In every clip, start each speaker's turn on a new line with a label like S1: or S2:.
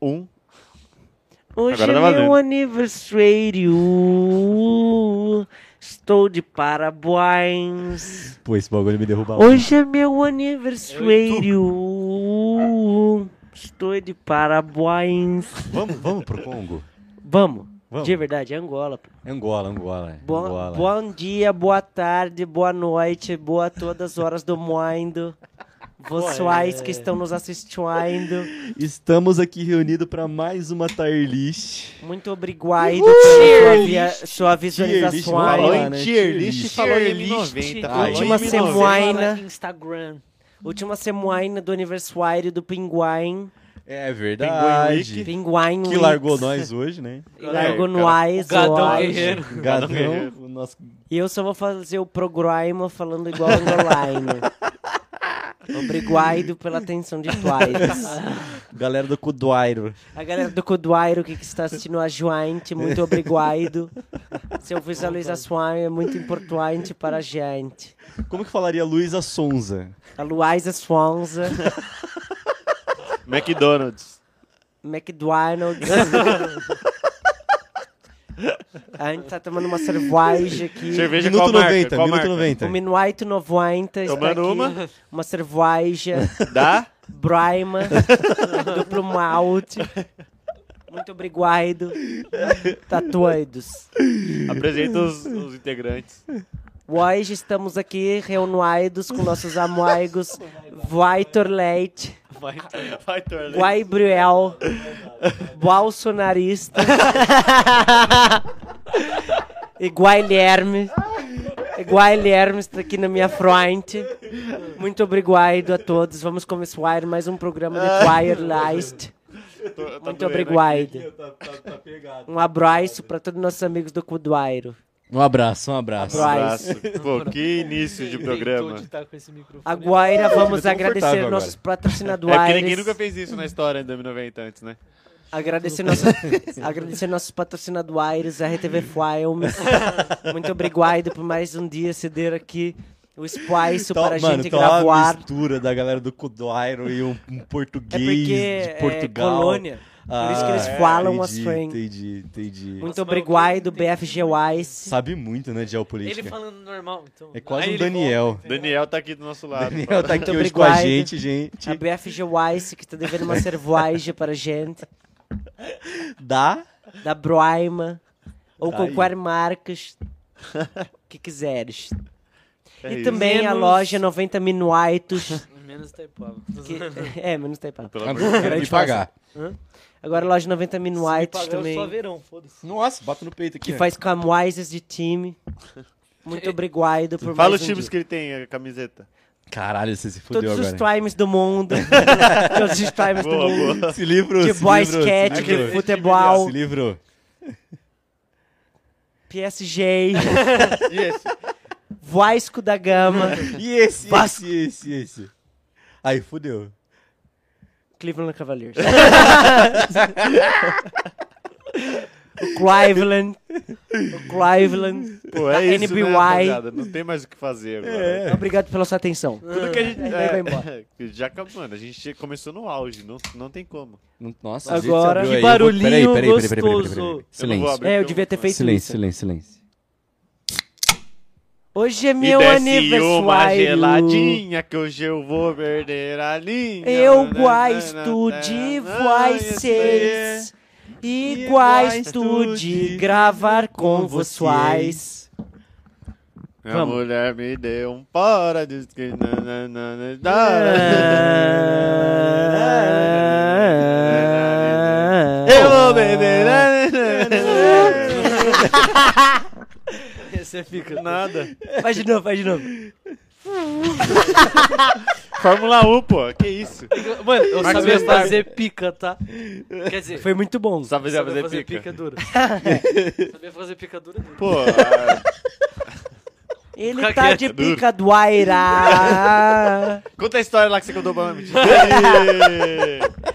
S1: Um.
S2: Hoje
S1: Agora tá
S2: é meu
S1: valendo.
S2: aniversário. Estou de parabéns.
S1: Pô, esse bagulho me derrubava.
S2: Hoje é meu aniversário. Estou de parabéns.
S1: Vamos, vamos pro Congo?
S2: Vamos.
S1: Vamos.
S2: De verdade, é Angola. pô.
S1: Angola, Angola. é.
S2: Boa-
S1: Angola.
S2: bom dia, boa tarde, boa noite, boa todas as horas do mundo. Vocês que estão nos assistindo.
S1: Estamos aqui reunidos para mais uma tier list.
S2: Muito obrigado pela sua, via, sua
S1: Tier list, vamos falar,
S2: visualização.
S1: né? Tier list.
S3: falou em
S4: Tier
S3: 90.
S4: list.
S3: falou em
S2: Última
S3: 1990.
S2: semana.
S4: Instagram.
S2: Última semana do aniversário do Pinguim.
S1: É
S3: Pinguim
S1: verdade.
S2: Pinguim
S1: Que largou nós hoje, né?
S2: E Largou
S3: É,
S2: no
S3: cara,
S2: Ais.
S4: Gadão
S2: hoje.
S4: Guerreiro.
S1: Tá Gadão, o nosso
S2: E eu só vou fazer o programa falando igual online. Obrigado pela atenção de todos.
S1: galera do Cuduairo.
S2: A galera do Coduairo que está assistindo a gente, muito obrigado. Seu visualização é muito importante para a gente.
S1: Como que falaria Luísa Sonza?
S2: A Luísa Swanza,
S3: McDonald's.
S2: McDonald's. A gente tá tomando uma cerveja aqui.
S3: Cerveja
S1: minuto
S3: qual marca?
S1: 90,
S3: Qual
S1: minuto
S3: marca?
S1: 90.
S2: O Minuaito 90 está
S3: Tomando
S2: tá aqui.
S3: uma?
S2: Uma cerveja,
S3: Dá?
S2: Braima, duplo malte. Muito obrigado. Tá Tatuados.
S3: Apresenta os, os integrantes.
S2: Hoje estamos aqui reunidos com nossos amigos Vitor Leite,
S3: Vai, vai torneio.
S2: Guai Bruel, Bolsonarista e Guilherme. Guilherme está tá aqui na minha frente. Muito obrigado a todos. Vamos começar mais um programa de Wirelist. Muito obrigado.
S1: tá,
S2: Um abraço para todos os nossos amigos do Cuduairo.
S1: Um abraço, um abraço.
S2: Abraço.
S3: Pô, que início de
S4: Tentou
S3: programa. É
S4: de estar tá com esse microfone.
S2: Agora vamos
S1: Tô confortável
S2: agradecer
S1: agora.
S2: nossos patrocinadores.
S3: É que ninguém nunca fez isso na história do M90 antes, né?
S2: Agradecer, nosso, agradecer nossos patrocinadores, RTV Filmes. Muito obrigado por mais um dia ceder aqui o espaço
S1: Tá-
S2: para a
S1: mano,
S2: gente
S1: tá uma
S2: gravar.
S1: mistura da galera do Cuduairo e um, um
S2: É
S1: português
S2: porque
S1: de
S2: é
S1: Portugal.
S2: colônia. Por isso que eles
S1: Ah, é,
S2: falam
S1: entendi,
S2: as assim.
S1: Entendi, entendi.
S2: Muito obrigado, BFG Wise.
S1: Sabe muito, né, de geopolítica.
S4: Ele falando normal, então.
S1: É
S3: Ah,
S1: quase
S4: Aí
S1: um
S4: ele
S1: Daniel.
S3: Daniel tá aqui do nosso lado.
S1: Daniel tá aqui
S2: Muito
S1: hoje com a
S2: obrigado.
S1: gente, gente.
S2: A BFG Wise que está devendo uma cerveja para a gente,
S1: Dá.
S2: da Broima, ou
S1: Tá aí.
S2: qualquer marcas que quiseres.
S3: É
S2: e
S3: isso.
S2: também a
S4: Menos-
S2: loja 90 Minuaitos.
S4: volta. Menos tá Taipava.
S2: que- é, menos tempo.
S3: Pelo amor de Deus.
S1: Quero me pagar.
S2: Agora a loja 90 Min Whites também,
S4: Só verão, foda-se.
S1: Nossa, bato no peito aqui.
S2: que faz camisas de time. Muito obrigado por
S3: Fala
S2: mais
S3: os
S2: um
S3: times
S2: dia.
S3: que ele tem, a camiseta.
S1: Caralho, você se fudeu
S2: Todos os
S1: agora.
S2: times do mundo. Todos os times do
S3: Boa,
S2: mundo.
S3: boa.
S1: Se livro,
S2: De
S1: se
S2: basquete,
S1: livro, se
S2: de
S1: livro.
S2: futebol.
S1: Se livro.
S2: PSG,
S3: E esse?
S2: Vasco da Gama,
S1: E esse,
S2: Vasco.
S1: esse, esse, esse. Aí, fudeu.
S2: Cleveland Cavaliers. o Cleveland. O Cleveland.
S3: Pô, é isso, né,
S2: NBY.
S3: rapaziada? Não tem mais o que fazer agora.
S1: É.
S2: Obrigado pela sua atenção.
S3: Tudo que a gente... É.
S2: Vai, vai embora.
S3: Já acabou, mano. A gente começou no auge. Não, não tem como.
S1: Nossa,
S2: a gente Agora- abriu
S4: aí. Eu vou- peraí, peraí, peraí, peraí, peraí, peraí, peraí.
S3: Eu não vou
S1: Silêncio.
S3: abrir
S2: É, eu
S3: porque
S2: devia ter
S3: vou-
S2: feito
S1: Silêncio,
S2: isso.
S1: silêncio, silêncio.
S2: Hoje é
S3: Me
S2: meu
S3: desce uma
S2: aniversário.
S3: geladinha que hoje eu vou perder a linha.
S2: Eu
S3: Na, na, na,
S2: gosto de
S3: na, na,
S2: vocês e gosto de gravar com vocês.
S3: Minha
S2: Vamos.
S3: mulher me deu um para de... que- na, na, na, na, na.
S2: É.
S3: Eu vou beber... na, na, na, na.
S4: Você fica.
S3: Nada.
S2: Faz de novo, faz de novo.
S3: Fórmula 1, pô. Que isso?
S4: Mano, eu
S3: Max
S4: sabia
S3: Verstappen.
S4: fazer pica, tá? Quer dizer,
S2: Foi muito bom.
S3: Sabe
S4: sabia
S3: fazer, fazer pica?
S4: pica dura. sabia fazer pica dura. dura.
S3: Pô, ah,
S2: Ele
S4: Fica
S2: tá
S4: quieto,
S2: de
S3: duro.
S2: pica do Aira.
S3: conta a história lá que você contou pra mim.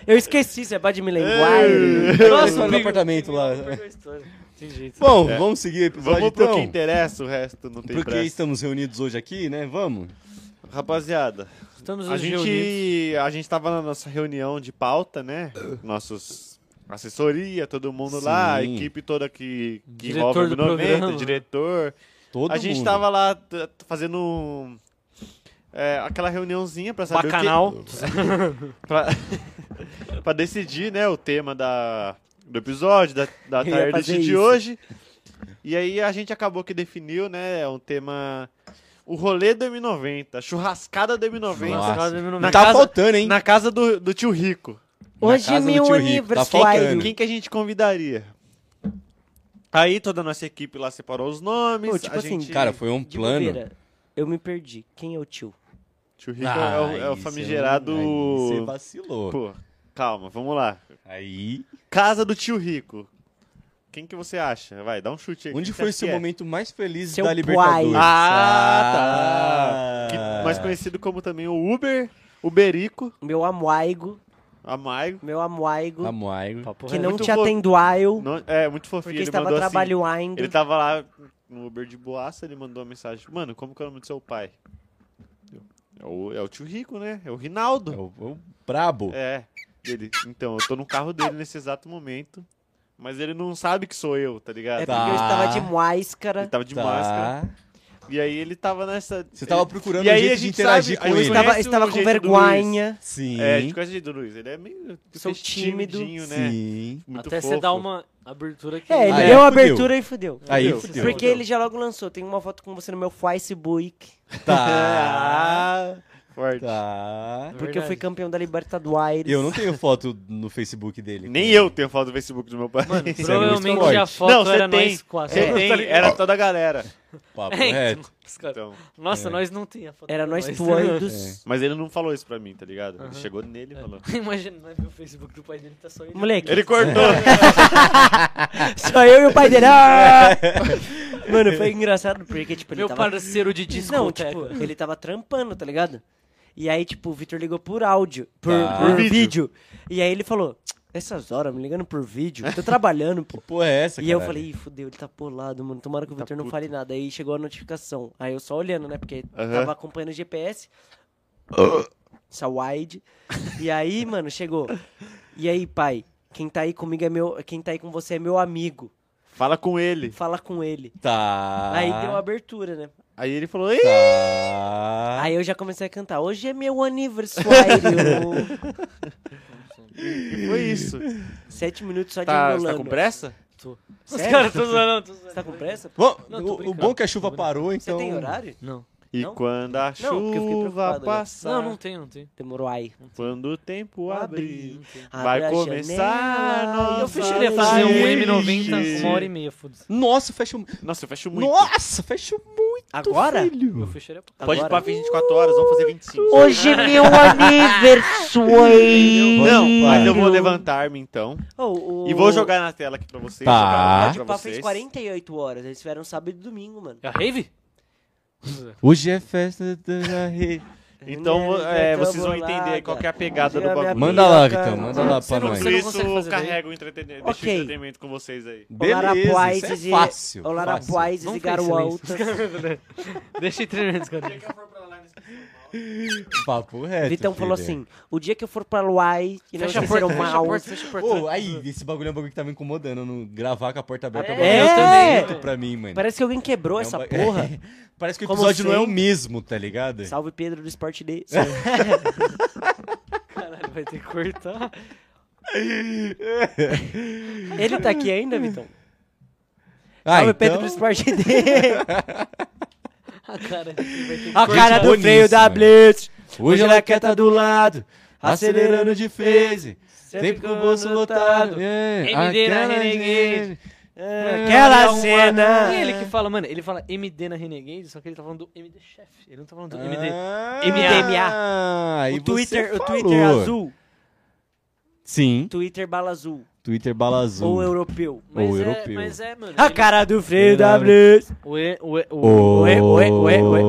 S2: Eu esqueci, você pode me lembrar.
S1: Nossa,
S4: Nossa,
S1: no
S4: pica-
S1: apartamento lá.
S4: Pegou a história. Tem jeito.
S1: Bom,
S3: É.
S1: vamos seguir o episódio
S3: Vamos pro que
S1: então.
S3: interessa, o resto não tem
S1: Porque
S3: pressa.
S1: estamos reunidos hoje aqui, né? Vamos.
S3: Rapaziada,
S4: Estamos
S3: a
S4: hoje
S3: gente,
S4: reunidos.
S3: a gente tava na nossa reunião de pauta, né? Nossos assessoria, todo mundo lá, a
S1: Sim.
S3: equipe toda que, que
S4: Diretor
S3: envolve o
S4: do
S3: Minoneta,
S4: programa.
S3: diretor.
S1: Todo
S3: a gente
S1: mundo.
S3: tava lá t- t- fazendo um- é, aquela reuniãozinha pra saber
S4: Bacanal.
S3: o que... Pra, pra decidir, né, o tema da, do episódio, da, da
S2: Eu ia
S3: tarde
S2: fazer
S3: de
S2: isso.
S3: hoje. E aí a gente acabou que definiu, né, um tema... O rolê do M90, a churrascada do M90.
S1: Nossa.
S4: Na
S1: Tá
S4: casa-
S1: faltando, hein?
S3: Na casa do, do tio Rico.
S1: Na
S2: Hoje é
S1: casa do
S2: meu
S3: um
S1: tio Rico, tá
S2: aniversário.
S1: faltando.
S3: Quem que a gente convidaria? Aí toda a nossa equipe lá separou os nomes.
S2: Pô, tipo
S3: a
S2: assim,
S3: gente...
S1: Cara, foi um
S2: De
S1: plano.
S2: bobeira, eu me perdi. Quem é o tio?
S3: Tio Rico é, o, é o
S1: aí cê-
S3: famigerado.
S1: Ah, aí Você tá vacilou.
S3: Pô, calma, vamos lá.
S1: Aí.
S3: Casa do tio Rico. Quem que você acha? Vai, dá um chute aí.
S1: Onde
S3: Quem que
S1: foi
S3: você
S1: seu
S3: acha que é?
S1: momento mais feliz
S2: Seu
S1: da
S2: pai.
S1: Libertadores?
S3: Ah, tá.
S1: Ah.
S3: Que- mais conhecido como também o Uber, o Berico,
S2: Meu amoaigo.
S3: a Maigo.
S2: Meu
S1: Tá
S2: amoaigo.
S1: Amoaigo.
S2: que
S3: é
S2: não
S3: muito
S2: te
S3: fo-
S2: atendoail.
S3: Não- é, muito fofinho.
S2: Porque
S3: ele
S2: estava
S3: mandou assim,
S2: trabalhando.
S3: Ele tava lá no Uber de boaça, ele mandou uma mensagem. Mano, como que é o nome do seu pai? Eu, É o, é o tio Rico, né? É o
S1: É
S3: Rinaldo.
S1: o, o brabo.
S3: É. Ele, então, eu tô no carro dele nesse exato momento, mas ele não sabe que sou eu, tá ligado?
S2: É
S1: Tá.
S2: porque eu estava de
S3: Ele
S2: máscara.
S3: tava de
S1: Tá.
S3: máscara. E aí ele tava nessa...
S1: Você tava
S3: ele-
S1: procurando
S3: E
S1: um
S3: aí a
S1: jeito de
S3: gente
S1: interagir
S3: sabe-
S1: com
S3: aí
S1: ele. né?
S3: você conhece
S2: Estava,
S3: o
S2: estava com
S3: jeito do
S2: vergonha.
S1: Sim.
S3: É, a gente conhece o jeito do Luiz. Ele é meio...
S2: Sou tímido.
S3: tímidinho, né?
S1: Sim.
S3: Muito
S4: Até você
S3: fofo. Ah,
S4: dar uma abertura que.
S2: É, ele
S1: Aí
S2: deu uma
S1: Ah, fudeu.
S2: abertura e fudeu.
S1: Aí
S3: Fudeu.
S1: fudeu.
S2: Porque ele já logo lançou. Tem uma foto com você no meu Facebook.
S1: É Tá.
S3: Forte.
S1: Tá.
S2: Porque eu fui
S4: Verdade.
S2: campeão da Libertadores.
S1: Eu não tenho foto no Facebook dele.
S3: Nem eu tenho foto do Facebook do meu pai.
S4: Mano,
S1: é muito
S4: provavelmente
S1: forte.
S4: a foto
S3: Não, cê
S4: era
S3: tem.
S4: nós quatro.
S3: Você tem, era toda a galera.
S1: Papo
S4: É,
S1: reto.
S4: Os caras-
S3: Então...
S4: Nossa,
S1: É.
S4: nós não tem a foto.
S2: Era
S4: pra
S2: nós todos.
S3: Mas ele não falou isso pra mim, tá ligado?
S4: Aham.
S3: Ele chegou nele e falou.
S4: Imagina, nós vê o Facebook do pai dele, tá só ele.
S2: Moleque.
S3: Ele cortou.
S2: Só eu e o pai dele. Ah!
S1: É,
S2: Mano, foi engraçado porque, tipo, ele
S4: Meu
S2: tava...
S4: parceiro de
S2: Não,
S4: discoteca.
S2: tipo, ele tava trampando, tá ligado? E aí, tipo, o Vitor ligou por áudio. Por,
S1: Tá.
S2: por
S3: Por
S2: vídeo.
S3: vídeo.
S2: E aí ele falou, essas horas, me ligando por vídeo, tô trabalhando, pô.
S1: Porra, é essa,
S2: E eu
S1: caralho?
S2: falei, ih, fudeu, ele tá polado, mano. Tomara que o
S3: Tá
S2: Vitor não
S3: puto.
S2: fale nada. Aí chegou a notificação. Aí eu só olhando, né? Porque
S3: Aham.
S2: tava acompanhando o GPS. Essa wide. E aí, mano, chegou. E aí, pai, quem tá aí comigo é meu. Quem tá aí com você é meu amigo.
S3: Fala com ele.
S2: Fala com ele.
S1: Tá.
S2: Aí deu abertura, né?
S3: Aí ele falou, Ih!
S1: Tá.
S2: Aí eu já comecei a cantar. Hoje é meu aniversário.
S3: foi isso.
S2: Sete minutos só de
S3: Tá, você
S2: enrolando.
S3: tá com pressa?
S4: Os
S2: Sério?
S4: caras tão zoando, tão
S2: Você
S4: zoando.
S2: tá com pressa?
S1: Bom,
S4: Não, tô
S1: o- o,
S4: brincando.
S1: bom é que a chuva parou,
S2: Você
S1: então.
S2: tem horário?
S4: Não.
S3: E
S2: Não?
S3: quando a
S2: porque eu fiquei
S3: chuva
S2: preocupado, né?
S3: passar,
S4: Não, não tem, não tem.
S2: Demorou aí.
S3: quando o tempo abrir,
S4: Não tem.
S2: Abre
S3: vai
S2: a
S3: começar
S2: janela.
S3: a nossa...
S2: Eu fecharia
S4: Queria fazer um
S3: Ai,
S4: M90
S3: gente.
S4: uma hora e meia, foda-se.
S1: Nossa, fecha muito.
S3: Nossa, eu fecho muito.
S1: Nossa, fecha muito,
S2: Agora?
S4: Eu
S3: Hum.
S1: filho.
S4: fecharia. pra-
S3: Pode ir pra
S2: Agora?
S3: 24 horas, vamos fazer 25.
S2: Hoje é meu aniversário.
S3: Não, mas eu vou levantar-me então.
S2: Oh, o- Tipo,
S3: E vou jogar Ah? na tela aqui pra vocês.
S1: Tá.
S2: O
S3: jogar na tela
S2: Pá
S3: Pra
S2: fez
S3: vocês.
S2: 48 horas. Eles tiveram sábado e domingo, mano.
S4: É a Rave?
S1: Hoje é festa da rede.
S3: Então, é, vocês vão entender aí
S2: Bolada.
S3: qual que é a pegada do
S2: Tira minha
S3: bagulho.
S1: Manda lá,
S2: piroca.
S1: Vitão, manda lá pra
S4: não
S1: nós.
S4: Você
S3: Por
S4: consegue fazer
S3: isso,
S4: daí?
S3: carrega o entretenimento, deixa
S2: Ok.
S3: o entretenimento com vocês aí.
S1: Beleza, isso é
S2: Olarapuaizes e-
S1: fácil. fácil.
S2: Olarapuais e
S4: Não fez
S2: garotas.
S4: Deixa eu treinar esse cara.
S1: Papo reto.
S2: Vitão falou
S1: filho.
S2: assim: o dia que eu for pra Luai e não
S4: Fecha a
S2: esqueceram
S4: porta, fecha a
S2: mal.
S4: porta, fecha a porta.
S1: Pô, aí, esse bagulho é um bagulho que tá me incomodando. No, gravar com a porta aberta é um
S2: É,
S1: bagulho
S2: eu também.
S1: muito pra mim, mano.
S2: Parece que alguém quebrou
S1: É um
S2: essa
S1: ba-
S2: porra.
S1: Parece que o
S2: Como assim?
S1: episódio não é o
S2: sempre.
S1: mesmo, tá ligado?
S2: Salve Pedro do Sport Day.
S4: Caralho, vai ter que cortar.
S2: Ele tá aqui ainda, Vitão?
S1: Ah,
S2: Salve
S1: então-
S2: Pedro do Sport Day.
S4: A cara dele vai ter que
S2: A
S4: cortar.
S2: cara do
S1: boníssima.
S2: freio da Blitz.
S1: Hoje ela quer tá do lado, acelerando de phase. Sempre com o bolso lotado. É,
S4: MD na
S1: aquela
S4: Renegade.
S1: gente-
S2: É,
S1: Ah,
S2: Aquela
S4: Olha uma-
S2: cena.
S4: Quem é ele que fala, mano? Ele fala MD na Renegade, só que ele tá falando do MD chefe. Ele não tá falando do MD.
S1: Ah,
S2: MDMA.
S1: aí
S2: O
S1: você
S2: Twitter, o Twitter
S1: falou.
S2: azul.
S1: Sim,
S2: Twitter bala azul.
S1: Twitter bala azul.
S2: Ou europeu.
S4: Mas
S1: Ou
S4: é,
S1: europeu. É.
S4: Mas é, mano.
S2: A
S4: ele-
S2: cara do freio da Blitz.
S4: O, e, o, e, o,
S1: Ué,
S2: é Ué, ué, ué, ué.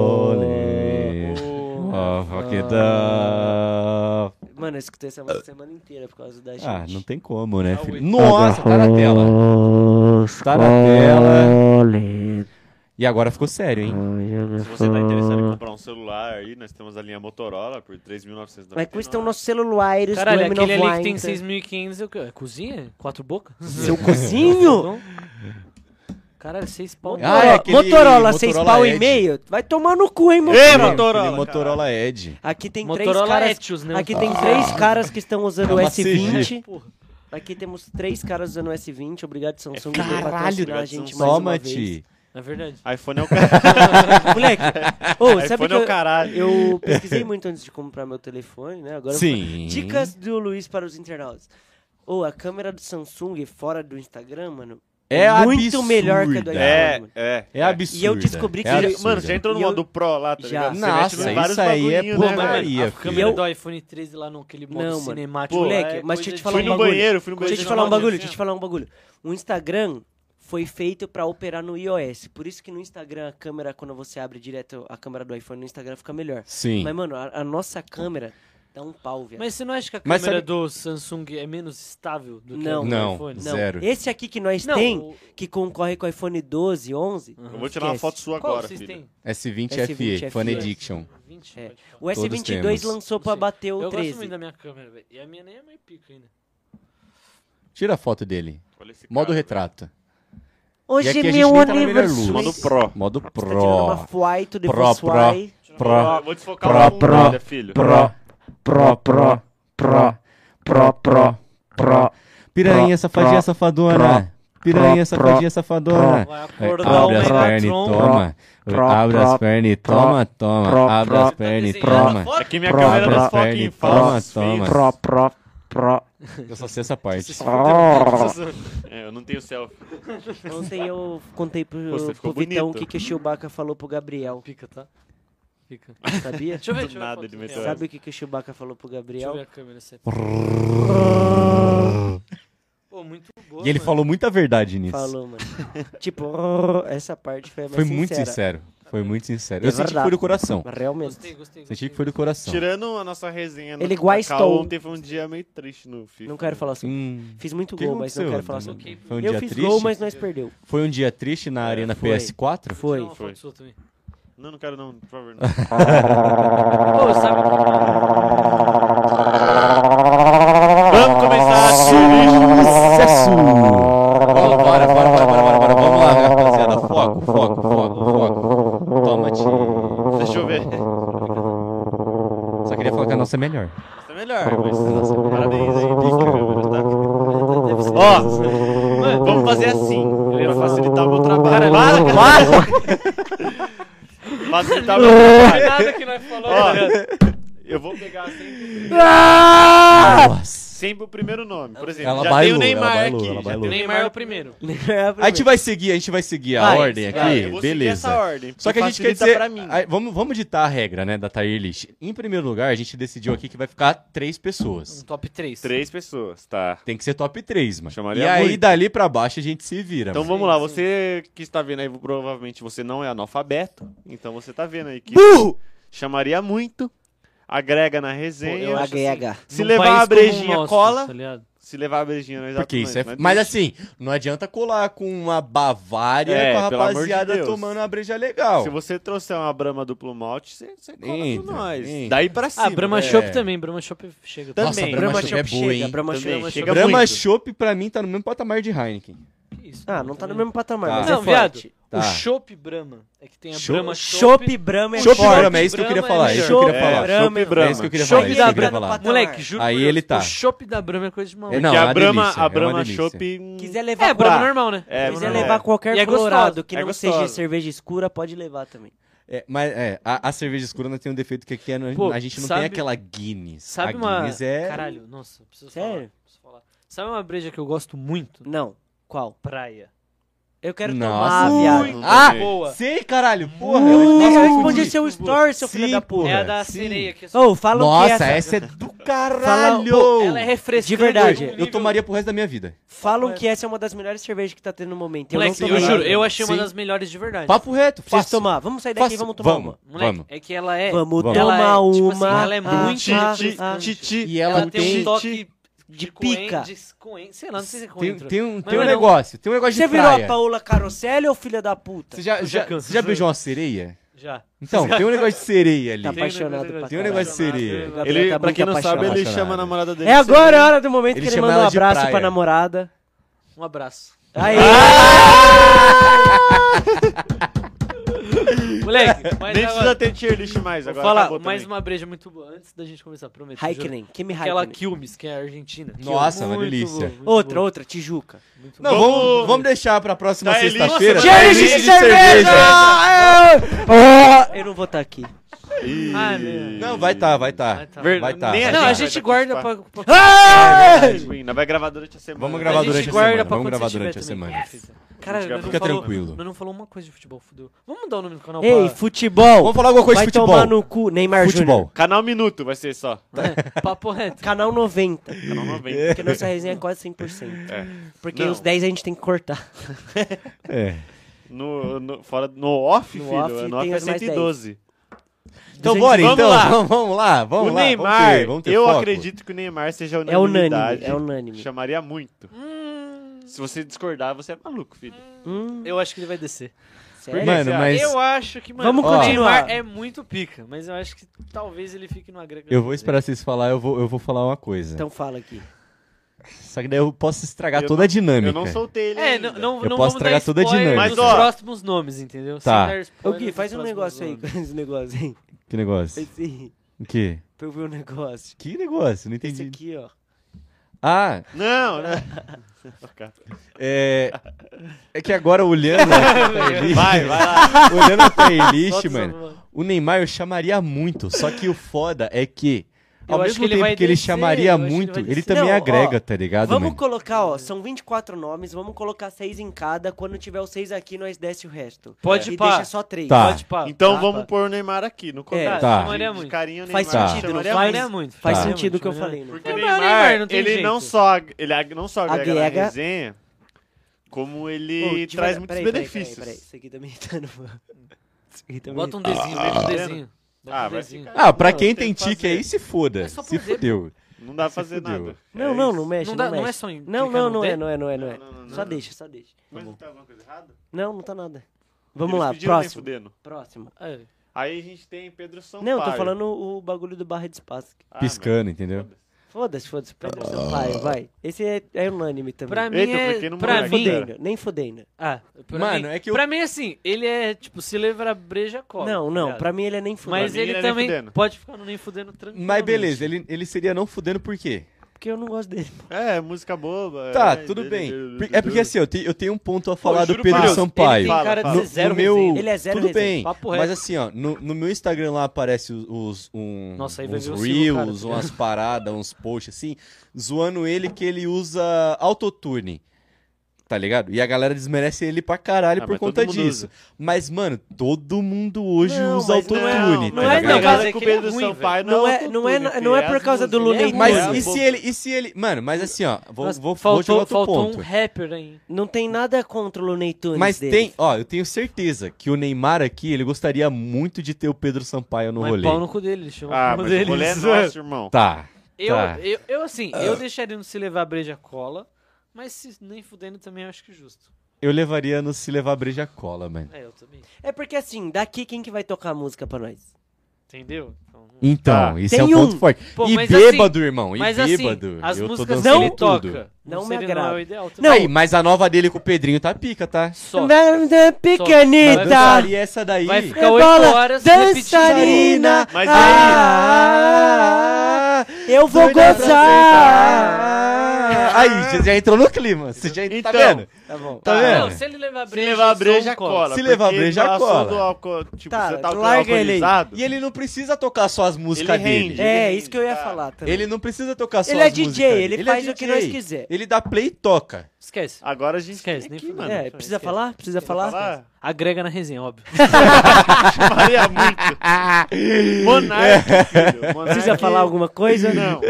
S1: Agarrou-lhe.
S4: o-
S2: Ah.
S1: Oh, fuck it up.
S2: Mano, eu escutei essa música a semana inteira por causa da gente.
S1: Ah, não tem como, né,
S4: Ah,
S1: filho?
S4: ui.
S1: Nossa, tá na tela. Tá na tela. E agora ficou sério, hein?
S3: Se você tá interessado em comprar comprar um celular aí, nós temos a linha Motorola por 3.999.
S2: Vai custar o um nosso celular, o
S4: Caralho, aquele ali que tem
S2: M90.
S4: 6.500 é o quê? É Cozinha? Quatro bocas?
S2: Seu cozinho?
S4: Não? Caralho, seis pau.
S1: Ah, é aquele
S2: Motorola, 6
S1: Motorola
S2: pau e
S1: Edge.
S2: meio? Vai tomar no cu, hein,
S3: Ei,
S2: Motorola?
S3: Motorola!
S1: Aquele Motorola Edge.
S2: Aqui tem três
S4: Motorola
S2: caras.
S4: Etios, né?
S2: Aqui tem
S1: Ah.
S2: três caras que estão usando
S1: É
S2: o
S1: uma
S2: S20.
S1: CG.
S4: Porra.
S2: Aqui temos três caras usando o S20. Obrigado, Samsung, por
S3: caralho,
S2: patrocinar a
S3: obrigado,
S2: gente mais uma
S1: Toma,
S2: vez.
S1: Ti.
S4: É verdade.
S3: iPhone é o caralho.
S2: Moleque, ô, sabe
S3: iPhone
S2: que
S3: é o
S2: eu,
S3: caralho.
S2: eu pesquisei muito antes de comprar meu telefone, né? Agora eu
S1: Sim.
S2: Dicas do Luiz para os internautas. Ou a câmera do Samsung fora do Instagram, mano.
S1: É
S2: muito
S1: absurda.
S2: melhor que a do iPhone.
S3: É, é.
S1: É absurdo.
S2: E eu descobri que-
S1: é absurda.
S3: Mano, você entrou
S2: E eu-
S3: numa do Pro lá, tá
S2: Já.
S3: ligado? Você
S1: Nossa,
S3: mete
S1: isso
S3: vários
S1: aí é
S3: bagulhinho, né,
S4: Mas,
S1: porraria,
S3: velho?
S1: Maria,
S4: a câmera
S2: filho.
S4: do iPhone 13 lá no aquele modo
S2: Não, mano.
S4: cinemático.
S3: Pô,
S2: Moleque,
S4: é
S2: mas
S4: coisa
S2: deixa eu te
S4: de-
S2: falar
S3: Fui
S2: um
S3: no
S2: bagulho.
S3: banheiro, fui
S2: Deixa
S3: no banheiro.
S2: eu te
S4: Coisa
S2: falar um
S4: nova,
S2: bagulho,
S4: assim,
S2: deixa eu te falar um bagulho. O Instagram foi feito pra operar no iOS. Por isso que no Instagram a câmera, quando você abre direto a câmera do iPhone no Instagram, fica melhor.
S1: Sim.
S2: Mas, mano, a, a nossa câmera dá um pau, velho.
S4: Mas você não acha que a câmera
S1: Mas sabe-
S4: do Samsung é menos estável do que
S2: Não.
S4: a do
S1: Não.
S4: iPhone?
S2: Não,
S1: zero.
S2: esse aqui que nós
S4: Não,
S2: tem,
S4: o-
S2: que concorre com o iPhone 12, 11,
S3: Eu vou tirar uma
S2: Esquece.
S3: foto sua
S4: Qual
S3: agora,
S4: vocês têm?
S3: filho.
S1: S20
S2: S20
S1: FE, Fan
S2: FE.
S1: Edition.
S4: 20,
S2: É.
S4: pode falar.
S2: o S22
S1: temos.
S2: lançou pra
S4: Sim.
S2: bater o
S4: Eu gosto
S2: 13.
S4: muito da minha câmera, velho. E a minha nem é mais pica ainda.
S1: Tira a foto dele.
S3: Olha esse
S1: Modo
S3: cara,
S1: retrato. E
S2: Hoje
S1: aqui a
S2: é
S1: gente
S2: meu
S1: nem tá na melhor
S2: aniversário.
S1: luz.
S3: velho. Modo Pro.
S1: Modo
S2: Você tá tirando uma
S1: Pro.
S2: foto de
S1: Pro,
S2: Volkswagen.
S1: Pro. Pro.
S3: Eu Vou desfocar
S1: Pro,
S3: um
S1: pro,
S3: olha, filho.
S1: Pro. Pro, pro, pro, pro, pro, pro. Piranha, safadinha, safadona. Piranha, safadinha, safadona.
S4: Vai acordar o
S1: É, Abre as pernas e toma. Abre as
S4: Megatron.
S1: pernas e toma, toma. Abre
S4: tá
S1: as pernas e toma.
S3: É que minha
S5: Pro,
S3: câmera
S5: pro,
S3: desfoca
S1: perna
S3: em
S1: e
S3: falsos,
S1: toma,
S3: filho.
S1: toma.
S5: Pro, pro, pro.
S1: Eu só sei essa parte.
S4: tá
S3: É, eu não tenho selfie.
S2: Ontem eu contei pro,
S3: Você
S2: pro
S3: ficou
S2: Vitão o
S3: bonito.
S2: que, que o Chewbacca falou pro Gabriel,
S4: Pica, tá? Pica.
S2: sabia?
S4: Deixa eu ver, deixa eu ver.
S3: Do
S4: a
S3: nada
S4: foto.
S3: ele meteu
S4: Deixa
S3: essa.
S2: Sabe o que, que o Chewbacca falou pro
S4: eu ver
S2: Gabriel?
S4: a câmera. é essa aí. Pô, muito boa,
S1: E ele
S4: mano.
S1: falou muita verdade nisso.
S2: Falou, mano. tipo, "Oh", essa parte foi a mais
S1: Foi muito
S2: sincera.
S1: sincero. Foi muito sincero.
S2: É
S1: Eu senti que
S2: verdade.
S1: foi do coração.
S2: Mas Realmente.
S4: Gostei, gostei.
S1: Senti que
S4: gostei.
S1: foi do coração.
S3: Tirando a nossa resenha no
S2: Ele igual
S3: Cacau,
S2: estou.
S3: ontem foi um dia meio triste no FIFA.
S2: Não quero falar sobre.
S1: Hum.
S2: Fiz muito
S1: O que
S2: gol, mas não
S1: aconteceu,
S2: quero falar
S1: Dom?
S2: sobre.
S1: Foi um
S2: eu
S1: dia
S2: fiz
S1: triste?
S2: gol, mas nós perdeu.
S1: Foi um dia triste na Arena
S2: foi.
S1: PS4?
S4: Vou tirar
S2: Foi.
S4: uma foto
S3: Foi.
S4: sua também.
S3: Não, não quero não, por favor. Não.
S4: Pô, sabe que-
S3: Vamos começar!
S1: Sucesso! Bora, bora, bora, bora, bora, bora. Vamos lá, rapaziada. Foco, foco, foco, foco. Toma, Ti.
S3: Deixa eu ver.
S1: Só queria falar que a nossa é melhor.
S3: Essa é melhor, mas nossa, parabéns aí, pica, meu Deus, tá?
S4: deve ser-
S3: Ó, mano, vamos fazer assim. Ele vai facilitar o meu trabalho. Para, cara. Facilitar o meu trabalho.
S4: Nada que nós falou,
S3: Ó,
S4: cara.
S3: eu vou pegar sempre,
S1: Nossa!
S3: sempre o primeiro nome. Por exemplo,
S1: Ela
S3: já tem
S1: bailou,
S3: o Neymar
S1: ela bailou,
S3: aqui.
S1: ela
S3: já tem
S1: bailou.
S3: o Neymar.
S4: Neymar é o primeiro.
S1: A gente vai seguir, a gente vai seguir a
S2: Vai,
S1: ordem
S2: vai.
S1: aqui,
S3: Ah, Eu vou seguir
S1: beleza.
S3: essa ordem,
S1: Só que a
S3: porque
S1: gente quer
S3: facilita
S1: dizer,
S3: pra mim.
S1: aí, vamos, vamos ditar a regra, né, da tier list. Em primeiro lugar, a gente decidiu aqui que vai ficar três pessoas.
S4: Um top 3.
S3: Três pessoas, tá.
S1: Tem que ser top 3, mano.
S3: Chamaria
S1: e aí
S3: muito.
S1: dali pra baixo a gente se vira.
S3: Então
S1: mano.
S3: vamos lá, você que está vendo aí, provavelmente você não é analfabeto, então você tá vendo aí que chamaria muito, agrega na resenha.
S2: Eu assim, agrega.
S3: se levar a brejinha cola,
S4: Tá ligado?
S3: se levar a brejinha nós
S1: Porque isso é.
S3: atuamos,
S1: Mas
S3: deixa.
S1: assim, não adianta colar com uma Bavária
S3: É,
S1: com a
S3: pelo amor de
S1: rapaziada
S3: Deus.
S1: tomando uma breja legal.
S3: se você trouxer uma brama duplo malte, você, você cola
S1: Entra,
S3: com nós.
S1: entra.
S3: Daí pra cima.
S4: Ah, Brahma
S1: é.
S4: Shop também. Brahma Shop chega.
S3: Também.
S1: Nossa, a
S3: Brahma
S1: Brahma Chopp é boa, hein?
S2: Brahma
S3: Também,
S2: Chopp
S3: chega
S1: Brahma
S3: muito.
S1: Chopp pra mim tá no mesmo patamar de Heineken.
S4: Que isso,
S2: Ah, não tá no
S4: também.
S2: mesmo patamar,
S1: Tá.
S2: mas
S4: Não,
S2: é
S4: viado.
S2: forte.
S1: Tá.
S4: O Chopp Brahma. É que tem a
S1: Cho-
S4: Brahma Shop.
S2: Chopp Brahma é
S1: Chopp
S2: forte.
S1: Brahma, é isso que eu queria
S4: Brahma é
S1: falar. É isso que eu
S2: melhor.
S1: queria falar.
S2: Brahma,
S3: Chopp e Brahma.
S1: É isso que eu queria
S4: Chopp
S1: falar. É isso que
S4: da
S1: eu queria
S2: Brahma
S1: falar.
S2: pra-
S4: Moleque, juro.
S1: Aí
S4: por Deus,
S1: ele tá.
S4: O Chopp da Brahma é coisa de maluco.
S1: É, não,
S3: que
S1: é
S3: a
S1: uma
S3: Brahma,
S1: delícia, é
S3: a
S1: uma
S3: Brahma
S1: delícia.
S3: Chopp... hum,
S2: Quiser
S4: É,
S2: levar
S4: é Brahma normal, né?
S3: É,
S2: Quiser
S3: mano,
S2: levar qualquer
S4: E é gostosa.
S2: colorado que
S3: É
S2: não
S3: gostosa.
S2: seja cerveja escura, pode levar também.
S1: É, mas é, a, a cerveja escura não tem um defeito que aqui é, no-
S4: Pô,
S1: a gente não
S4: sabe-
S1: tem aquela Guinness.
S4: Sabe
S1: a
S4: uma.
S1: Guinness é.
S4: Caralho, nossa, preciso
S2: Sério?
S4: falar. Preciso falar. Sabe uma breja que eu gosto muito?
S2: Não. Qual?
S4: Praia.
S2: Eu quero
S1: Nossa.
S2: tomar, viado.
S3: Muito
S1: Ah,
S4: boa.
S1: sei, caralho. Porra,
S2: Nossa, eu
S1: eu
S2: respondi
S4: um
S2: seu story, seu filho
S1: Sim,
S2: da porra.
S1: porra.
S4: É a da
S1: sim.
S4: sereia que é só-
S2: Ô, fala o que é
S1: Nossa,
S2: essa.
S1: essa é do
S2: Fala-
S1: caralho.
S4: Pô, ela é refrescante.
S2: De verdade,
S1: Eu tomaria pro resto da minha vida.
S2: Falam que essa é uma das melhores cervejas que tá tendo no momento. Eu
S4: Moleque,
S2: não
S4: eu,
S2: tomei.
S4: juro, eu achei uma
S1: Sim.
S4: das melhores de verdade.
S1: Papo reto,
S2: Preciso
S1: fácil.
S2: tomar. Vamos sair daqui
S1: Fácil.
S2: e vamos tomar
S1: Vamos.
S2: uma.
S4: Moleque,
S1: Vamos.
S4: é que ela é.
S2: Vamos
S1: Vamos.
S4: Ela
S2: tomar
S4: é, tipo
S2: uma.
S4: assim, ela é
S2: Ah,
S4: muito
S3: Ti,
S2: ah,
S3: ti,
S2: ah.
S3: ti, ti.
S1: E ela,
S4: Ela tem, um toque
S2: de
S4: coen-
S2: pica.
S4: de coen- sei lá, não sei se é
S1: Tem,
S4: coentro.
S1: tem um,
S4: Mas
S1: tem um
S4: não é não.
S1: negócio, tem um negócio
S2: Você
S1: de
S2: virou
S1: praia.
S2: a Paola Caroselli ou filha da puta?
S1: Você já, já,
S4: Já canso.
S1: você já beijou uma sereia?
S4: Já.
S1: Então, tem um negócio de sereia ali.
S2: Tá
S1: Ele
S2: apaixonado pra
S1: Tem um negócio de sereia.
S2: Gabriel
S3: Ele,
S2: tá
S3: pra
S2: muito
S3: quem não sabe, ele
S1: apaixonado.
S3: chama a namorada dele.
S2: É
S3: de
S2: agora
S3: sereia.
S2: a hora do momento
S1: Ele
S2: que ele
S1: chama
S2: manda um
S1: ela de
S2: abraço
S1: praia.
S2: pra namorada.
S1: é.
S4: Um abraço.
S2: Aí.
S4: Moleque, mas
S3: Nem precisa
S4: agora,
S3: ter tier list mais agora.
S4: falar
S3: acabou
S4: mais
S3: também.
S4: uma breja muito boa antes da gente começar, prometo. juro.
S2: Raikkonen, Kimi
S4: Aquela
S2: Raikkonen.
S4: Quilmes, que é a Argentina.
S1: Nossa, uma
S4: Muito
S1: delícia.
S4: boa, muito
S2: Outra,
S4: boa.
S2: outra, Tijuca.
S4: Muito
S1: Não,
S4: boa.
S1: vamos, vamos deixar pra próxima
S3: Tá, ele-
S1: sexta-feira.
S3: Nossa,
S1: Tá,
S3: mas-
S1: ele-
S3: Tier list de
S2: Eu não vou estar aqui.
S3: Ih.
S4: Ah, né.
S1: Ah. Não, vai tá, vai tá.
S4: Vai tá.
S3: Ver-
S1: Vai tá.
S3: nem
S1: vai
S4: Não,
S1: tá.
S4: a
S3: Vai
S4: gente
S3: participar.
S4: guarda pra... pra-
S3: Ainda vai gravar durante a semana.
S1: Vamos gravar
S4: a gente
S1: durante a
S4: guarda
S1: semana,
S4: pra
S1: vamos
S4: quando
S1: gravar
S4: você
S1: durante
S4: tiver
S1: a
S4: também. Cara,
S3: Fica
S4: nós não
S1: Fica
S4: falou-
S1: tranquilo.
S4: nós não falou uma coisa de futebol, fudeu. Vamos mudar o nome do canal
S2: Ei,
S4: pra...
S2: futebol.
S1: Vamos falar alguma coisa
S2: Vai
S1: de futebol.
S2: tomar no cu, Neymar
S1: Futebol.
S3: Canal Minuto vai ser só.
S4: É, papo reto.
S2: Jr. Canal 90.
S3: Canal 90.
S2: Porque nossa resenha é quase 100%.
S3: É.
S2: Porque
S3: Não.
S2: os 10 a gente tem que cortar.
S1: É.
S3: No, no- fora, no off,
S2: No
S3: filho.
S2: off
S3: no off
S2: tem
S3: é
S2: as mais
S3: 112.
S1: Então
S3: Gente,
S1: bora,
S3: vamos
S1: então.
S3: lá.
S1: Vamos, vamos lá, vamos
S3: o
S1: lá.
S3: Neymar,
S1: vamos ter, vamos ter
S3: eu
S1: foco.
S3: acredito que o Neymar seja
S2: É unânime,
S3: unanimidade.
S2: é unânime.
S3: Chamaria muito. Se você discordar, você é maluco, filho.
S2: Hum,
S4: Eu acho que ele vai descer.
S2: sério?
S3: Mas-
S1: Mano, mas
S4: Eu acho que, mano,
S2: Vamos
S4: o
S2: continuar.
S4: Neymar é muito pica, mas eu acho que talvez ele fique no agrega.
S1: eu vou esperar vocês falar, eu vou, eu vou falar uma coisa.
S2: Então fala aqui.
S1: Só que daí eu posso estragar
S3: Eu
S1: toda a dinâmica.
S3: Eu não soltei ele
S4: É,
S3: ainda.
S4: não, não,
S1: Eu
S4: não
S1: posso
S4: vamos
S1: estragar
S4: dar
S1: toda a
S4: spoiler
S1: dinâmica.
S3: Mas,
S4: dos
S3: ó.
S4: próximos nomes, entendeu?
S1: Tá.
S4: Sem dar
S2: Ô
S4: spoiler
S2: Gui,
S4: dos
S2: faz um
S4: próximos
S2: negócio aí com
S4: nomes.
S2: esse negócio aí.
S1: Que negócio?
S2: Esse,
S1: O quê?
S2: pra eu ver um negócio.
S1: Que negócio? Não
S2: Esse
S1: entendi.
S2: aqui, ó.
S1: Ah,
S3: Não, né? não.
S1: é. É que agora olhando a playlist-
S3: Vai, vai lá.
S1: olhando a playlist,
S4: Todos
S1: mano,
S4: os nomes.
S1: o Neymar eu chamaria muito. Só que o foda é que,
S4: Eu
S1: ao
S4: acho
S1: mesmo
S4: que ele
S1: tempo
S4: vai
S1: que ele
S4: descer,
S1: chamaria
S4: eu acho que ele
S1: muito,
S4: vai
S1: ele,
S4: descer.
S1: também
S2: Não, ó,
S1: agrega, tá ligado,
S2: Vamos
S1: mano?
S2: colocar, ó, são 24 nomes, vamos colocar 6 em cada. Quando tiver os 6 aqui, nós desce o resto.
S4: Pode
S2: E
S4: pá.
S2: deixa só 3.
S1: Tá.
S4: Pode pá.
S3: Então
S4: Tá,
S3: vamos
S4: pá.
S3: pôr o Neymar aqui, no
S2: É,
S3: contato.
S1: tá.
S4: Chamaria muito.
S3: De carinho, o Neymar.
S2: Faz sentido, não
S3: chamaria
S2: faz?
S3: muito.
S4: Chamaria muito.
S2: Faz
S1: Tá.
S2: sentido o que eu
S4: Chamaria
S2: falei, né?
S4: muito. né?
S2: não
S3: Porque o
S4: Não,
S3: Neymar,
S4: Neymar, não tem
S3: ele
S4: jeito.
S3: não só, ag- ele ag- não só agrega na
S2: Agrega.
S3: resenha, como ele
S2: Ô, devagar,
S3: traz muitos
S2: peraí, peraí,
S3: benefícios.
S2: Peraí, peraí, Isso aqui também tá no. Isso aqui tá também
S4: Bota um desenho, bota um desenho. Bota
S3: Ah,
S4: um
S3: vai
S4: desenho.
S1: Ah, pra
S3: Não,
S1: quem
S3: tem
S1: tem
S3: que
S1: tique
S3: fazer.
S1: aí, se foda.
S4: É só
S1: se
S4: poder-
S1: fudeu.
S3: Não dá pra fazer
S1: fudeu.
S3: nada.
S2: Não,
S3: É
S2: não,
S3: isso.
S2: não mexe.
S4: Não
S2: Não,
S4: dá-
S2: mexe.
S4: não é só em-
S2: Não,
S4: clicar
S2: não,
S4: no
S2: não é,
S4: dedo?
S2: não é, não é, não é.
S3: Não, não, não,
S2: Só
S3: não.
S2: deixa, só deixa.
S3: Mas não tá alguma coisa errada?
S2: Não, não tá nada. Vamos
S3: Eles
S2: lá,
S3: pediram nem
S2: próximo.
S3: fudendo.
S2: Próximo.
S4: É.
S3: Aí a gente tem Pedro Sampaio.
S2: Não, eu tô falando o bagulho do barra de espaço.
S3: Ah,
S1: Piscando, entendeu?
S2: Foda-se, foda-se, Pedro
S1: Ah.
S2: Sampaio, vai. Esse é, é unânime também.
S4: Pra mim,
S3: Eita, eu
S4: é,
S3: cliquei no
S4: pra
S3: moleque,
S4: mim
S3: cara.
S2: Fudendo, nem fudendo.
S4: Ah, pra
S1: Mano,
S4: mim,
S1: é que eu-
S4: Pra mim, assim, ele é, tipo, se levra breja, cola.
S2: Não,
S4: tá
S2: não,
S4: ligado?
S2: pra mim ele é nem fudendo.
S4: Mas
S3: Pra mim,
S4: ele
S3: ele é nem
S4: também
S3: fudendo.
S4: pode ficar no nem fudendo tranquilo.
S1: Mas beleza, ele, ele seria não fudendo por quê?
S2: Porque eu não gosto dele.
S3: mano. É, música boba.
S1: Tá,
S3: é,
S1: tudo
S3: de-
S1: bem.
S3: de-
S1: Por-
S3: de-
S1: É porque assim, eu, te- eu tenho um ponto a falar do
S3: juro por
S1: Pedro
S3: Deus,
S1: Sampaio.
S4: Ele tem cara
S3: Fala,
S4: de
S1: No,
S4: ser zero
S1: no meu,
S4: resenha.
S2: Ele é zero
S1: tudo
S2: resenha,
S1: bem,
S4: papo
S1: mas
S4: reto.
S1: assim, ó, no, no meu Instagram lá aparece os, os- um,
S4: Nossa, aí vai
S1: uns
S4: ver o Ciro, cara,
S1: reels,
S4: tá
S1: umas paradas, uns posts assim, zoando ele que ele usa autotune, tá ligado? E a galera desmerece ele pra caralho
S3: Ah,
S1: por
S3: mas
S1: conta
S3: todo mundo
S1: disso. Mas, mano, todo mundo hoje
S2: Não,
S1: usa
S2: mas não
S1: autotune,
S2: é-
S1: tá
S2: não é
S1: ligado?
S4: não, mas
S3: é
S4: é
S3: que o
S4: que ele é
S3: Pedro
S4: ruim,
S3: Sampaio
S2: velho.
S3: não é
S2: Não é- não é-
S3: autotune,
S2: não é
S3: filho,
S2: por causa do
S3: músicas, ele
S2: Lunin,
S1: Mas
S3: ruim,
S1: e
S3: é
S1: se
S3: bobo.
S1: ele, e se ele... Mano, mas assim, ó, vou,
S4: Nossa,
S1: vou, vou
S4: faltou
S1: chegar a outro
S4: faltou
S1: ponto.
S4: um rapper aí.
S2: Não tem nada contra o Looney Tunes
S1: Mas
S2: dele.
S1: tem, ó, eu tenho certeza que o Neymar aqui, ele gostaria muito de ter o Pedro Sampaio no
S4: mas
S1: rolê.
S4: pau no cu dele, ele chama
S3: Ah,
S4: o cu
S3: mas
S4: dele.
S3: o rolê é nosso, Ah. irmão.
S1: Tá.
S4: Eu,
S1: Tá.
S4: eu, eu, assim, eu deixaria no se levar breja cola, mas se nem fudendo também eu acho que é justo.
S1: Eu levaria no se levar breja cola, mano.
S4: É, eu também.
S2: É porque assim, daqui quem que vai tocar a música pra nós?
S4: Entendeu? Então, não-
S1: Então,
S3: Tá.
S1: isso
S2: Tem
S1: é um ponto
S2: um.
S1: forte.
S4: Pô,
S1: e
S4: mas
S1: bêbado, irmão, e
S4: mas
S1: bêbado.
S4: assim, as
S1: eu tô
S4: músicas que
S1: dançando
S4: ele
S1: tudo.
S4: toca,
S2: Não
S4: sei
S2: me
S4: ele Não, é
S2: agrada.
S4: o ideal, também.
S1: Não. Aí, mas a nova dele com o Pedrinho tá pica, tá?
S4: só.
S2: Da
S1: Eu
S2: pequenita,
S1: dançaria essa daí.
S4: Vai ficar
S2: é
S4: 8
S2: bola,
S4: horas repetindo.
S2: dançarina.
S3: Mas e aí?
S2: ah, eu vou
S1: Doida é pra
S2: gozar.
S1: sentar. Aí, você já entrou no clima. Você já
S3: Então,
S1: tá vendo?
S2: Tá bom.
S1: Tá
S4: Ah,
S1: vendo?
S4: Não, se ele levar
S3: Se
S4: breja,
S3: levar
S4: só um
S3: breja,
S4: cola.
S3: cola.
S1: Se levar
S3: porque
S1: breja,
S3: passou
S1: cola.
S3: do álcool- Tipo,
S2: Tá,
S3: você tá
S2: larga ele aí.
S3: alcoolizado.
S1: E ele não precisa tocar só as músicas
S3: Ele
S1: dele.
S3: rende.
S2: É, isso que eu ia
S3: Tá.
S2: falar também.
S1: Ele não precisa tocar só
S2: Ele é
S1: as
S2: DJ,
S1: músicas dele.
S2: ele
S1: é
S2: faz o que nós
S1: DJ.
S2: quiser.
S1: Ele dá play e toca.
S4: Esquece.
S3: Agora a gente
S4: Esquece,
S3: tem
S4: nem
S3: aqui,
S4: fudeu.
S3: mano.
S2: É,
S4: Não,
S2: precisa
S4: esquece.
S2: falar? Precisa falar?
S3: Falar?
S4: Agrega na resenha, óbvio.
S3: Chamaria muito. Monarque, filho. Monarque-
S2: É. Precisa falar alguma coisa?
S3: Não,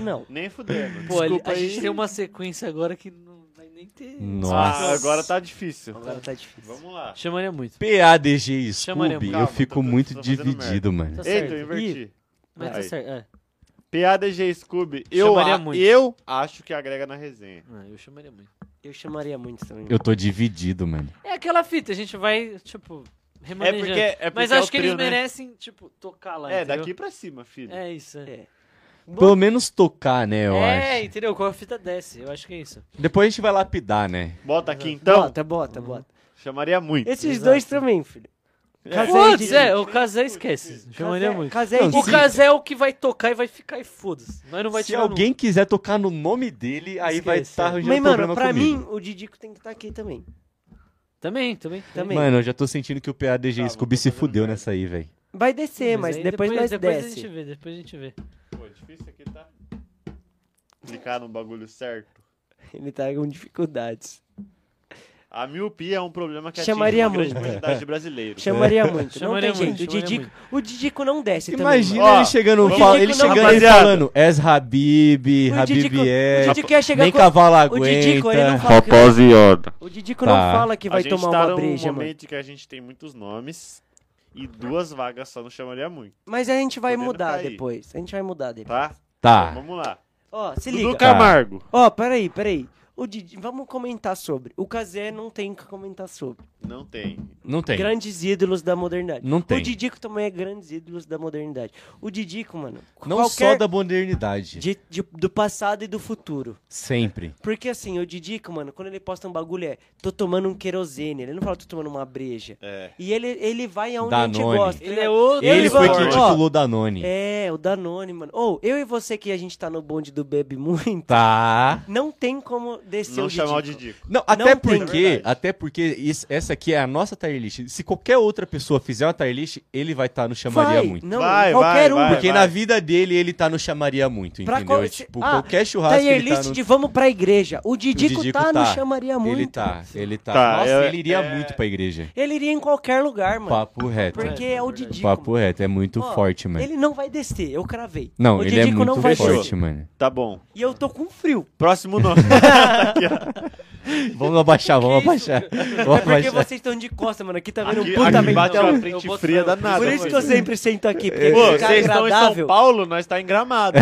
S2: Não.
S3: nem fudendo.
S4: Pô, ele-
S3: Desculpa
S4: a gente
S3: aí.
S4: tem um uma sequência agora que não vai nem ter.
S1: Nossa.
S3: Ah, agora tá difícil.
S2: Agora tá difícil.
S3: Vamos lá.
S4: Chamaria muito.
S1: PADG
S4: Chamaremos.
S1: Scooby, eu
S3: Calma,
S1: fico
S3: tô- tô-
S1: muito
S3: tô fazendo
S1: dividido, mano.
S4: Tá
S3: Eita,
S4: certo.
S3: eu inverti.
S4: Mas tá
S3: Aí.
S4: certo.
S2: Ah,
S4: É.
S3: Piada G Scooby, eu,
S4: Chamaria
S3: a-
S4: muito.
S3: eu acho que agrega na resenha.
S4: Ah, eu chamaria muito.
S2: Eu chamaria muito também.
S1: Eu tô dividido, mano.
S4: É aquela fita, a gente vai, tipo,
S3: É
S4: remanejando.
S3: porque, é porque
S4: Mas
S3: é o
S4: acho que eles
S3: trio, né?
S4: merecem, tipo, tocar lá.
S3: É,
S4: entendeu?
S3: daqui pra cima, filho.
S4: É isso. É,
S2: É.
S1: Pelo menos tocar, né, eu
S4: é
S1: acho.
S4: entendeu? Qual a fita desce? Eu acho que é isso.
S1: Depois a gente vai lapidar, né?
S3: Bota aqui então,
S2: bota, bota, bota.
S3: chamaria muito.
S2: Esses
S4: Exato.
S2: dois também, filho. Casei
S4: Putz,
S2: de...
S4: é, o Casé esquece. Chamaria
S2: Casé-
S4: muito.
S2: Casé
S1: Não,
S2: de...
S4: O
S1: se-
S4: Casé é o que vai tocar e vai ficar e foda-se. Nós não vai
S1: Se
S4: tirar
S1: alguém quiser tocar no nome dele, aí vai
S4: Esquece.
S1: estar tá arranjando
S2: Mas, mano,
S1: problema
S2: pra
S1: comigo.
S2: mim, o Didico tem que estar aqui também.
S4: nunca. Também, também.
S2: Também.
S1: Mano, eu já tô sentindo que o PADG
S3: Tá,
S1: Scooby
S3: vou
S1: se
S3: fazer
S1: fudeu
S3: merda.
S1: nessa aí, velho.
S2: Vai descer, mas,
S4: aí
S2: depois, nós
S4: depois
S2: desce.
S4: a gente vê, depois a gente vê.
S3: Pô, difícil aqui, tá? Clicar no bagulho certo.
S2: Ele tá com dificuldades.
S3: A miopia é um problema que
S2: Chamaria
S3: atinge uma grande
S2: muito.
S3: quantidade de brasileiros.
S1: É.
S2: Chamaria muito.
S4: Chamaria
S2: não tem jeito.
S4: muito,
S2: o,
S4: chamaria
S2: Didico, o Didico não desce também.
S1: Imagina
S3: Ó,
S1: ele chegando,
S3: vamos-
S1: fala- ele
S2: Didico não-
S1: chegando e
S3: Rapaziada.
S1: falando És Habib,
S2: mano. O Didico,
S1: Habib é...
S2: o Didico ia chegar
S1: Nem
S2: com...
S1: cavalo
S2: O Didico, ele não
S1: aguenta.
S2: fala que...
S3: Rapaziada.
S2: O Didico
S1: Tá.
S2: não fala que
S3: A
S2: vai
S3: gente
S2: tomar
S3: tá
S2: uma
S3: num
S2: breja, mano.
S3: momento que a gente tem muitos nomes e duas vagas só não chamaria muito,
S2: Mas a gente vai
S3: Podendo
S2: mudar
S3: cair.
S2: depois. A gente vai mudar depois.
S3: tá? Então,
S1: Tá.
S3: vamos lá.
S2: Ó, se
S3: Dudu
S2: liga.
S3: Camargo.
S2: Ó, peraí, peraí. O Didi, vamos comentar sobre. O Kazé não tem o que comentar sobre.
S3: Não tem.
S1: Não tem.
S2: Grandes ídolos da modernidade.
S1: Não tem.
S2: O Didico também é grandes ídolos da modernidade. O Didico, mano.
S1: Não
S2: qualquer...
S1: só da modernidade.
S2: de- de- do passado e do futuro.
S1: Sempre.
S2: Porque assim, o Didico, mano, quando ele posta um bagulho é tô tomando um querosene. Ele não fala tô tomando uma breja.
S3: É.
S2: E ele, ele vai aonde a gente
S1: Danone.
S2: gosta. tá
S4: Ele é outro.
S1: Ele foi
S3: Ó,
S1: quem titulou Danone.
S2: É, o Danone, mano. Ou, eu e você que a gente tá no bonde do Bebe muito,
S1: Tá.
S2: não tem como descer
S3: Não
S2: é o
S3: chamar o
S2: Didico.
S3: Didico.
S1: Não, até
S2: tem. é
S1: porque, até porque isso- essa aqui é a nossa tier list. Se qualquer outra pessoa fizer uma tier list, ele vai estar no chamaria
S2: vai,
S1: muito.
S2: Não,
S3: Vai,
S2: qualquer
S3: vai,
S2: um.
S3: vai.
S1: Porque na vida dele ele tá no chamaria muito,
S2: Pra
S1: entendeu?
S2: qual-
S1: É
S2: se-
S1: Tipo,
S2: Ah,
S1: qualquer churrasco
S2: Tier
S1: ele tá
S2: list
S1: no...
S2: de vamos pra igreja. O Didico,
S1: Didico
S2: tá, no
S1: tá.
S2: chamaria muito.
S1: Ele tá, ele tá.
S3: Tá,
S1: Nossa,
S3: eu-
S1: ele iria
S3: é-
S1: muito pra igreja.
S2: Ele iria em qualquer lugar, mano.
S1: Papo reto.
S2: Porque é,
S4: É,
S2: o
S4: verdade.
S2: Didico.
S1: Papo
S2: mano.
S1: reto, é muito
S2: Ó,
S1: forte, mano.
S2: Ele não vai descer, eu cravei.
S1: Não,
S2: o
S1: ele é
S2: Didico
S1: muito
S2: não vai
S1: forte,
S2: descer.
S1: mano.
S3: Tá bom.
S2: E eu tô com frio.
S3: Próximo nome.
S1: Vamos abaixar, Ah, vamos
S4: Que isso,
S1: abaixar.
S2: É
S1: Vamos
S2: porque
S1: abaixar.
S2: vocês estão de costa, mano. Aqui tá vendo
S3: aqui,
S2: um puta
S3: aqui bate
S2: ventão.
S3: uma
S4: Eu
S3: frente
S4: boto
S3: fria
S4: frio.
S3: danada.
S2: Por isso que eu
S3: mano.
S2: sempre sento aqui, porque
S1: É.
S3: Pô,
S2: fica
S3: vocês estão em São
S2: agradável.
S3: Paulo, nós tá em Gramado.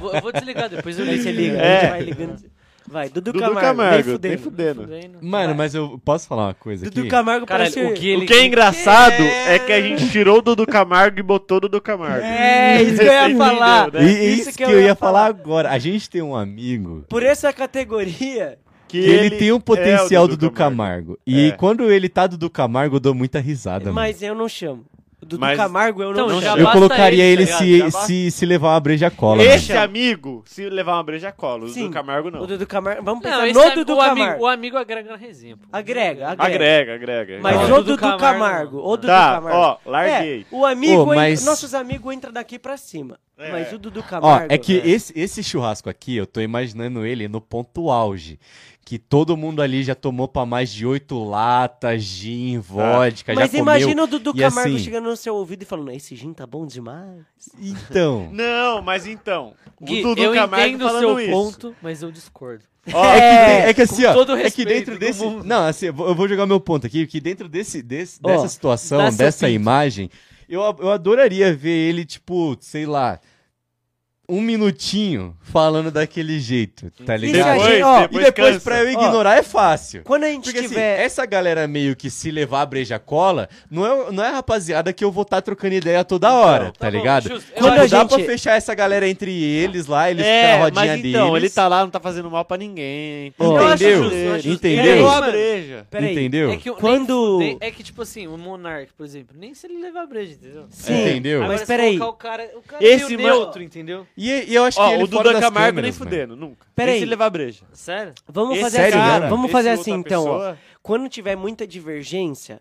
S4: Vou- Eu vou desligar, depois eu
S2: Aí você liga,
S3: É.
S2: a gente vai ligando. Vai, Dudu,
S3: Dudu
S2: Camargo,
S3: Camargo,
S2: nem
S3: nem
S2: fudendo.
S3: fudendo.
S4: Bem, não-
S1: Mano, mas eu posso falar uma coisa
S2: Dudu
S1: aqui?
S2: Camargo
S4: Caralho,
S2: parece...
S4: o que ele...
S3: O que é engraçado é que a gente tirou o Dudu Camargo e botou o Dudu Camargo.
S2: É, isso que eu
S3: Você
S2: ia
S3: entendeu,
S2: falar.
S3: né?
S1: E e isso que eu ia falar agora. A gente tem um amigo
S2: Por essa categoria,
S3: Que
S1: que ele, tem um potencial
S3: é o
S1: do Dudu Camargo. E
S3: É.
S1: quando ele tá Dudu Camargo, eu dou muita risada, mano.
S2: mas eu não chamo. O Dudu
S3: Mas-
S2: Camargo eu não,
S4: Então, já
S2: chamo.
S1: Eu
S4: basta
S1: colocaria ele,
S4: ele, tá
S1: se,
S4: ligado? Já
S1: se, se levar uma breja cola. mano.
S3: Esse amigo, se levar uma breja cola, o
S2: Sim.
S3: Dudu Camargo não.
S2: O Dudu Camargo... Vamos
S4: Não,
S2: pensar
S4: esse
S2: no
S4: é-
S2: Dudu
S4: o, amigo,
S2: Camargo.
S4: o amigo agrega na resenha. pô.
S2: Agrega, agrega.
S3: Agrega, agrega.
S2: Mas
S1: Não,
S2: o
S1: o
S2: Dudu Camargo, o Dudu
S3: Tá,
S2: Camargo.
S3: ó, larguei.
S2: É, o amigo,
S1: Ô, mas-
S2: entra- nossos amigos entram daqui pra cima.
S3: É.
S2: Mas o Dudu
S1: Ó,
S2: Camargo... né?
S1: é que
S2: velho,
S1: esse, esse churrasco aqui, eu tô imaginando ele no ponto auge. Que todo mundo ali já tomou pra mais de oito latas, gin, vodka, já
S2: Mas
S1: comeu.
S2: imagina o Dudu
S1: E
S2: Camargo
S1: assim-
S2: chegando no seu ouvido e falando: Esse gin tá bom demais.
S1: Então...
S3: Não, mas então.
S4: Gui,
S3: o Dudu
S4: eu
S3: Camargo
S4: entendo o
S3: falando
S4: seu
S3: isso.
S4: ponto, mas eu discordo.
S3: Ó,
S1: É que, tem- é que assim,
S4: com
S1: ó,
S4: todo o
S1: é que
S4: respeito
S1: dentro
S4: do
S1: desse,
S4: mundo.
S1: não, assim, eu vou- eu vou jogar meu ponto aqui, que dentro desse, desse
S2: Ó,
S1: dessa
S4: dá
S1: situação,
S4: seu
S1: dessa
S4: pinto.
S1: imagem, eu, a- eu adoraria ver ele, tipo, sei lá, um minutinho falando daquele jeito, tá
S2: E se a
S1: ligado?
S3: Depois,
S2: gente- ó,
S1: E
S3: depois,
S1: depois
S3: cansa.
S1: pra eu
S2: Ó.
S1: ignorar é fácil.
S2: Quando a gente
S1: Porque assim,
S3: é
S2: tiver.
S1: essa galera meio que se levar a breja cola, não é, não é a rapaziada que eu vou estar trocando ideia toda hora, tá,
S4: tá bom,
S1: ligado?
S4: justo. Eu
S1: Quando
S2: acho-
S1: dá pra
S2: gente-
S1: fechar essa galera entre eles lá, eles
S3: É,
S1: ficam na rodinha
S3: mas então,
S1: deles.
S3: ele tá lá, não tá fazendo mal pra ninguém.
S1: Ó,
S3: Entendeu?
S1: entendeu?
S4: eu acho justo.
S1: Entendeu?
S3: Pegou a
S4: Mano,
S3: breja.
S2: Peraí.
S1: Entendeu?
S4: É que eu nem
S2: Quando-
S4: fudei- É que, tipo assim, o Monark, por exemplo, nem se ele levar breja, entendeu?
S2: Sim,
S1: Entendeu?
S4: Agora,
S2: Mas
S4: se
S2: peraí.
S4: colocar O cara, o cara
S3: Esse
S4: Esse meio
S3: mano-
S4: neutro, entendeu?
S1: E, e eu acho que
S3: Ó,
S1: ele
S3: o
S1: fora
S3: Dudu
S1: das
S3: Camargo nem
S1: câmeras, mano.
S3: fudendo, nunca.
S2: Peraí.
S3: Nem se levar breja.
S4: Sério?
S2: Vamos
S3: Esse é né?
S2: fazer
S1: sério,
S2: assim,
S1: cara?
S2: vamos
S3: esse
S2: fazer
S3: outra
S2: assim então, ó.
S3: pessoa-
S2: Quando tiver muita divergência,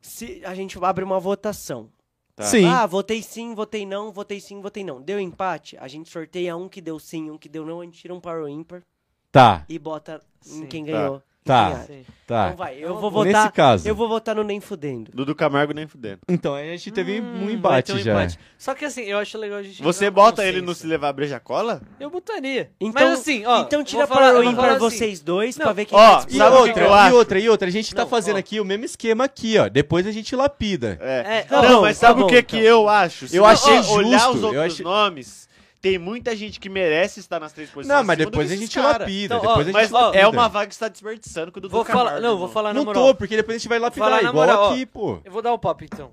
S2: se a gente abre uma votação.
S3: Tá.
S1: Sim.
S2: Ah, votei sim, votei não, votei sim, votei não. Deu empate, a gente sorteia um que deu sim, um que deu não, a gente tira um par ou ímpar
S1: Tá,
S2: e bota em
S4: Sim.
S2: quem
S3: Tá.
S2: ganhou. e
S1: Tá.
S2: quem acha.
S4: Sim.
S2: Então
S1: tá.
S2: vai, eu
S4: Então,
S2: vou
S1: Nesse
S2: votar.
S1: caso.
S2: Eu vou votar no Nem Fudendo.
S3: Dudu Camargo nem fudendo.
S1: Então, aí a gente teve um
S4: Hum, vai
S1: embate
S4: ter um
S1: já.
S4: empate. Só que assim, eu acho legal a gente.
S3: Você
S4: entrar num
S3: bota ele no se
S4: consenso.
S3: levar a breja cola?
S4: Eu botaria.
S2: Então,
S4: Mas assim, ó.
S2: então
S4: vou
S2: tira
S4: falar-
S2: par
S4: eu
S2: ou
S4: vou
S2: ímpar
S4: falar assim,
S2: vocês dois
S4: Não,
S2: pra ver quem
S3: ó,
S2: vai
S1: E
S3: Sabe
S2: disputar.
S3: o que
S1: outra,
S3: eu
S1: e
S3: acho?
S1: outra, e outra. A gente tá
S4: Não,
S1: fazendo
S4: ó.
S1: aqui o mesmo esquema aqui, ó. Depois a gente lapida.
S3: É.
S4: É,
S3: não,
S2: tá bom,
S3: mas
S2: tá
S3: sabe o
S2: bom,
S3: que
S2: então.
S3: que eu acho? Se
S1: Eu
S3: não-
S1: achei
S3: ó, Olhar
S1: justo,
S3: os
S1: eu
S3: outros
S1: achei-
S3: nomes, Tem muita gente que merece estar nas três posições.
S1: Não, mas
S3: acima do
S1: depois
S3: que
S1: a
S3: esses
S1: gente
S3: cara.
S1: lapida.
S4: Então, ó,
S1: depois a
S3: Mas
S1: gente
S3: ó,
S1: lapida.
S3: é uma vaga que está desperdiçando com o Dudu
S4: Vou falar,
S3: Camargo,
S4: não, vou
S3: irmão.
S4: falar na
S1: Não
S4: moral.
S1: tô, porque depois a gente vai lapidar
S4: Falar na
S1: igual
S4: moral, ó.
S1: aqui, pô.
S4: Eu vou dar o papo então.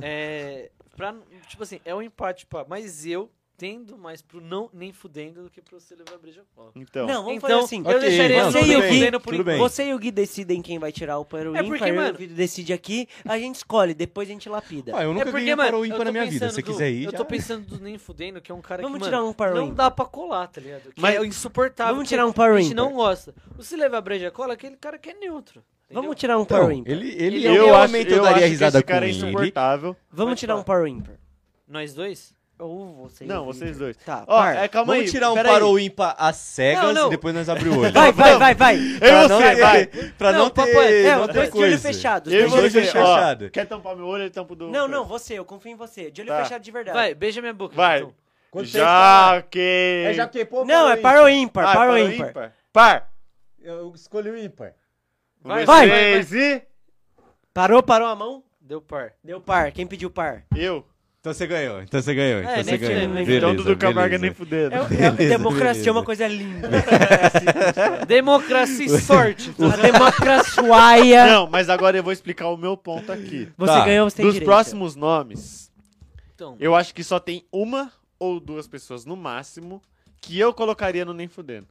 S4: É, pra- tipo assim, é um empate, pá, mas eu tendo mais pro não nem fudendo do que pro se levar a breja cola.
S3: Então,
S2: Não, vamos
S4: Então,
S2: fazer assim.
S1: ok,
S4: eu deixaria
S1: mano,
S2: você e
S1: tudo
S2: o
S1: bem,
S2: Gui-
S4: fudendo por
S1: tudo bem.
S2: Você e o Gui decidem quem vai tirar o para o
S4: É porque,
S2: ímpar, eu e o
S4: mano-
S2: Gui decide aqui, a gente escolhe, depois a gente lapida.
S1: Ah, eu nunca
S4: é porque,
S1: ganhei
S4: mano,
S1: para o
S4: eu
S1: ímpar
S4: tô
S1: na minha vida.
S4: pensando
S1: Se você
S4: do-
S1: quiser ir,
S4: Eu
S1: já
S4: tô pensando do nem fudendo, que é um cara
S2: Vamos
S4: que,
S2: tirar
S4: mano,
S2: um para o
S4: não
S2: ímpar.
S4: dá pra colar, tá ligado? Que
S3: Mas-
S4: é insuportável.
S2: Vamos
S4: que
S2: tirar um para o
S4: A gente
S1: então.
S2: ímpar.
S4: não gosta. O se levar a breja cola é aquele cara que é neutro. entendeu?
S2: Vamos tirar um para
S1: Então,
S2: o ímpar.
S1: ele, ele,
S3: eu, acho,
S1: realmente eu
S3: eu acho
S1: daria
S3: que
S1: risada
S3: esse
S1: com
S3: cara é
S1: ele.
S3: insuportável.
S2: Vamos
S4: Pode
S2: tirar um
S4: falar.
S2: para o ímpar.
S4: Nós dois?
S2: Ou você. e
S3: Não,
S2: o Gui.
S3: vocês dois.
S2: Tá,
S3: Ó,
S2: par.
S3: é, calma aí.
S1: Vamos tirar um
S3: peraí.
S1: para o ímpar às cegas
S4: Não, não.
S1: e depois nós abrimos o olho.
S2: Vai, vai, vai, vai.
S3: Eu e
S1: não
S3: você,
S1: ter-
S3: vai.
S1: Pra não,
S4: Não,
S1: ter,
S4: papo é-
S2: É,
S1: não
S2: os
S1: ter
S2: dois de
S1: coisa.
S2: olho fechado. os
S3: Eu e
S2: dois de olho
S1: dois
S3: você,
S1: olhos
S2: fechado.
S1: fechados.
S3: ó, quer tampar meu olho, ele tampa do...
S2: Não, não, você, eu confio em você. De olho
S3: Tá.
S2: fechado de verdade.
S4: Vai, beija minha boca.
S3: Vai.
S4: então.
S5: Quando você fala-
S3: Já que...
S5: É já que pô,
S2: Não,
S5: o
S2: é
S5: ímpar.
S2: para o ímpar,
S3: Ah,
S2: para o ímpar.
S3: Par.
S5: Eu escolhi o ímpar.
S3: Um,
S4: Vai,
S3: dois,
S2: vai,
S3: três e...
S2: Parou, parou a
S1: um.
S2: mão?
S4: Deu par.
S2: Deu par. Quem pediu par?
S3: Eu.
S1: Então você ganhou, então você ganhou, então
S4: É, nem
S1: você
S4: fudendo,
S1: ganhou.
S4: nem
S1: Beleza,
S3: então Dudu Camargo é nem
S1: beleza.
S3: fudendo.
S2: É, é-
S1: Beleza,
S2: democracia
S1: beleza.
S2: é uma coisa linda.
S4: Democracia e sorte. tá
S2: A democracia.
S3: Não, mas agora eu vou explicar o meu ponto aqui.
S2: Você
S1: Tá.
S2: ganhou, você tem
S3: Dos
S2: direito.
S3: próximos nomes,
S4: Então,
S3: eu acho que só tem uma ou duas pessoas no máximo que eu colocaria no Nem Fudendo.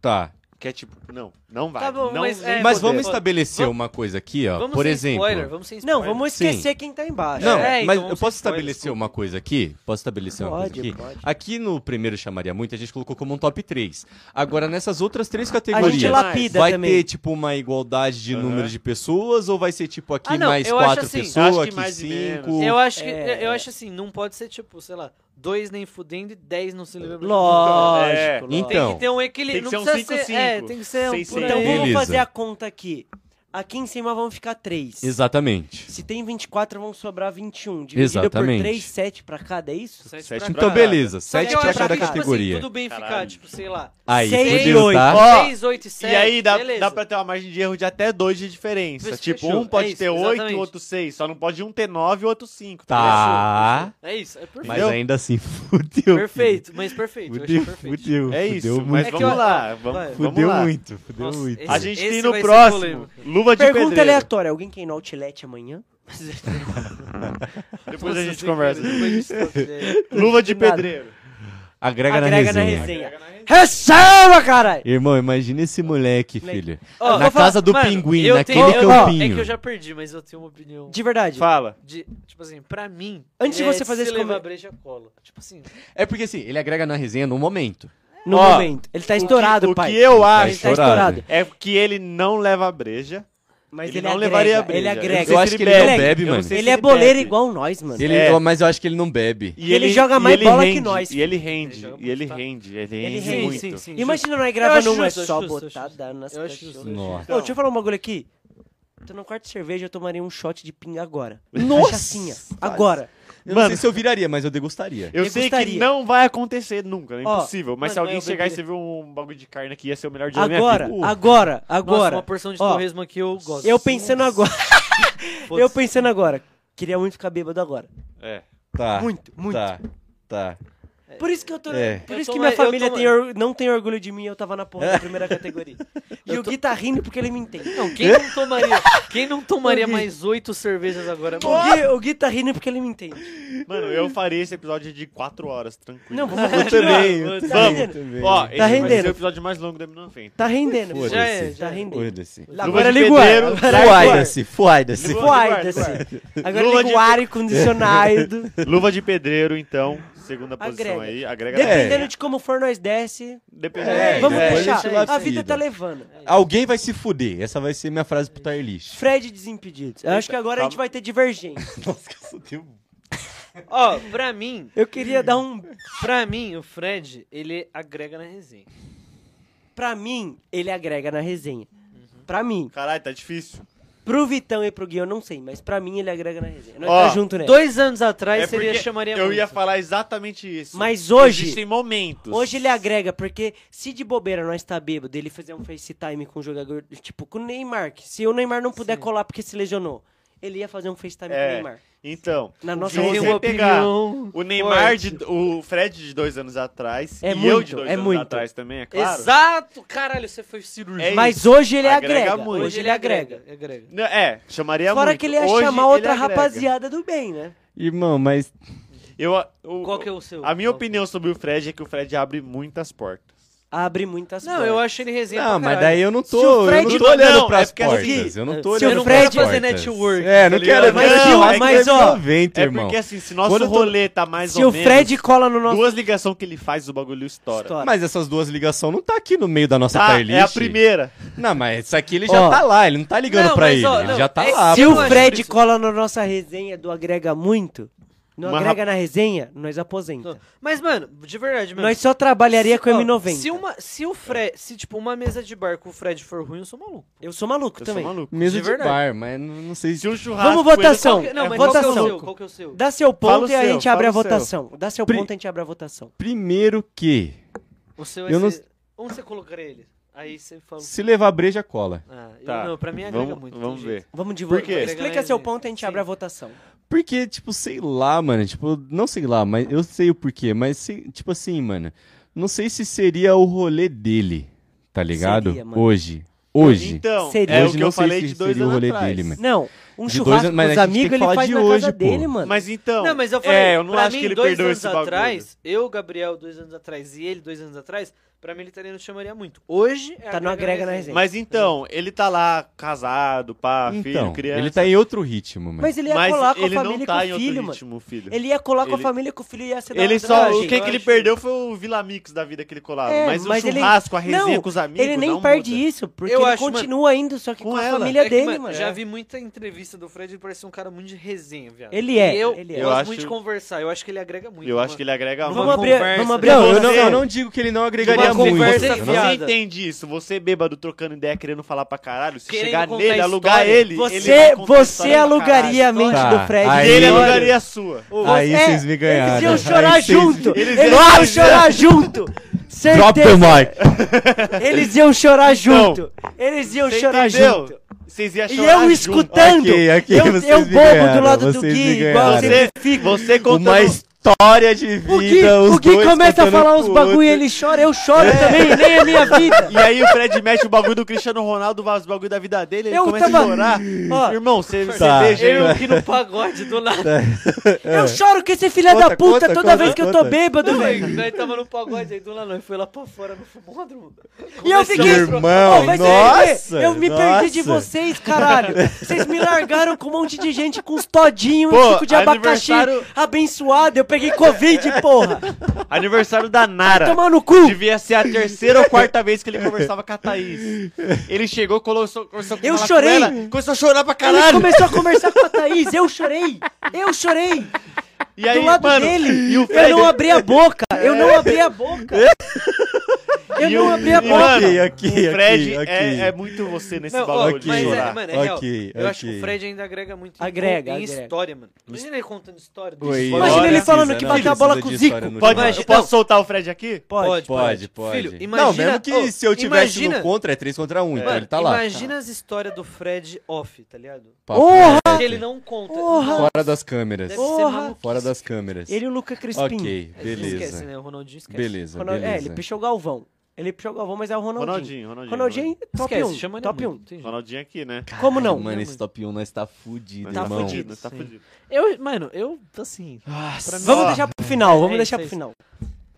S1: Tá.
S3: Que é tipo, não, não vai.
S4: Tá bom,
S3: não
S4: mas,
S3: nem
S4: é,
S1: Mas
S3: fudendo.
S1: vamos
S4: poder.
S1: estabelecer
S4: Vamos-
S1: uma coisa aqui, ó.
S4: vamos
S1: Por
S4: sem
S1: exemplo.
S4: spoiler, vamos sem spoiler.
S2: Não, vamos
S1: Sim.
S2: esquecer quem tá embaixo.
S1: Não,
S4: É, então
S1: mas eu
S4: vamos
S1: posso
S4: sem spoiler,
S1: estabelecer
S4: desculpa.
S1: uma coisa aqui? Posso estabelecer uma coisa
S2: Pode,
S1: aqui?
S2: pode.
S1: Aqui no primeiro chamaria muito, a gente colocou como um top 3. Agora, nessas outras três
S2: A
S1: categorias,
S2: gente lapida
S1: vai
S2: também.
S1: ter, tipo, uma igualdade de
S3: Aham.
S1: número de pessoas? Ou vai ser, tipo, aqui
S4: Ah, não,
S1: mais
S4: eu acho
S1: quatro
S4: assim,
S1: pessoas,
S3: acho que
S1: aqui
S3: mais e menos.
S1: cinco?
S4: Eu acho que
S2: É.
S4: eu acho assim, não pode ser tipo, sei lá, dois nem fudendo e dez não se lembra.
S2: Lógico,
S3: É,
S2: lógico.
S1: então,
S4: Tem que ter um equilíbrio.
S3: Tem que
S4: não
S3: ser um
S4: precisa
S3: cinco,
S4: É,
S3: cinco.
S4: tem que ser um
S3: Seis,
S4: por
S2: Então
S4: aí.
S1: Beleza.
S2: vamos fazer a conta aqui. Aqui em cima vão ficar três.
S1: Exatamente.
S2: Se tem 24, vão sobrar 21. Dividido
S1: Exatamente.
S2: por 3, 7 pra cada, é isso?
S4: Sete
S3: Sete
S4: pra
S3: pra
S4: cada.
S1: Então, beleza.
S4: Só que
S1: Sete
S4: eu
S1: pra
S4: acho
S1: cada
S4: que, tipo assim,
S1: categoria.
S4: tudo bem ficar,
S3: Caralho.
S4: tipo, sei lá.
S1: Aí,
S2: seis e
S1: fudeu,
S2: oito.
S1: tá?
S3: Ó,
S4: 6, 8 e 7.
S3: E aí dá,
S4: beleza.
S3: dá pra ter uma margem de erro de até dois de diferença.
S4: Fechou.
S3: Tipo, um pode
S4: É isso,
S3: ter oito e
S4: exatamente.
S3: o outro seis. Só não pode um ter nove e o outro cinco.
S1: Tá.
S4: É isso, é perfeito.
S1: Mas
S3: Entendeu?
S1: ainda assim, fudeu.
S4: Perfeito, mas perfeito. eu achei
S1: Fudeu,
S4: perfeito.
S1: fudeu.
S3: É
S1: fudeu
S3: isso,
S1: muito.
S3: mas
S4: É que
S3: vamos
S4: eu-
S3: lá. Vamos,
S4: vai.
S3: vamos
S1: Fudeu
S3: lá.
S1: muito, fudeu
S4: Nossa,
S1: muito.
S3: A
S4: esse-
S3: gente
S4: esse
S3: tem no
S4: vai ser
S3: próximo
S4: polêmico.
S3: Luva de
S2: Pergunta
S3: Pedreiro.
S2: aleatória: alguém quer ir no Outlet amanhã?
S3: Depois a
S4: Nossa,
S3: gente
S4: sim,
S3: conversa.
S4: depois a gente conversa.
S3: Luva de
S2: Do nada.
S3: Pedreiro.
S1: Agrega,
S2: Agrega
S1: na
S2: na
S1: resenha.
S2: resenha. Receba, caralho!
S1: Irmão, imagina esse moleque,
S2: Moleque.
S1: filho.
S4: Ó,
S1: na
S4: vou falar-
S1: casa do
S4: mano,
S1: pinguim,
S4: eu
S1: naquele
S4: tenho- eu- ó,
S1: campinho.
S4: É que eu já perdi, mas eu tenho uma opinião.
S2: De verdade.
S3: Fala.
S4: de- tipo assim, pra mim.
S2: Antes de
S4: é
S2: você fazer
S4: se
S2: esse
S4: levar
S2: comentário-
S4: breja cola. Tipo assim,
S1: É porque assim, ele agrega na resenha no momento.
S2: No
S3: Ó,
S2: momento. Ele tá estourado,
S3: o que,
S2: pai.
S3: O que eu
S4: Ah,
S1: Tá
S2: Ele
S3: acho
S2: tá estourado.
S3: é que ele não leva breja.
S2: Mas
S3: Ele
S2: ele,
S3: não
S2: agrega,
S3: levaria a briga.
S2: Ele
S3: Eu
S2: agrega.
S3: sei
S1: eu
S3: se
S1: acho
S3: ele
S1: que ele não
S3: bebe.
S1: bebe,
S3: Eu não
S1: mano.
S3: sei se
S2: Ele é
S3: ele
S2: boleiro
S3: bebe.
S2: igual nós, mano.
S1: Ele,
S3: É.
S1: Mas eu acho que ele não bebe.
S3: E
S2: Ele joga mais
S3: ele
S2: bola que
S3: rende,
S2: nós.
S3: E
S4: Ele
S3: ele rende,
S4: joga
S3: e ele
S4: pra-
S3: rende, ele
S2: Ele
S3: rende
S2: rende,
S3: muito.
S4: sim, sim.
S2: Imagina nós
S4: Eu acho
S2: gravando um é
S4: justo, eu
S2: só
S4: acho justo, eu acho
S2: botada nas
S4: eu acho justo.
S2: cachorras.
S1: Nossa.
S2: Ô, deixa eu falar um bagulho aqui. Tu não corta cerveja, eu tomaria um shot de pinga agora.
S1: Nossa!
S2: Cachacinha. Agora.
S1: Eu não
S3: Mano.
S1: sei se eu viraria, mas eu degustaria.
S3: Eu
S2: Eu
S3: sei que
S2: gostaria.
S3: não vai acontecer nunca, é
S2: Ó,
S3: impossível. mas
S4: mano,
S3: se alguém
S4: mas eu
S3: chegar e
S4: beberia.
S3: servir um bagulho de carne aqui, ia ser o melhor dia da
S2: Agora,
S3: minha vida.
S2: agora,
S4: Uh. nossa,
S2: agora.
S4: uma porção de
S2: Ó,
S4: torresmo aqui eu gosto.
S2: Eu pensando agora.
S4: Foda-se.
S2: Eu pensando agora. Queria muito ficar bêbado agora.
S3: É.
S1: Tá.
S2: Muito, muito.
S1: Tá. Tá.
S2: Por isso que eu tô.
S1: É.
S2: Por
S4: Eu
S2: isso
S4: tô
S2: que
S4: mais-
S2: minha família
S4: eu tô
S2: tem or- não tem orgulho de mim, eu tava na porra da primeira categoria. E o Gui tá rindo porque ele me entende.
S4: Não, quem não tomaria, quem não tomaria
S2: Gui.
S4: mais oito cervejas agora?
S2: O Gui, o Gui tá rindo porque ele me entende.
S3: Mano, eu faria esse episódio de 4 horas, tranquilo.
S2: Não, vamos
S1: Eu
S2: continuar.
S1: também. eu
S2: Tá
S1: também,
S2: rendendo.
S1: também.
S3: Ó, esse vai ser
S2: rendendo.
S3: o episódio mais longo da M90.
S2: Tá rendendo.
S1: Foda-se.
S4: Já é, já
S2: Tá rendendo.
S1: Foda-se.
S2: Agora
S3: de
S2: liga o ar.
S3: pedreiro,
S2: Agora liga o ar.
S1: Foda-se. Foda-se.
S3: Lua-
S2: Foda-se. assim. Agora
S3: Lua
S2: liga
S3: de-
S2: o ar e condicionado.
S3: Luva de pedreiro, então, segunda posição
S2: Agrega.
S3: aí. Agrega na
S2: Dependendo
S3: resenha.
S2: de como for, nós desce.
S3: Dependendo.
S1: É,
S2: Vamos
S1: é,
S2: deixar.
S1: deixa lá
S2: A vida
S1: seguida.
S2: tá levando.
S1: Alguém vai se fuder. Essa vai ser minha frase pro Tarlish.
S2: Fred desimpedidos. Eu acho que agora a gente
S3: calma.
S2: vai ter divergência.
S1: Nossa, que eu deu.
S4: Ó, pra mim,
S2: Eu queria dar um.
S4: pra mim, o Fred, ele agrega na resenha.
S2: Pra mim, ele agrega na resenha. Pra mim.
S3: Caralho, tá difícil.
S2: Pro Vitão e pro Gui, eu não sei, mas pra mim ele agrega na resenha. Nós
S3: Ó,
S2: tá junto, né?
S4: Dois anos atrás
S3: É
S4: seria
S3: porque
S4: chamaria
S3: eu
S4: muito.
S3: ia falar exatamente isso.
S2: Mas hoje-
S3: Existem momentos.
S2: Hoje ele agrega, porque se de bobeira nós tá bêbado, um ele fazer um FaceTime com o jogador, tipo, com o Neymar. que Se o Neymar não puder colar porque se lesionou, ele ia fazer um FaceTime
S3: É.
S2: com o Neymar.
S3: Então,
S2: Na
S3: se
S2: nossa
S3: você
S2: opinião.
S3: pegar
S4: opinião
S3: o Neymar,
S4: forte.
S3: de, o Fred de dois anos atrás,
S2: É
S3: e eu
S2: muito,
S3: de dois
S2: é
S3: anos
S2: muito.
S3: atrás também, é claro.
S4: Exato! Caralho, você foi cirurgião.
S3: É
S2: Mas
S3: isso.
S2: hoje ele
S3: Agrega
S2: agrega.
S3: muito.
S2: Hoje ele agrega.
S4: agrega.
S3: Não, É, chamaria
S2: Fora
S3: muito.
S2: que ele ia
S3: Hoje,
S2: chamar outra
S3: ele agrega.
S2: rapaziada do bem, né?
S1: Irmão, mas
S3: Eu, a- o-
S4: Qual que é o seu?
S3: A minha
S4: Qual-
S3: opinião sobre o Fred é que o Fred abre muitas portas.
S2: Abre
S3: é
S2: muitas
S4: Não,
S2: portas.
S4: eu acho ele resenha
S1: não,
S4: pra
S1: tá, mas
S4: caralho.
S1: daí eu não
S2: Se o
S1: tô, eu
S2: Fred
S1: não tô
S3: não-
S1: olhando
S3: não,
S1: pras
S3: é porque assim,
S1: portas, eu não tô
S2: se
S1: olhando
S2: o
S1: pras
S2: Fred
S1: portas.
S4: fazer network,
S1: É,
S4: tá
S1: não
S4: ligado?
S1: quero,
S4: Mas,
S1: mas,
S2: ó,
S1: não,
S2: mas, ó,
S1: 90,
S3: é
S1: irmão.
S3: porque assim, se nosso
S1: Quando eu tô-
S3: rolê tá mais
S2: Se
S3: ou
S2: o
S3: menos,
S2: Fred cola no nosso...
S3: duas ligações que ele faz, o bagulho estoura.
S2: Estoura.
S1: Mas essas duas ligações não tá aqui no meio da nossa
S3: Tá,
S1: playlist.
S3: é a primeira.
S1: Não, mas isso aqui ele já
S2: Ó.
S1: tá lá, ele não tá ligando
S4: Não,
S1: pra
S4: mas,
S1: ele,
S4: ó,
S1: ele
S4: não,
S1: já tá
S4: é-
S1: lá.
S2: Se
S4: eu
S1: pô.
S2: o
S4: acho
S2: Fred
S4: isso.
S2: cola na nossa resenha do Agrega Muito, no
S3: Uma
S2: Agrega na resenha, nós aposenta.
S4: Então, Mas, mano, de verdade, mano.
S2: Então. Nós só trabalharia com É.
S4: Ó,
S2: M90.
S4: Se, uma, se o Fred. Se, tipo, uma mesa de bar com o Fred for ruim, eu sou maluco.
S2: Eu sou maluco
S3: Eu
S2: também.
S3: sou maluco.
S1: Mesa
S4: de
S1: de,
S4: verdade.
S1: bar, mas não, não sei
S3: Se
S1: se...
S3: o churrasco...
S2: Vamos votação.
S3: ele-
S4: não,
S2: é
S4: mas qual que é o
S2: votação.
S4: seu? Qual que é o seu?
S2: Dá seu
S3: Fala
S2: ponto
S3: o
S2: e a
S3: seu,
S2: gente abre a
S3: fala o seu.
S2: votação. Dá seu
S1: Pri-
S2: ponto e a gente abre a votação.
S1: Primeiro que,
S4: O seu
S1: Eu não-
S4: esse- Onde você colocaria ele? Aí você fala.
S1: se levar breja, cola.
S4: Ah, eu
S3: Tá,
S4: não, pra mim agrega
S3: vamos,
S4: muito.
S3: Vamos
S4: tem
S3: ver.
S4: jeito.
S2: Vamos divulgar.
S3: Por quê?
S2: Explica seu ponto e a gente
S4: Sim.
S2: abre a votação.
S1: Porque, tipo, sei lá, mano, tipo, não sei lá, mas eu sei o porquê, mas, se- tipo assim, mano, não sei se seria o rolê dele, tá ligado?
S2: Seria, mano.
S1: Hoje, hoje.
S3: Então,
S2: Seria.
S3: é
S1: hoje
S3: o que
S1: não
S3: eu
S1: sei
S3: falei
S1: se
S3: de dois
S1: seria o
S3: anos
S1: rolê
S3: atrás.
S1: dele, mano.
S2: Não, um
S1: De dois
S2: churrasco
S1: anos, mas
S2: com os
S1: a gente tem
S2: amigos
S1: que
S2: ele
S1: falar
S2: faz
S1: de
S2: na casa
S1: hoje, pô.
S2: dele, mano.
S3: Mas então...
S4: Não, mas eu falei,
S3: É, eu não
S4: pra
S3: acho
S4: mim,
S3: que ele
S4: dois
S3: perdeu
S4: anos
S3: esse bagulho.
S4: atrás, eu, Gabriel, dois anos atrás, e ele, dois anos atrás, pra mim ele estaria no chamaria muito. Hoje é
S2: Tá no Agrega na Resenha.
S3: Mas então, ele tá lá casado, pá, filho,
S1: Então,
S3: criança.
S1: ele tá em outro ritmo, mano.
S2: Mas ele ia
S3: mas
S2: colar com a
S3: ele
S2: família
S3: não
S2: e com
S3: tá em
S2: o
S3: outro
S2: filho, mano.
S3: ritmo, filho.
S2: Ele ia colar com a
S3: Ele-
S2: família e com o filho e ia ser da
S3: Ele
S2: hora
S3: só,
S2: da
S3: o
S2: gente.
S3: que, que ele
S4: acho.
S3: perdeu foi o Vila Mix da vida que ele colava.
S2: É,
S3: mas,
S2: mas
S3: o
S2: ele-
S3: churrasco, a resenha
S2: Não,
S3: com os amigos.
S2: Ele nem
S3: não
S2: perde
S3: muda.
S2: isso, porque
S4: Eu
S2: ele
S4: acho, mano,
S2: continua indo, só que
S3: com
S2: com, a
S3: ela.
S2: família
S4: É que,
S2: dele,
S4: mano,
S2: mano.
S4: Já
S2: É.
S4: vi muita entrevista do Fred, ele parece um cara muito de resenha, viado.
S2: Ele é,
S4: E eu,
S2: ele é.
S4: eu
S3: Eu
S4: gosto
S3: acho-
S4: muito de conversar, eu acho que ele agrega muito.
S3: Eu acho
S4: mano.
S3: que ele agrega
S4: Numa
S3: muito.
S2: Vamos abrir,
S4: conversa.
S2: vamos abrir a
S1: Não, eu
S2: votação.
S1: não,
S3: Você-
S1: eu não digo que ele não
S2: Tipo,
S1: agregaria
S4: Uma
S1: muito.
S4: conversa
S1: eu não-
S4: fiada.
S3: Você entende isso? Você bêbado, trocando ideia, querendo falar pra caralho. Se
S4: Querendo
S3: chegar
S4: contar
S3: nele, alugar
S4: história.
S3: ele.
S2: Você,
S3: ele vai contar
S2: você
S3: história pra
S2: alugaria a
S3: caralho.
S2: mente
S1: Tá,
S2: do Fred.
S1: aí-
S3: E ele
S1: Ele-
S3: alugaria a sua.
S1: Aí
S2: É,
S1: vocês me ganharam.
S2: Eles iam
S1: Aí
S2: chorar
S1: vocês-
S2: junto.
S3: eles
S2: Eles,
S3: iam-
S2: iam chorar junto.
S1: Drop
S2: Certeza.
S1: the mic.
S2: Eles iam chorar
S3: Então,
S2: junto. Eles iam
S3: Você
S2: chorar
S3: entendeu?
S2: junto.
S3: Vocês iam
S2: E
S3: chorar
S2: eu
S3: junto.
S2: escutando.
S1: Ok, ok,
S2: eu,
S1: vocês
S2: eu
S1: me
S2: bobo
S1: ganharam,
S2: do lado do
S1: vocês me
S2: Gui, igual
S1: ganharam.
S2: sempre
S3: Você,
S2: fico.
S3: você contando...
S1: Uma história de vida.
S2: O Gui, o
S1: os
S2: Gui
S1: dois
S2: começa a
S1: contando
S2: falar uns
S1: pro
S2: bagulho e
S1: outro.
S2: ele chora, eu choro também, nem é minha vida.
S3: E aí o Fred mete o bagulho do Cristiano Ronaldo, os bagulho da vida dele, ele
S2: Eu
S3: começa a
S2: tava-
S3: chorar.
S2: Ó.
S3: Irmão, você você
S1: Tá.
S3: beija ele.
S4: Eu que no pagode do nada.
S3: É.
S2: Eu choro com esse filho da
S1: Conta,
S2: puta
S1: conta,
S2: toda
S1: conta,
S2: vez que eu tô
S1: conta.
S2: bêbado,
S4: Não,
S2: velho.
S4: aí, Nós tava no pagode aí do lado, nós foi lá pra fora no fumódromo.
S2: E eu
S3: é
S4: Começou a
S2: fiquei-
S4: trocar-
S1: Irmão,
S2: Ô, vai se
S1: nossa,
S2: fuder, Eu me perdi de
S1: nossa.
S2: vocês, caralho. Vocês me largaram com um monte de gente, com uns todinhos,
S3: Pô,
S2: um suco de abacaxi
S3: aniversário-
S2: abençoado. Eu peguei Covid, porra.
S3: Aniversário da Nara.
S2: Tomar no cu.
S3: Devia ser a terceira ou quarta vez que ele conversava com a Thaís. Ele chegou, começou, começou a
S2: Eu
S3: falar
S2: chorei.
S3: com ela, começou a chorar pra
S2: Ele
S3: caralho.
S2: começou a conversar com a Thaís, eu chorei. Eu chorei.
S3: E aí,
S2: do lado
S3: mano,
S2: dele.
S3: E o
S2: Eu
S3: Fred,
S2: não abri a boca. Eu não abri a boca. Eu
S3: E
S2: não
S3: o-
S2: abri a
S3: e,
S2: boca.
S3: mano,
S1: Ok, ok,
S3: o Fred
S1: ok,
S3: é,
S1: ok.
S3: é muito você nesse
S4: Não, ó,
S3: bagulho
S1: de
S4: mas
S1: chorar.
S4: é, mano, é
S1: Ok,
S4: real. Eu acho que
S1: ok.
S4: o Fred ainda agrega muito em-
S2: Agrega,
S4: em,
S2: agrega.
S4: história, mano. Imagina ele contando história do
S1: Oi,
S4: história.
S2: Imagina ele
S1: precisa,
S2: falando que
S1: não
S2: bateu a bola
S1: precisa
S2: com o
S1: de
S2: Zico.
S1: história no
S3: Pode,
S1: jornal.
S3: eu posso soltar o Fred aqui?
S2: Pode.
S1: Pode, pode.
S4: Filho,
S1: não,
S4: imagina-
S1: mesmo que
S4: Ô,
S1: se eu tivesse
S4: imagina-
S1: no contra, é 3 contra 1, um, então
S4: Mano,
S1: ele tá lá.
S4: Imagina as histórias do Fred off, tá ligado?
S1: Papo
S2: Porra!
S1: reto.
S4: Que ele não conta.
S2: Porra!
S1: Fora das câmeras.
S4: Deve ser
S2: Porra!
S4: maluco.
S1: Fora das câmeras.
S2: Ele um e o Luca Crispim.
S1: Ok,
S4: um É, Ele esquece,
S1: beleza.
S4: né? O Ronaldinho esquece.
S1: Beleza,
S2: Ronal- É, ele
S1: beleza.
S2: pichou o Galvão. Ele pichou o Galvão, mas é o Ronaldinho.
S3: Ronaldinho, Ronaldinho.
S2: Ronaldinho, top
S4: Esquece,
S2: 1.
S4: chama ele
S2: top
S4: muito,
S2: 1.
S4: tem jeito.
S3: Ronaldinho aqui, né?
S2: Como não?
S1: Mano, esse top 1 nós tá fudido,
S3: tá
S1: irmão.
S3: fudido, tá
S4: Sim.
S3: fudido.
S4: Eu, mano, eu, assim...
S1: tá
S4: pra mim-
S2: Vamos
S3: Ó,
S2: deixar pro final, vamos
S4: É
S2: deixar pro
S4: isso, é
S2: final.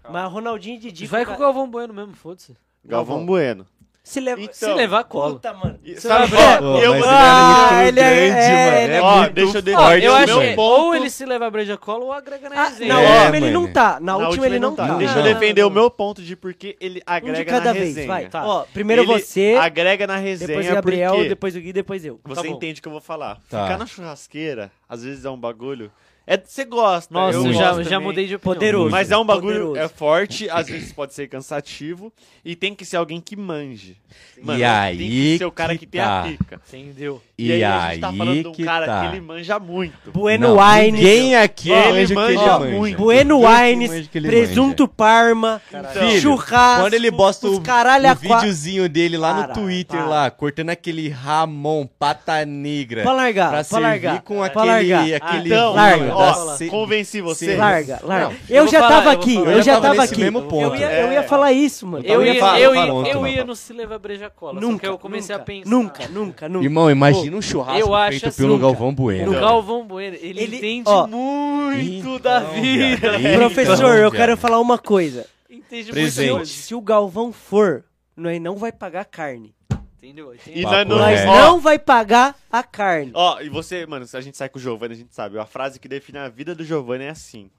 S2: Mas Ronaldinho e Didi.
S4: Vai com
S2: cara,
S4: o Galvão Bueno mesmo, foda-se.
S3: Galvão Bueno.
S2: Se leva.
S3: Então,
S4: Se levar, cola.
S2: Puta, mano.
S3: E-
S4: Você
S3: Sabe,
S4: vai ver-
S3: ó,
S1: Pô, mas
S3: eu, vou-
S1: ele é muito
S2: Ah, ele é-
S1: grande,
S2: é,
S1: mano.
S2: ele
S1: É
S3: Ó,
S1: muito
S3: deixa eu de-
S1: forte,
S3: Ó,
S4: Eu
S3: o
S4: acho
S3: meu
S4: que
S1: mano.
S3: ponto-
S4: ou ele se leva a breja cola ou agrega na
S2: Ah,
S4: resenha.
S2: na
S1: É,
S2: última ele
S1: mano.
S2: não tá. Na,
S3: Na
S2: última, ele não tá.
S3: Deixa eu
S1: Não,
S3: defender o meu ponto de porque ele
S2: Um de
S3: agrega
S2: cada
S3: na
S2: vez,
S3: resenha.
S2: vai.
S4: Tá.
S2: Ó, primeiro
S3: Ele
S2: você,
S3: agrega na resenha
S2: depois o Gabriel,
S3: porque
S2: depois o Gui, depois eu. Tá
S3: você
S4: bom.
S3: entende o que eu vou falar.
S1: Tá.
S3: Ficar na churrasqueira, às vezes é um bagulho É, você gosta.
S4: Nossa,
S3: eu
S4: eu já,
S3: gosto
S4: já
S3: também.
S4: mudei de opinião.
S2: Poderoso.
S3: Mas é um bagulho
S2: Poderoso.
S3: é forte, às vezes pode ser cansativo e tem que ser alguém que manje. Mano,
S1: E aí
S3: tem que ser o cara que,
S1: que
S3: tem
S1: tá.
S3: a pica.
S4: Entendeu?
S3: E, aí, a gente tá falando de um
S1: que
S3: cara
S1: tá.
S3: que ele manja muito.
S2: Bueno
S1: Não,
S2: Wine.
S1: Ninguém aqui
S3: Ó,
S1: manja
S3: ele
S1: que ele
S3: manja
S1: manja.
S3: muito.
S2: Bueno
S1: Ninguém aqui
S2: Wines,
S1: manja que ele
S2: presunto parma,
S1: Filho,
S2: churrasco.
S1: quando ele bosta
S2: os
S1: o-
S2: caralho a
S1: manja. O
S2: qua-
S1: videozinho dele lá
S2: Para,
S1: no Twitter,
S2: para.
S1: lá, cortando aquele Ramon pata negra.
S2: Pra largar,
S1: pra
S2: pra,
S1: servir
S2: largar.
S1: com
S2: pra
S1: aquele,
S2: largar.
S1: aquele
S3: Então,
S1: vinho
S2: larga,
S1: da
S3: ó,
S1: se-
S3: convenci você.
S1: Sim.
S2: Larga, larga.
S1: Não,
S2: eu,
S4: eu
S2: já
S4: vou falar,
S2: tava
S4: eu vou
S2: aqui,
S4: falar. É.
S2: eu
S1: Eu
S2: já
S1: tava
S2: tava
S1: nesse
S2: aqui.
S1: mesmo
S2: Eu
S1: ponto.
S2: ia, eu ia falar isso, mano.
S4: Eu
S1: também
S4: ia,
S1: falo,
S4: eu,
S1: fala
S4: ia,
S1: ontem,
S4: eu
S1: não
S4: ia
S1: fala.
S4: no Se Leva Breja Cola, só que
S2: Nunca,
S4: eu comecei
S2: nunca,
S4: a pensar.
S2: Nunca, nunca, nunca.
S1: Irmão, imagina um churrasco
S4: eu acho
S1: feito
S4: assim,
S1: pelo
S4: nunca.
S1: Galvão Bueno.
S4: O Galvão Bueno, ele,
S2: Ele-
S4: entende
S2: ó.
S4: muito
S1: Então,
S4: da
S1: viado.
S4: vida.
S1: Eita,
S2: Professor, eu
S1: viado.
S2: quero falar uma coisa.
S4: Entende muito.
S1: Presente.
S4: de
S2: Se o Galvão for, nós não vai pagar carne.
S4: tudo, Entendeu?
S3: E
S4: Entende?
S3: nós
S1: Papo
S3: não,
S2: Nós
S1: É.
S3: ó,
S2: não vai pagar a carne.
S3: Ó, e você, mano, se a gente sai com o Giovanni, a gente sabe. A frase que define a vida do Giovanni é assim: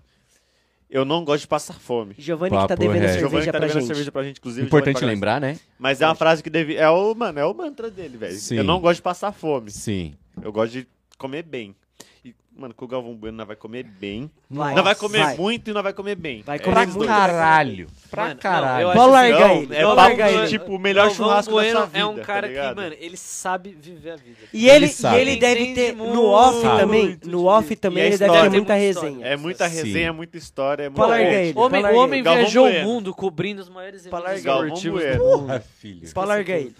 S3: Eu não gosto de passar fome.
S2: Giovanni que tá
S1: Papo
S2: devendo a
S1: reto.
S2: cerveja
S3: Giovanni tá
S2: pra
S3: devendo
S2: gente.
S3: cerveja pra gente, inclusive.
S1: É. Importante
S3: Giovanni paga
S1: lembrar, né?
S3: nós. Mas é uma frase que deve. É o, mano, é o mantra dele, velho.
S1: Sim.
S3: Eu não gosto de passar fome.
S1: Sim.
S3: Eu gosto de comer bem. E, mano, com o Galvão Bueno nós vai comer bem.
S2: Vai,
S3: Nós vai comer
S2: vai.
S3: muito e nós vai comer bem.
S2: Vai
S3: É
S2: comer
S3: esses
S2: muito.
S3: dois.
S1: Caralho. Pra
S4: Mano, não,
S1: caralho.
S4: eu acho
S2: Vou
S4: assim,
S2: largar
S3: Não,
S2: ele.
S3: é
S2: vou
S3: papo
S2: largar
S3: de,
S2: ele.
S3: tipo o melhor
S4: Galvão
S3: churrasco
S4: Bueno
S3: da sua vida.
S4: é um cara
S3: tá ligado?
S4: que, mano, ele sabe viver a vida.
S2: E ele,
S1: Ele sabe.
S2: e ele deve
S4: Entende
S2: ter.
S4: muito
S2: No off
S1: disso.
S2: também. No off também
S3: E a
S2: ele deve ter
S3: história?
S2: muita
S4: Tem muita
S2: resenha.
S3: É muita
S1: Sim.
S3: resenha, é muita história, é muita
S2: Fala, larga
S3: gente.
S2: ele.
S4: Homem,
S2: Fala aí.
S4: o homem
S3: Galvão
S4: viajou
S3: Bueno.
S4: o mundo cobrindo os maiores
S2: Fala
S4: eventos
S2: aí,
S3: Galvão
S4: esportivos
S3: Bueno.
S4: do mundo.
S1: Porra, filho.
S2: Pra largar ele.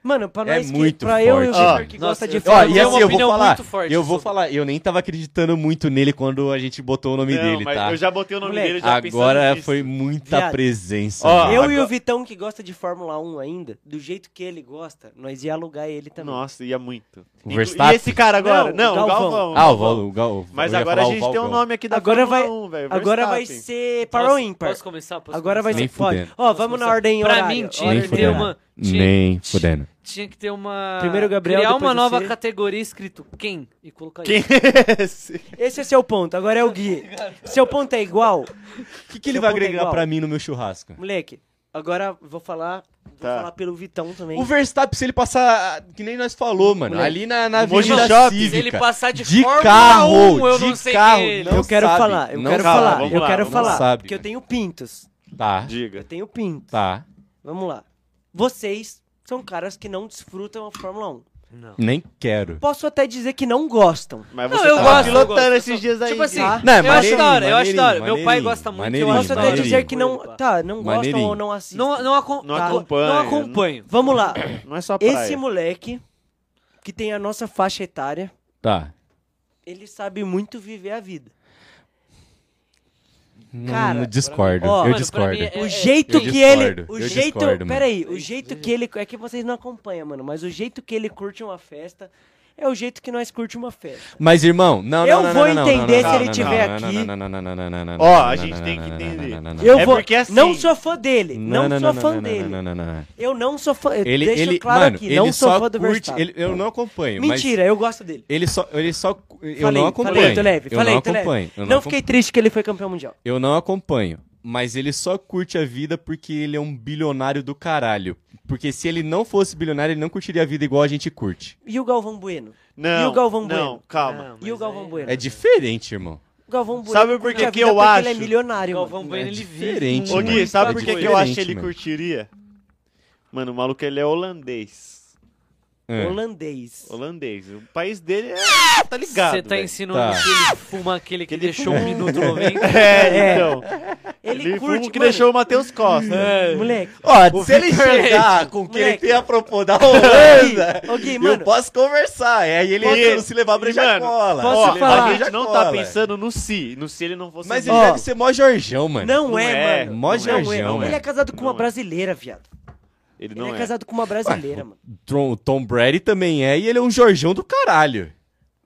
S2: Mano, pra
S1: É
S2: nós que,
S1: muito
S2: pra eu e o
S1: forte.
S2: Vitor
S3: Ó,
S2: que
S4: nossa,
S2: gosta de um,
S4: eu-
S1: Ó,
S2: falar.
S1: e
S4: tenho
S1: assim,
S4: uma
S1: eu vou
S4: opinião
S1: falar.
S4: muito forte
S1: Eu vou
S4: sobre-
S1: falar, eu nem tava acreditando muito nele quando a gente botou o nome
S3: Não,
S1: dele,
S3: mas
S1: tá?
S3: Eu já botei o nome
S2: Moleque,
S3: dele, já pensando
S1: Agora
S3: nisso.
S1: foi muita
S2: Viado.
S1: presença.
S3: Ó,
S1: mano.
S2: eu e
S3: agora-
S2: o Vitão que gosta de Fórmula 1 ainda, do jeito que ele gosta, nós ia alugar ele também.
S3: Nossa, ia muito.
S1: O
S3: E-
S1: Verstappen?
S3: E esse cara agora?
S2: Não,
S3: Não,
S2: o
S3: o
S2: Galvão.
S3: Galvão.
S1: Ah, o Val, o Gal,
S3: Mas
S1: eu ia
S3: agora a
S1: falar o
S3: gente
S1: Val
S3: tem um
S1: Gal.
S3: nome aqui da
S2: Agora
S3: Fórmula
S2: vai-
S3: 1, velho. assim.
S2: Agora vai
S3: Verstappen.
S2: ser par ou
S4: Posso-
S2: ímpar?
S4: Posso começar? Posso
S2: Agora vai
S4: começar?
S1: Nem
S2: ser. Pode.
S1: fudendo.
S2: Ó, vamos na ordem
S4: Pra
S2: horária.
S4: mim, tinha
S1: Nem
S2: Ordem
S4: que ter
S1: fudendo.
S2: horária.
S4: uma. tinha-
S1: Nem fudendo.
S4: Tinha que ter uma.
S2: Primeiro o Gabriel,
S4: Criar
S2: depois
S4: uma nova
S2: você.
S4: categoria escrito quem e colocar
S3: Quem
S4: isso.
S3: é esse?
S2: Esse é seu ponto, agora é o Gui. Seu ponto é igual,
S1: O que, que ele
S2: Seu
S1: vai
S2: ponto é
S1: agregar
S2: igual.
S1: pra mim no meu churrasco?
S2: moleque. Agora vou falar, vou
S3: Tá.
S2: falar pelo Vitão também.
S1: O Verstappen, se ele passar, que nem nós falou, mano,
S2: Moleque.
S1: ali na,
S4: Um
S1: na
S3: No Mogi
S1: Avenida
S3: Shopping.
S1: Cívica,
S4: Se ele passar de,
S1: de
S4: Fórmula
S1: carro,
S4: 1, eu
S1: de
S4: não sei
S1: carro,
S4: quem é ele.
S1: não
S2: eu quero
S1: sabe,
S2: falar, eu
S1: não
S2: quero
S1: sabe.
S2: falar,
S3: Vamos
S2: eu
S3: lá,
S2: quero
S3: vamos
S1: lá.
S2: falar,
S1: Sabe,
S2: porque eu
S1: cara.
S2: tenho pintos.
S1: Tá,
S2: Eu
S3: Diga.
S2: tenho pintos.
S1: tá.
S2: Vamos lá. Vocês são caras que não desfrutam a Fórmula 1.
S4: Não.
S1: Nem quero.
S2: Posso até dizer que não gostam.
S3: Mas
S4: Não,
S3: você
S4: eu
S3: tava
S4: gosto, eu
S3: pilotando
S4: gosto.
S3: esses dias aí.
S4: Tipo assim,
S2: tá?
S1: Não, é
S4: eu acho
S1: maneirinho,
S4: da hora, eu acho da hora. Meu
S1: maneirinho,
S4: pai gosta muito, eu
S1: maneirinho,
S4: acho
S2: Posso
S4: da
S2: até
S4: hora.
S1: maneirinho.
S2: dizer que não, tá, não gostam
S1: Maneirinho.
S2: ou não assistem.
S4: Não, não, acom-
S3: Não
S4: tá.
S3: acompanha,
S1: né?
S4: Não acompanho.
S2: Vamos lá.
S3: Não é só praia.
S2: Esse moleque que tem a nossa faixa etária,
S1: Tá.
S2: ele sabe muito viver a vida.
S1: Não,
S2: Cara,
S1: não discordo,
S2: pra mim- ó,
S1: eu
S2: mano, pra
S1: discordo.
S4: mim é-
S2: O jeito
S1: eu
S2: que
S1: discordo,
S2: ele. O
S1: eu
S2: jeito.
S1: discordo, mano.
S2: peraí, o jeito que ele. É que vocês não acompanham, mano, mas o jeito que ele curte uma festa é o jeito que nós curte uma festa.
S1: Mas, irmão, não,
S2: Eu
S1: não, não,
S2: vou
S1: não, não,
S2: entender
S1: não,
S2: se
S1: não,
S2: ele
S1: não,
S2: tiver
S1: não,
S2: aqui.
S1: não, não, não, não, não, não, não,
S3: Ó,
S1: não,
S3: a gente
S1: não,
S3: tem
S1: não,
S3: que
S1: não,
S3: entender.
S1: não, não, não,
S2: Eu
S1: não.
S3: É
S2: vou.
S3: porque assim-
S2: não sou fã dele. Não,
S1: Não, não,
S2: sou
S1: não,
S2: fã
S1: não, não,
S2: dele.
S1: não, não, não, não.
S2: Eu não sou fã. eu
S1: Ele,
S2: deixo
S1: ele,
S2: claro
S1: mano,
S2: aqui, não
S1: ele
S2: sou
S1: só
S2: fã do
S1: curte,
S2: Verstappen.
S1: ele, eu não acompanho, mas
S2: Mentira, eu gosto dele.
S1: ele só, ele só, eu
S2: falei,
S1: não
S2: Falei,
S1: acompanho,
S2: tô leve,
S1: eu
S2: falei,
S1: não
S2: tô leve.
S1: acompanho, eu
S2: não
S1: não
S2: fiquei triste que ele foi campeão mundial.
S1: Eu não acompanho, mas ele só curte a vida porque ele é um bilionário do caralho. Porque se ele não fosse bilionário, ele não curtiria a vida igual a gente curte.
S2: E o Galvão Bueno?
S3: Não,
S2: E o Galvão
S3: Não,
S2: Bueno?
S3: calma.
S4: Não,
S2: E o
S4: mas
S2: Galvão
S4: aí-
S2: Bueno?
S1: É diferente, irmão.
S2: O Galvão Bueno.
S3: Sabe por que
S2: curte a
S3: que
S2: vida
S3: eu
S2: porque Ele
S3: acho?
S2: é milionário,
S4: Galvão
S2: mano.
S4: Bueno,
S1: É
S4: ele vive
S1: diferente,
S3: Ô
S1: mano.
S3: Gui, sabe por
S1: É
S3: que que eu acho que ele
S1: diferente, mano.
S3: curtiria? Mano, o maluco ele é holandês.
S1: É.
S2: Holandês.
S3: Holandês. O país dele é. Tá ligado.
S4: Você tá
S3: velho.
S4: ensinando
S1: Tá.
S4: que ele fuma aquele que,
S3: Que ele
S4: deixou
S3: fuma.
S4: um minuto 90.
S3: É, então.
S2: Ele,
S1: é
S3: Ele foi
S2: curte,
S3: o que
S2: mano. É.
S3: deixou o Matheus Costa.
S2: Moleque.
S1: Ó,
S3: O
S1: se ele
S3: Victor
S1: chegar com o que ele
S2: Moleque.
S1: tem a propor da Holanda,
S2: Ô, Gui,
S1: eu
S2: mano.
S1: posso conversar. É aí ele
S3: Posso-
S1: entra no se levar pra
S3: Mano,
S1: cola.
S2: posso
S3: Ó,
S2: falar?
S3: A gente não tá pensando assim. no se. No se ele não fosse.
S1: Mas
S3: gay.
S1: ele
S2: Ó.
S1: deve ser mó Jorgão, mano.
S2: Não,
S3: Não
S2: é,
S3: é,
S2: mano.
S1: mó
S2: Não é.
S1: Jorgão,
S2: Ele é
S1: mano.
S2: casado com
S3: Não
S2: uma
S3: é.
S2: brasileira, viado.
S3: Ele
S2: Ele
S3: não
S2: é
S3: é.
S2: casado com uma brasileira, mano.
S1: Tom, Tom Brady também é, e ele é um Jorgão do caralho.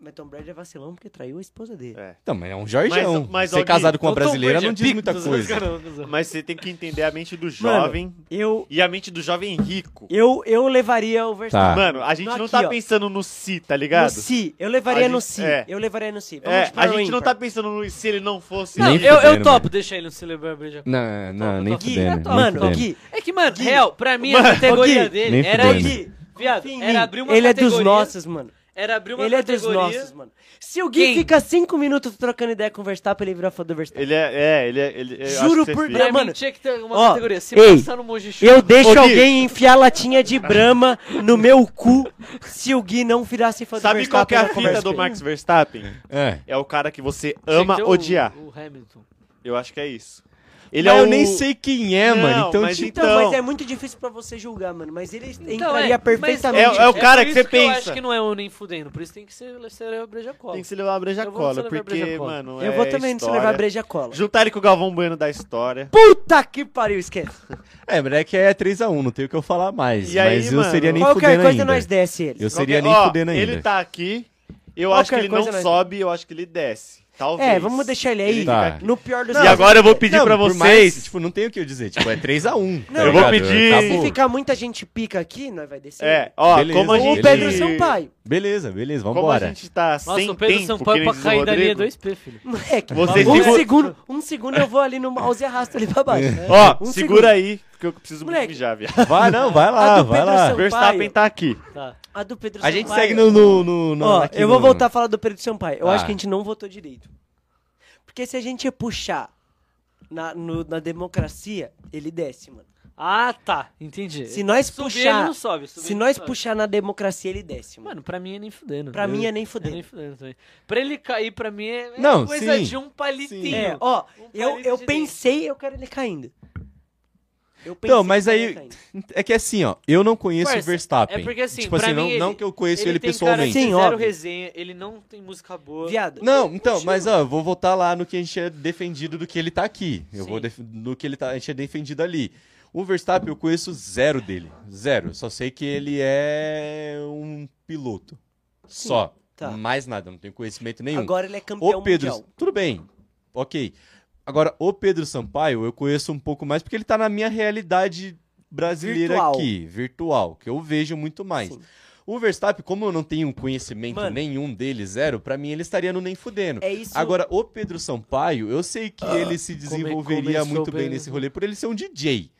S2: Mas Tom Brady é vacilão porque traiu a esposa dele.
S3: É.
S1: Não, mas é um Jorgão.
S3: Mas- mas, ó,
S1: Ser
S3: Gui,
S1: casado com uma
S4: Eu tô um é
S1: brasileira
S4: perdido.
S1: não diz muita coisa.
S3: Mas você tem que entender a mente do jovem
S2: Eu,
S3: e a mente do jovem rico.
S2: eu, eu levaria o Verstappen.
S3: Mano, a gente
S2: Não,
S3: não
S2: aqui,
S3: tá
S2: ó.
S3: pensando no se, tá
S2: No
S3: ligado?
S2: si, eu levaria
S3: A
S2: no
S3: gente-
S2: si.
S3: é.
S2: Eu levaria no si. Vamos
S3: É,
S2: de par
S3: a
S2: ou
S3: gente não
S2: ímpar.
S3: tá pensando no se ele não fosse.
S4: Não,
S1: Nem
S4: eu, eu
S1: fudendo, né?
S4: topo deixar ele no celebrar breja cola.
S1: Não,
S4: não,
S1: não,
S4: nem
S1: nem
S4: Gui, fudendo,
S1: fudendo.
S4: nem
S2: Mano, Gui,
S4: É que, mano, real, pra mim a
S2: ô,
S4: categoria
S2: Gui,
S4: dele
S1: nem
S4: era
S1: fudendo.
S4: de. Viado,
S2: Confia em mim.
S4: era abrir uma
S2: Ele é
S4: categoria.
S2: dos nossos, mano.
S4: Era abrir uma
S2: Ele é dos
S4: categoria.
S2: nossos, mano. Se o Gui
S4: Quem?
S2: fica cinco minutos trocando ideia com o Verstappen, ele vira fã do Verstappen.
S3: Ele é, é, ele é. Ele, eu acho
S2: Juro
S3: que você
S2: por
S3: fez.
S4: Pra mim,
S2: mano,
S4: tinha que ter uma
S2: ó,
S4: categoria. Se
S2: ei,
S4: passar no Mojichu,
S2: Eu deixo
S3: Gui.
S2: alguém enfiar latinha de brama no meu cu se o Gui não virasse fã do
S3: Sabe qual
S2: Verstappen.
S3: que é a
S2: na
S3: fita
S2: conversa
S3: do
S2: dele.
S3: Max Verstappen?
S1: É.
S3: É o cara que você
S4: tinha que
S3: ama
S4: ter o-
S3: odiar.
S4: O Hamilton.
S3: Eu acho que é isso.
S1: Mas
S3: Ele é
S1: eu
S3: o-
S1: nem sei quem é,
S3: Não,
S1: mano. Então,
S3: mas
S1: tipo,
S2: Então,
S3: Então.
S2: mas é muito difícil pra você julgar, mano. Mas ele
S4: Então,
S2: entraria
S4: é,
S2: perfeitamente.
S4: mas
S3: É- é o cara
S4: por
S3: que
S4: isso
S3: você pensa.
S4: Eu acho que não é o nem fudendo, por isso tem que ser celebra breja cola.
S3: tem que se levar a breja
S4: Eu vou
S3: cola,
S4: se levar a
S3: porque,
S4: breja cola.
S3: mano.
S2: Eu
S3: é
S2: vou também se
S3: história.
S2: levar a breja cola.
S3: Juntar ele com o Galvão Bueno da história.
S2: Puta que pariu, esquece.
S1: é, moleque, é 3x1, não tem o que eu falar mais.
S3: E aí,
S1: mas eu
S3: mano?
S1: seria nem
S2: Qualquer
S1: fudendo
S2: coisa
S1: ainda.
S2: nós desce ele.
S1: Eu seria
S3: Qualquer-
S1: nem
S3: ó,
S1: fudendo ainda.
S3: Ele tá aqui. Eu acho que
S2: Qualquer
S3: ele não
S2: coisa nós-
S3: sobe, eu acho que ele desce. Talvez.
S2: É, vamos deixar ele aí.
S1: Ele tá.
S2: No pior dos
S3: E agora eu vou pedir
S1: Não,
S3: pra
S1: por
S3: vocês.
S1: mais, tipo, não tem o que eu dizer. Tipo, é 3x1.
S2: Eu
S3: vou pedir-
S2: Se ficar muita gente pica aqui, nós vai descer.
S3: É, ó,
S1: Beleza,
S3: como a
S2: Ou
S3: gente.
S2: o Pedro Sampaio.
S1: Beleza, beleza,
S3: Como a
S1: vambora.
S3: gente tá
S4: Nossa,
S3: sem
S4: o Pedro
S3: tempo,
S4: Sampaio é
S3: que nem
S4: pra
S3: diz o
S4: cair da linha
S3: Rodrigo.
S4: 2P, filho.
S2: Moleque,
S3: Vocês
S2: um,
S3: segura-
S2: segundo, um segundo eu vou ali no mouse e arrasto ele pra baixo.
S3: Ó,
S2: Um
S3: segura
S2: segundo.
S3: aí, porque eu preciso muito
S2: Moleque.
S3: mijar, viado.
S1: Vai, não, vai
S2: A
S1: lá,
S2: do
S1: vai
S2: Pedro
S1: lá.
S2: Sampaio.
S3: Verstappen tá aqui.
S4: Tá.
S2: A do Pedro
S1: A gente
S2: Sampaio.
S1: segue no. no, no, no-
S2: Ó,
S1: aqui
S2: eu vou
S1: no-
S2: voltar a falar do Pedro Sampaio. Eu
S1: Tá.
S2: acho que a gente não votou direito. Porque se a gente puxar na, no- na democracia, ele desce, mano.
S4: Ah, tá. Entendi.
S2: Se nós
S4: Subir,
S2: puxar-
S4: ele não sobe. subir,
S2: Se
S4: ele
S2: nós
S4: não sobe.
S2: puxar na democracia, ele desce, mano.
S4: Mano, pra mim é nem fudendo.
S2: Pra
S4: Eu-
S2: mim é nem
S4: é nem
S2: fudendo.
S4: fudendo também. Pra ele cair, pra mim é é
S1: Não,
S4: coisa
S1: sim.
S4: de um palitinho.
S2: É, ó,
S4: Um
S2: eu,
S4: palito
S2: eu
S4: de
S2: pensei, eu quero ele caindo. Eu pensei
S1: Então, mas
S2: que eu quero
S1: aí-
S2: ele caindo.
S1: É que assim, ó, eu não conheço o
S4: Parça,
S1: Verstappen.
S4: é porque assim,
S1: tipo
S4: pra
S1: assim,
S4: mim
S1: não,
S4: ele-
S1: não que eu conheço ele,
S4: tem
S1: pessoalmente.
S4: Cara de
S2: Sim,
S4: zero
S2: óbvio.
S4: resenha, ele não tem música boa.
S2: Viado.
S1: Não, então, mas ó, eu vou voltar lá no que a gente é defendido do que ele tá aqui. Eu
S4: Sim.
S1: vou def- no que ele tá, a gente é defendido ali. O Verstappen eu conheço zero dele. Zero. Só sei que ele é um piloto. Só.
S2: tá.
S1: Mais nada, não tenho conhecimento nenhum.
S2: Agora ele é campeão
S1: o Pedro,
S2: mundial.
S1: tudo bem. OK. Agora o Pedro Sampaio eu conheço um pouco mais porque ele tá na minha realidade brasileira
S2: Virtual.
S1: aqui, virtual, que eu vejo muito mais.
S2: Sim.
S1: O Verstappen, como eu não tenho conhecimento
S2: Mano.
S1: nenhum dele, zero, pra mim ele estaria no nem fudendo.
S2: É isso. Ah,
S1: Agora, o Pedro Sampaio, eu sei que ele se desenvolveria
S4: começou
S1: muito bem
S4: bem.
S1: nesse rolê por ele ser um DJ,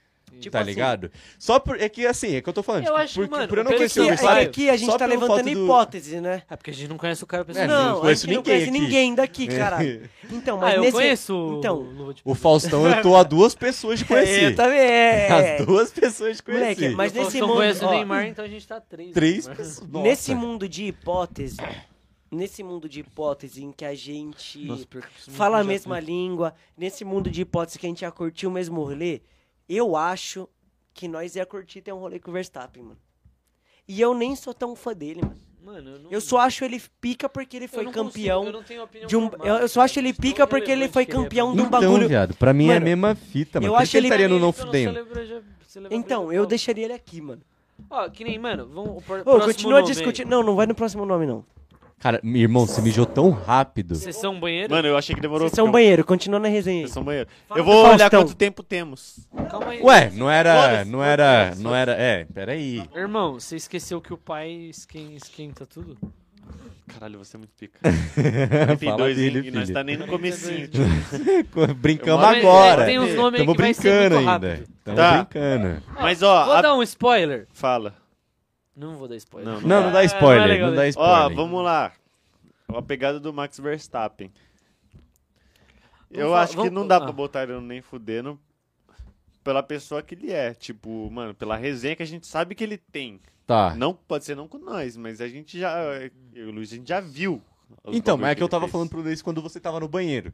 S4: Tipo
S1: tá
S4: assim,
S1: ligado? Só por. É que assim, é que eu tô falando.
S4: Eu acho que,
S1: por,
S4: mano,
S1: por eu não
S4: o Pedro
S1: conhecer o
S2: aqui,
S4: Sampaio-
S1: Verstappen.
S2: aqui é a gente
S1: só
S2: tá
S1: pelo
S2: levantando
S1: fato do-
S2: hipótese, né?
S4: É porque a gente não conhece o cara
S1: É,
S4: pessoalmente.
S2: não, a
S1: conheço
S2: gente
S1: ninguém
S2: não conhece
S1: aqui. É.
S2: ninguém daqui, caralho. Então,
S4: Ah,
S2: mas
S4: eu
S2: nesse...
S4: conheço o
S2: Então,
S4: Luva de
S1: O Faustão, eu tô a duas pessoas de
S2: É,
S1: conhecer.
S2: eu também. é.
S1: As duas pessoas de conhecer.
S2: Moleque, mas
S4: Pedro.
S2: nesse
S4: Eu
S2: mundo,
S4: conheço o
S2: ó,
S4: Neymar, então a gente tá três.
S1: Três
S4: né?
S1: pessoas.
S2: Nesse
S1: Nossa.
S2: mundo de hipótese, nesse mundo de hipótese em que a gente
S4: Nossa, pior que eu preciso me
S2: fala a
S4: mijar
S2: mesma língua, nesse mundo de hipótese que a gente ia curtir o mesmo rolê, eu acho que nós ia curtir ter um rolê com o Verstappen, mano. E eu nem sou tão fã dele, mano.
S4: tanto. Mano, eu, não,
S2: Eu só acho ele pica porque ele
S4: eu
S2: foi
S4: não
S2: campeão
S4: consigo, eu não tenho opinião
S2: de um-
S4: formada,
S2: eu- eu só acho
S4: cara,
S2: ele
S4: de
S2: pica
S4: tão
S2: porque ele
S4: relevante
S2: foi
S4: que é pra
S2: campeão
S4: mim.
S2: do- um bagulho-
S1: Então, viado, pra mim é a
S2: Mano,
S1: mesma fita, mano.
S2: eu
S1: Por
S2: acho
S1: que ele
S2: ele
S1: estaria no
S4: Por
S1: não
S4: isso que eu
S1: fudendo.
S4: celebro a je- celebro a
S2: Então,
S4: breja
S2: eu
S4: cola.
S2: deixaria ele aqui, mano.
S4: Ó, que nem, mano, vamos... O pró-
S2: Ô,
S4: próximo
S2: continua
S4: nome aí.
S2: discutindo. Não, não vai no próximo nome, não.
S1: Cara, meu irmão, você mijou tão rápido.
S2: um
S4: Sessão banheiro?
S3: Mano, eu achei que demorou.
S2: Vocês são
S3: porque
S2: banheiro, continua na resenha
S3: eu-
S2: aí.
S3: Sessão banheiro.
S4: Fala
S3: Eu
S4: do
S3: vou olhar
S2: Faustão.
S3: quanto tempo temos.
S4: Calma aí.
S1: Ué, não era.
S3: Foda-se,
S1: Não era.
S3: foda-se,
S1: Não era. É, peraí.
S4: Irmão, você esqueceu que o pai esquen- esquenta tudo?
S3: Caralho, você é muito pica.
S1: Fala
S3: 42
S1: dele,
S3: e nós
S1: filho.
S3: tá nem no
S2: é
S3: comecinho.
S1: Brincamos
S3: Eu moro-
S1: agora.
S4: é, Tem uns nomes aí
S1: Tamo
S4: que vai ser
S1: brincando
S4: muito
S1: ainda.
S4: rápido.
S1: Tamo
S3: Tá.
S1: brincando.
S3: Mas ó,
S4: Vou
S3: a-
S4: dar um spoiler.
S3: fala.
S4: Não vou dar spoiler.
S3: Não,
S1: Não, é. não dá
S4: Ah,
S1: spoiler.
S4: legal
S1: não dá
S4: isso.
S3: Ó,
S1: spoiler.
S3: vamos lá. A pegada do Max Verstappen. Eu
S4: falar-
S3: acho que
S4: vamos-
S3: não dá pra
S4: ah.
S3: botar ele no nem fudendo pela pessoa que ele é. Tipo, mano, pela resenha que a gente sabe que ele tem.
S1: Tá.
S3: Não pode ser não com nós, mas a gente já. Eu e o Luiz, a gente já viu. os
S1: Então,
S3: bagulho
S1: mas é que eu
S3: ele
S1: tava
S3: fez.
S1: falando pro Luiz quando você tava no banheiro.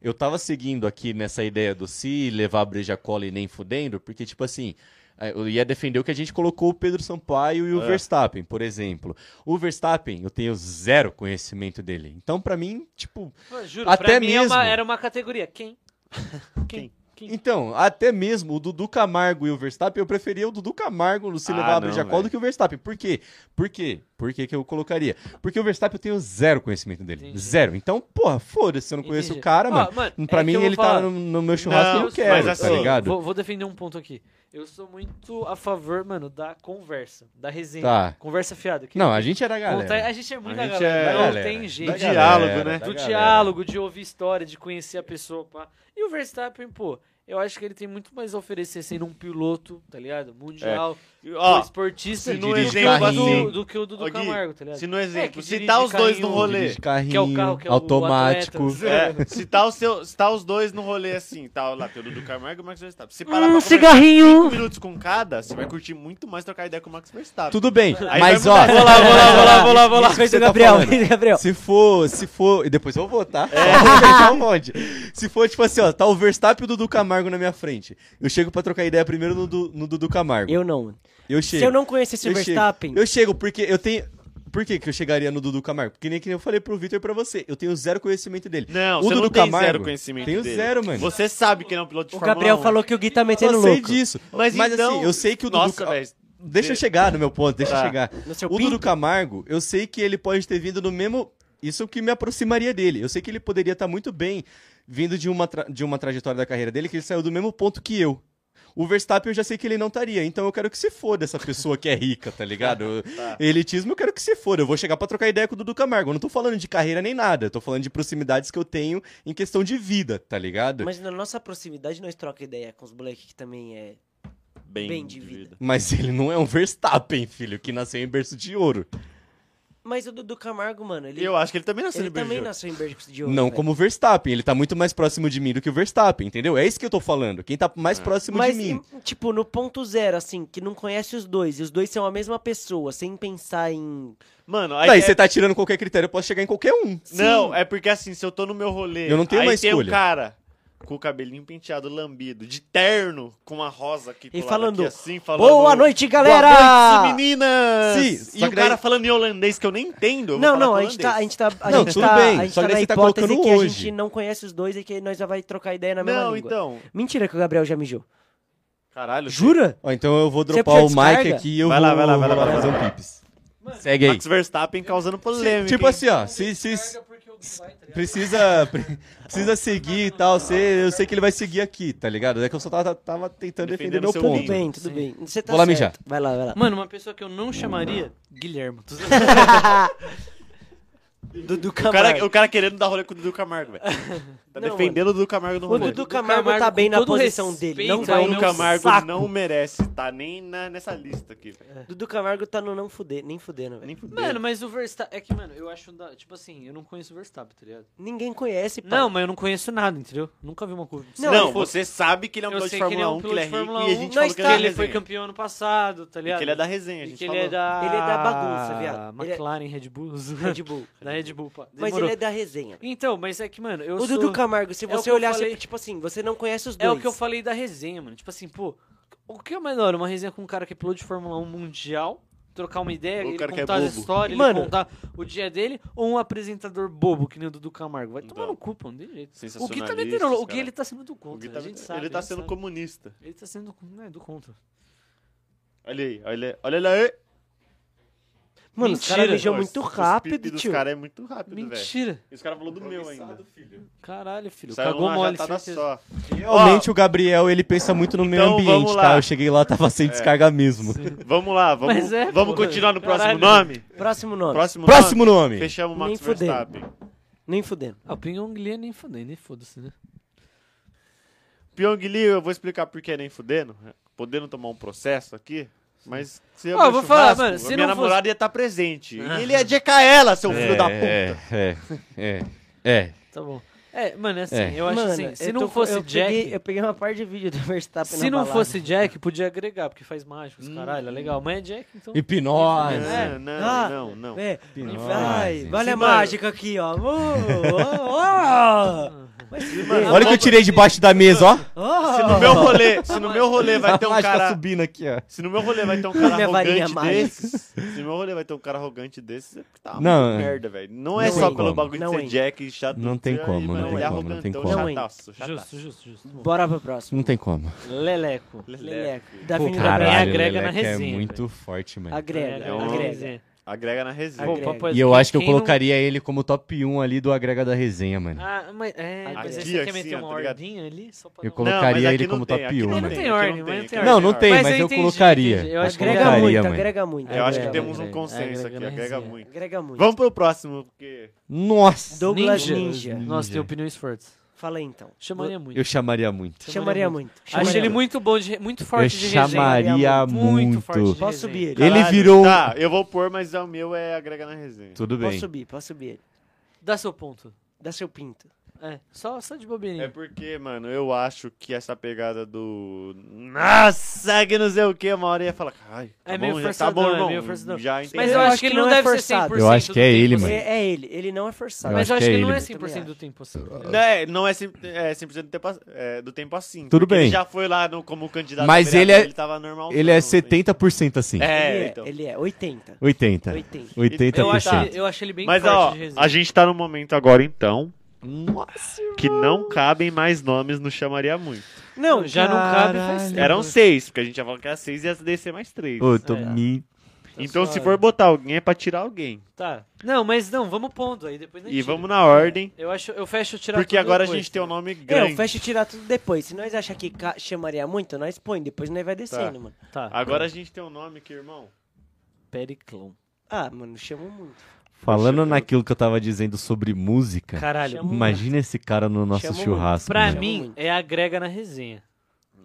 S1: Eu tava seguindo aqui nessa ideia do se levar a breja cola e nem fudendo, porque, tipo assim, eh, eu ia defender o que a gente colocou o Pedro Sampaio e o
S3: É.
S1: Verstappen, por exemplo. O Verstappen, eu tenho zero conhecimento dele. Então, pra mim, tipo.
S4: Mano, juro,
S1: Até
S4: pra mim é
S1: mesmo.
S4: uma- era uma categoria. Quem? Quem? Quem?
S1: Então, até mesmo o Dudu Camargo e o Verstappen, eu preferia o Dudu Camargo no se
S3: Ah,
S1: levar a
S3: não,
S1: breja cola
S3: velho.
S1: do que o Verstappen. Por quê? Por quê? Por que que eu colocaria? Porque o Verstappen eu tenho zero conhecimento dele.
S4: Entendi.
S1: Zero. Então, porra, foda-se, eu não conheço o
S4: Entendi.
S1: cara,
S4: Ó,
S1: mano. Pra
S4: é que
S1: mim,
S4: eu vou
S1: ele
S4: falar.
S1: tá no, no meu churrasco
S3: Não,
S1: e eu
S3: mas
S1: quero,
S3: assim,
S1: tá ligado?
S4: Vou, vou defender um ponto aqui. Eu sou muito a favor, mano, da conversa, da resenha.
S1: Tá.
S4: Conversa fiada. que-
S1: Não, a gente era a
S4: contar-
S1: galera.
S4: a gente é muito
S3: A
S4: da
S3: gente
S4: galera.
S3: é-
S4: não
S1: galera.
S4: tem
S1: Da
S4: jeito.
S3: Do diálogo,
S1: galera,
S3: né?
S1: da
S4: do
S1: galera.
S4: diálogo, de ouvir história, de conhecer a pessoa, pá. E o Verstappen, pô, eu acho que ele tem muito mais a oferecer sendo um piloto, tá ligado? Mundial,
S3: É. Ó,
S4: ou esportista
S1: se
S4: do,
S1: dirige
S4: que o
S1: carrinho.
S4: do, do que o Dudu
S3: assim, Ô, Gui,
S4: Camargo, tá ligado?
S3: se no exemplo,
S4: que
S3: citar
S4: dirige
S3: os dois no
S4: carrinho,
S3: rolê.
S1: Dirige carrinho,
S4: Que é o carro, que é o
S1: automático.
S4: atleta.
S3: É, citar, o seu, citar os dois no rolê assim, tal, lá, tem o Dudu Camargo e o Max Verstappen. Se parar
S2: Um
S3: pra conversar
S2: cigarrinho.
S3: cinco minutos com cada, você vai curtir muito mais trocar ideia com o Max Verstappen.
S1: Tudo bem,
S3: Aí
S1: mas
S3: vai
S1: ó.
S3: mudar. Vou lá, vou lá, vou lá, vou lá, vou lá.
S1: Isso que você tá
S2: Gabriel,
S1: falando.
S2: Gabriel.
S1: Se for, se for. E depois eu vou, tá?
S2: É.
S1: Vou deixar um monte. Se for, tipo assim, ó, tá o Verstappen e o Dudu Camargo na minha frente. Eu chego pra trocar ideia primeiro no, Du- no Dudu Camargo.
S2: Eu não.
S1: Eu
S2: Se
S1: chego.
S2: eu não conhecesse o
S1: eu chego.
S2: Verstappen,
S1: Eu chego, porque eu tenho. Por que, que eu chegaria no Dudu Camargo? Porque nem que nem eu falei pro Vitor e pra você. Eu tenho zero conhecimento dele.
S3: Não,
S1: o
S3: você
S1: Dudu
S3: não tem
S1: Camargo,
S3: zero conhecimento
S1: tenho
S3: dele.
S1: zero, mano.
S3: Você sabe que ele é um piloto de
S2: o
S3: Fórmula
S2: Gabriel
S3: 1.
S2: falou que o Gui tá metendo
S1: eu sei
S2: louco.
S1: disso.
S3: Mas, então...
S1: assim, eu sei que o Dudu.
S3: Nossa,
S1: Ca-
S3: velho.
S1: Deixa eu chegar no meu ponto, deixa
S3: Tá.
S1: eu chegar.
S2: No seu
S1: o
S2: É pinto?
S1: Dudu Camargo, eu sei que ele pode ter vindo do mesmo. Isso que me aproximaria dele. Eu sei que ele poderia estar muito bem vindo de uma, tra- de uma trajetória da carreira dele que ele saiu do mesmo ponto que eu. O Verstappen eu já sei que ele não estaria, então eu quero que se foda essa pessoa que é rica, tá ligado? Eu-
S3: Tá.
S1: Elitismo eu quero que se foda. Eu vou chegar pra trocar ideia com o Dudu Camargo. Eu não tô falando de carreira nem nada, eu tô falando de proximidades que eu tenho em questão de vida, tá ligado?
S2: Mas na nossa proximidade nós troca ideia com os moleques que também é.
S3: Bem,
S2: Bem de vida.
S1: Mas ele não é um Verstappen, filho, que nasceu em berço de ouro.
S2: Mas o Dudu Camargo, mano, ele,
S3: Eu acho que ele também nasceu
S2: ele
S3: no
S2: também
S3: Brasil.
S2: nasceu em Bergos de Ouro. né?
S1: Não
S2: velho.
S1: como o Verstappen, ele tá muito mais próximo de mim do que o Verstappen, entendeu? É isso que eu tô falando. Quem tá
S3: É.
S1: mais próximo
S2: Mas,
S1: de mim.
S2: em- tipo, no ponto zero, assim, que não conhece os dois, e os dois são a mesma pessoa, sem pensar em.
S3: Mano, aí,
S1: Daí
S3: é-
S1: você tá tirando qualquer critério, eu posso chegar em qualquer um.
S3: Não, é porque assim, se eu tô no meu rolê,
S1: Eu não tenho
S3: aí
S1: uma
S3: tem um
S1: escolha.
S3: cara com o cabelinho penteado, lambido, de terno, com uma rosa aqui
S2: E
S3: colada
S2: falando,
S3: aqui, assim, falando...
S2: Boa noite, galera!
S3: Boa noite, meninas!
S1: Sim,
S3: e
S1: só
S3: o
S1: que
S3: cara
S1: daí-
S3: falando em holandês que eu nem entendo. eu vou
S2: Não,
S3: falar
S2: não,
S3: com
S2: a gente tá. A
S3: holandês.
S2: gente tá a
S1: Não,
S2: gente
S1: tudo
S2: tá,
S1: bem,
S2: A gente
S1: só
S2: tá
S1: que
S2: na
S1: aí você tá
S2: hipótese
S1: colocando
S2: que a
S1: hoje.
S2: gente não conhece os dois e que nós já vai trocar ideia tá na mesma
S3: Não,
S2: língua.
S3: então...
S2: Mentira que o Gabriel já mijou.
S3: Caralho. assim,
S2: Jura?
S1: Ó, então eu vou
S2: Você
S1: dropar o
S2: puxa
S1: Mike
S2: descarga?
S1: aqui e eu
S3: Vai
S1: vou,
S3: lá, vai lá, vai lá,
S1: vou
S3: vai lá.
S1: fazer um pips. Segue aí.
S3: Max Verstappen causando polêmica.
S1: Tipo
S3: hein?
S1: assim, ó, se, se-
S3: tá
S1: precisa, pre- precisa seguir e tal, você, eu sei que ele vai seguir aqui, tá ligado? É que eu só tava, tava tentando defender
S3: Defendendo
S1: meu
S3: seu
S1: ponto.
S2: Tudo bem, tudo bem. Você tá
S1: Vou lá
S2: certo.
S1: mijar.
S2: Vai lá, vai lá.
S4: Mano, uma pessoa que eu não chamaria, Guilherme. Tô zoando.
S2: Dudu
S3: O
S2: Camargo.
S3: cara, o cara querendo dar rolê com o Dudu Camargo, velho. Tá
S2: Não,
S3: defendendo o Dudu Camargo no
S2: O
S3: rolê.
S2: Dudu Camargo, tá
S4: Camargo,
S2: bem
S4: com
S2: na
S4: todo
S2: posição
S4: respeito
S2: dele. Não
S4: ao
S2: vai
S4: meu
S3: Dudu
S2: no
S3: Camargo
S2: saco.
S3: não merece, tá nem na- nessa lista aqui, velho.
S2: Dudu Camargo tá no não fuder, nem fudendo, velho.
S3: Nem fudeu.
S4: Mano, mas o Verstappen. É que, mano, eu acho. da- Tipo assim, eu não conheço o Verstappen, tá ligado?
S2: Ninguém conhece, pai.
S4: Não, mas eu não conheço nada, entendeu? Nunca vi uma curva.
S2: Não,
S3: Não,
S2: eu vou-
S3: você sabe que ele é um
S4: eu
S3: piloto de
S4: sei que ele é um
S3: Fórmula 1, que
S4: piloto
S3: ele
S4: de
S3: é rico
S4: Fórmula
S3: e a
S4: 1.
S2: Nós
S3: gente falou que
S4: Que
S2: tá-
S3: ele
S4: ele foi
S3: campeão.
S4: campeão ano passado, tá ligado?
S3: Que ele é da resenha, a
S4: E
S3: gente
S4: que ele
S3: falou.
S4: é da. Ah,
S2: Ele é da bagunça, viado. Ele é-
S4: McLaren, Red Bull.
S2: Red Bull.
S4: Da Red Bull, pá.
S2: Mas
S4: Demorou.
S2: ele é da resenha.
S4: Então, mas é que, mano, eu
S2: o
S4: sou...
S2: Dudu Camargo, se
S4: É o
S2: você
S4: que eu
S2: olhar,
S4: falei.
S2: você- tipo assim, você não conhece os dois.
S4: É o que eu falei da resenha, mano. Tipo assim, pô, o que é melhor? Uma resenha com um cara que é piloto de Fórmula 1 mundial, trocar uma ideia,
S3: O
S4: ele
S3: cara que é
S4: contar as
S3: bobo.
S4: histórias,
S2: Mano-
S4: ele contar o dia dele, ou um apresentador bobo, que nem o Dudu Camargo. Vai tomar
S3: Então.
S4: no cu, pô, não tem jeito. O Gui
S3: Sensacionalista,
S4: tá metendo louco, o Gui
S3: cara.
S4: ele tá sendo do
S3: O Gui
S4: contra,
S3: tá-
S4: a gente sabe.
S3: Ele tá
S4: a gente
S3: sendo
S4: sabe.
S3: comunista.
S4: Ele tá sendo né, do contra.
S3: Olha aí, olha aí, olha ele aí.
S2: Mano, os caras
S4: Mentira.
S2: mijam
S3: Nossa,
S2: muito
S3: os pipi
S2: rápido,
S3: dos
S2: tio.
S3: cara é muito rápido, velho.
S4: Mentira.
S3: Esse cara falou do meu ainda.
S4: Caralho, filho.
S3: Saiu tá
S4: Cagou
S3: numa
S4: mole,
S3: jatada
S4: certeza.
S3: só.
S1: Realmente o Gabriel, ele pensa muito no meio
S3: Então,
S1: ambiente,
S3: vamos lá. É.
S1: tá? Eu cheguei lá, tava sem descarga mesmo.
S3: Vamos lá,
S4: Mas
S3: vamos,
S4: é,
S3: vamos
S4: pô.
S3: continuar no
S4: Caralho.
S3: próximo nome.
S2: Próximo nome.
S3: Próximo,
S1: Próximo nome!
S3: nome. Fechamos o Max
S2: Nem fudendo.
S3: Verstappen.
S2: Nem fudendo.
S4: Ah, o Pinhão Guilherme nem fudei, nem foda-se, né?
S3: Pyong Lee, eu vou explicar por que nem fudendo. Podendo tomar um processo aqui. Mas se eu
S4: Ó,
S3: meu
S4: vou falar,
S3: churrasco,
S4: mano, se
S3: a minha
S4: não fosse-
S3: namorada ia estar presente. E ele ia jecar ela, seu filho da puta.
S1: Ah. É, é, é, é.
S4: Tá bom. É, mano, é assim,
S1: É.
S4: eu acho
S2: Mano,
S4: assim, se
S2: eu
S4: não
S2: tô-
S4: fosse
S2: eu
S4: Jack...
S2: Peguei, eu peguei uma parte de vídeo do Verstappen
S4: Se
S2: na
S4: não
S2: balada.
S4: fosse Jack, podia agregar, porque faz mágicos, caralho, é legal. Mas é Jack, então.
S1: Hipnose.
S4: É.
S3: Não, não,
S2: Ah,
S3: não, não.
S2: É,
S1: Hipnose.
S2: vai, vale a
S3: Sim, mano.
S2: mágica aqui, ó. Oh, oh, oh. Vai se fuder.
S1: Olha o que eu tirei debaixo da mesa, ó.
S2: Oh.
S3: Se no meu rolê, se no meu rolê vai ter um
S1: A mágica
S3: cara.
S1: tá subindo aqui, ó.
S3: Se no meu rolê vai ter um cara
S2: Minha varinha
S3: arrogante
S2: mágica.
S3: desses. Se no meu rolê vai ter um cara arrogante desses, é porque tá uma
S1: Não,
S3: puta
S1: é.
S3: merda, velho. Não é
S2: Não
S3: só
S2: tem
S3: pelo
S1: como.
S3: bagulho
S2: Não
S3: de ser
S2: é.
S3: Jack e chato.
S1: Não tem
S3: Ai,
S1: como, não
S3: mano,
S1: tem
S3: ele é
S1: como, não tem
S3: arrogantão,
S1: como.
S2: Não é.
S3: chataço, chataço.
S4: Justo, justo, justo.
S2: Bora pra próxima.
S1: Não tem como.
S4: tá. Leleco.
S2: Leleco.
S3: Leleco.
S2: Da
S4: Pô,
S2: Avenida
S4: caralho,
S2: Brasil.
S4: agrega na
S1: Leleca
S4: resenha,
S1: É muito forte, mano.
S2: Agrega,
S3: É um-
S2: agrega.
S3: Agrega na resenha.
S2: Agrega.
S1: é E eu acho que eu colocaria ele como top 1 ali do agrega da resenha, mano.
S4: Ah, mas, é, mas aí
S3: Aqui,
S4: você
S3: assim,
S4: quer meter
S3: ó,
S4: uma
S3: tá ligado?
S4: ordinha ali? Só pra
S1: Eu
S4: dar um- uma-
S1: colocaria
S3: Não, mas aqui
S1: ele
S3: não
S1: como
S3: tem,
S1: top 1,
S3: aqui não
S1: mano.
S3: tem,
S4: Não tem
S3: aqui
S4: ordem, mas não
S3: aqui
S4: tem
S1: Não, não tem,
S4: Mas
S1: mas,
S4: eu
S1: eu
S4: entendi,
S1: colocaria.
S4: entendi. Eu acho que
S2: Agrega
S4: Colocaria,
S2: muito,
S1: mano.
S2: agrega muito.
S3: Eu acho que
S2: agrega
S3: temos um
S4: Agrega,
S3: consenso
S4: agrega
S3: aqui,
S4: na
S3: agrega
S4: É resenha.
S3: muito.
S2: Agrega muito.
S3: Vamos pro próximo, porque.
S1: Nossa.
S2: Douglas Ninja.
S4: Ninja. Nossa, tem opiniões fortes.
S2: Fala aí, então.
S4: Chamaria muito.
S1: Eu chamaria muito.
S2: Chamaria muito.
S4: Acho
S2: Chamaria
S4: ele muito bom, de, re- muito forte
S1: eu
S4: de resenha.
S1: chamaria muito.
S4: forte de
S2: Posso
S4: resenha.
S2: subir ele?
S1: Ele
S3: Caralho,
S1: virou- um-
S3: Tá, eu vou pôr, mas o meu é agrega na resenha.
S1: Tudo
S2: Posso
S1: bem.
S2: subir, posso subir ele.
S4: Dá seu ponto.
S2: Dá seu pinto.
S4: É, só, só de
S3: É
S4: bobeirinha.
S3: porque, mano, eu acho que essa pegada do. Nossa, que não sei o que, uma hora ia falar. Ai, tá
S4: É
S3: bom,
S4: meio
S3: já
S4: forçadão,
S3: tá bom,
S4: é
S3: irmão.
S4: meio forçadão.
S3: Já entendi.
S4: Mas eu, acho que ele não,
S2: é
S4: deve ser
S2: forçado.
S4: 100%.
S1: Eu acho que é
S4: do
S1: ele,
S4: tempo,
S1: mano.
S4: assim.
S2: É, é ele, ele não é forçado.
S1: Eu
S4: Mas eu acho que ele não é
S2: ele.
S4: 100% do tempo assim.
S3: Não é, não é, cem- é 100% do tempo, a- é, do tempo assim.
S1: Tudo
S3: porque
S1: bem.
S3: Ele já foi lá no, como candidato.
S1: Mas
S3: a vereador,
S1: ele é-
S3: Ele tava
S4: um
S3: normal.
S1: Ele é 70% assim.
S3: É,
S2: Ele é,
S3: então.
S2: ele é 80.
S1: 80.
S2: 80.
S1: 80%.
S4: Eu acho,
S3: Tá.
S4: eu acho ele bem
S3: Mas
S4: forte
S3: ó,
S4: de resenha.
S3: a gente tá num momento agora então. que não cabem mais nomes no chamaria muito.
S2: Não,
S4: já não cabe faz
S1: Caralho.
S4: tempo.
S3: Eram seis, porque a gente ia falar que era seis e ia descer mais três.
S1: Ô, eu tô
S4: É.
S1: me-
S3: então, se
S4: suave.
S3: for botar alguém, é pra tirar alguém.
S4: Tá. Não, mas não, vamos pondo aí, depois não
S3: E vamos na ordem.
S4: Eu, acho, eu fecho tirar
S3: Porque
S4: tudo
S3: agora a
S4: depois,
S3: gente tem um
S4: tá?
S3: nome
S2: Não,
S3: grande.
S2: fecha e tirar tudo depois. Se nós achar que ca- chamaria muito, nós põe, depois nós vai descendo, mano.
S4: Tá.
S3: Agora a gente tem um nome que, irmão.
S4: Periclão.
S2: Ah, mano, chamou muito.
S1: Falando naquilo que eu tava dizendo sobre música,
S4: Caralho.
S2: Chama-
S1: imagina esse cara no nosso
S2: Chama o-
S1: churrasco.
S4: Pra
S1: mano.
S2: Chama
S4: mim,
S2: muito.
S4: é agrega na resenha.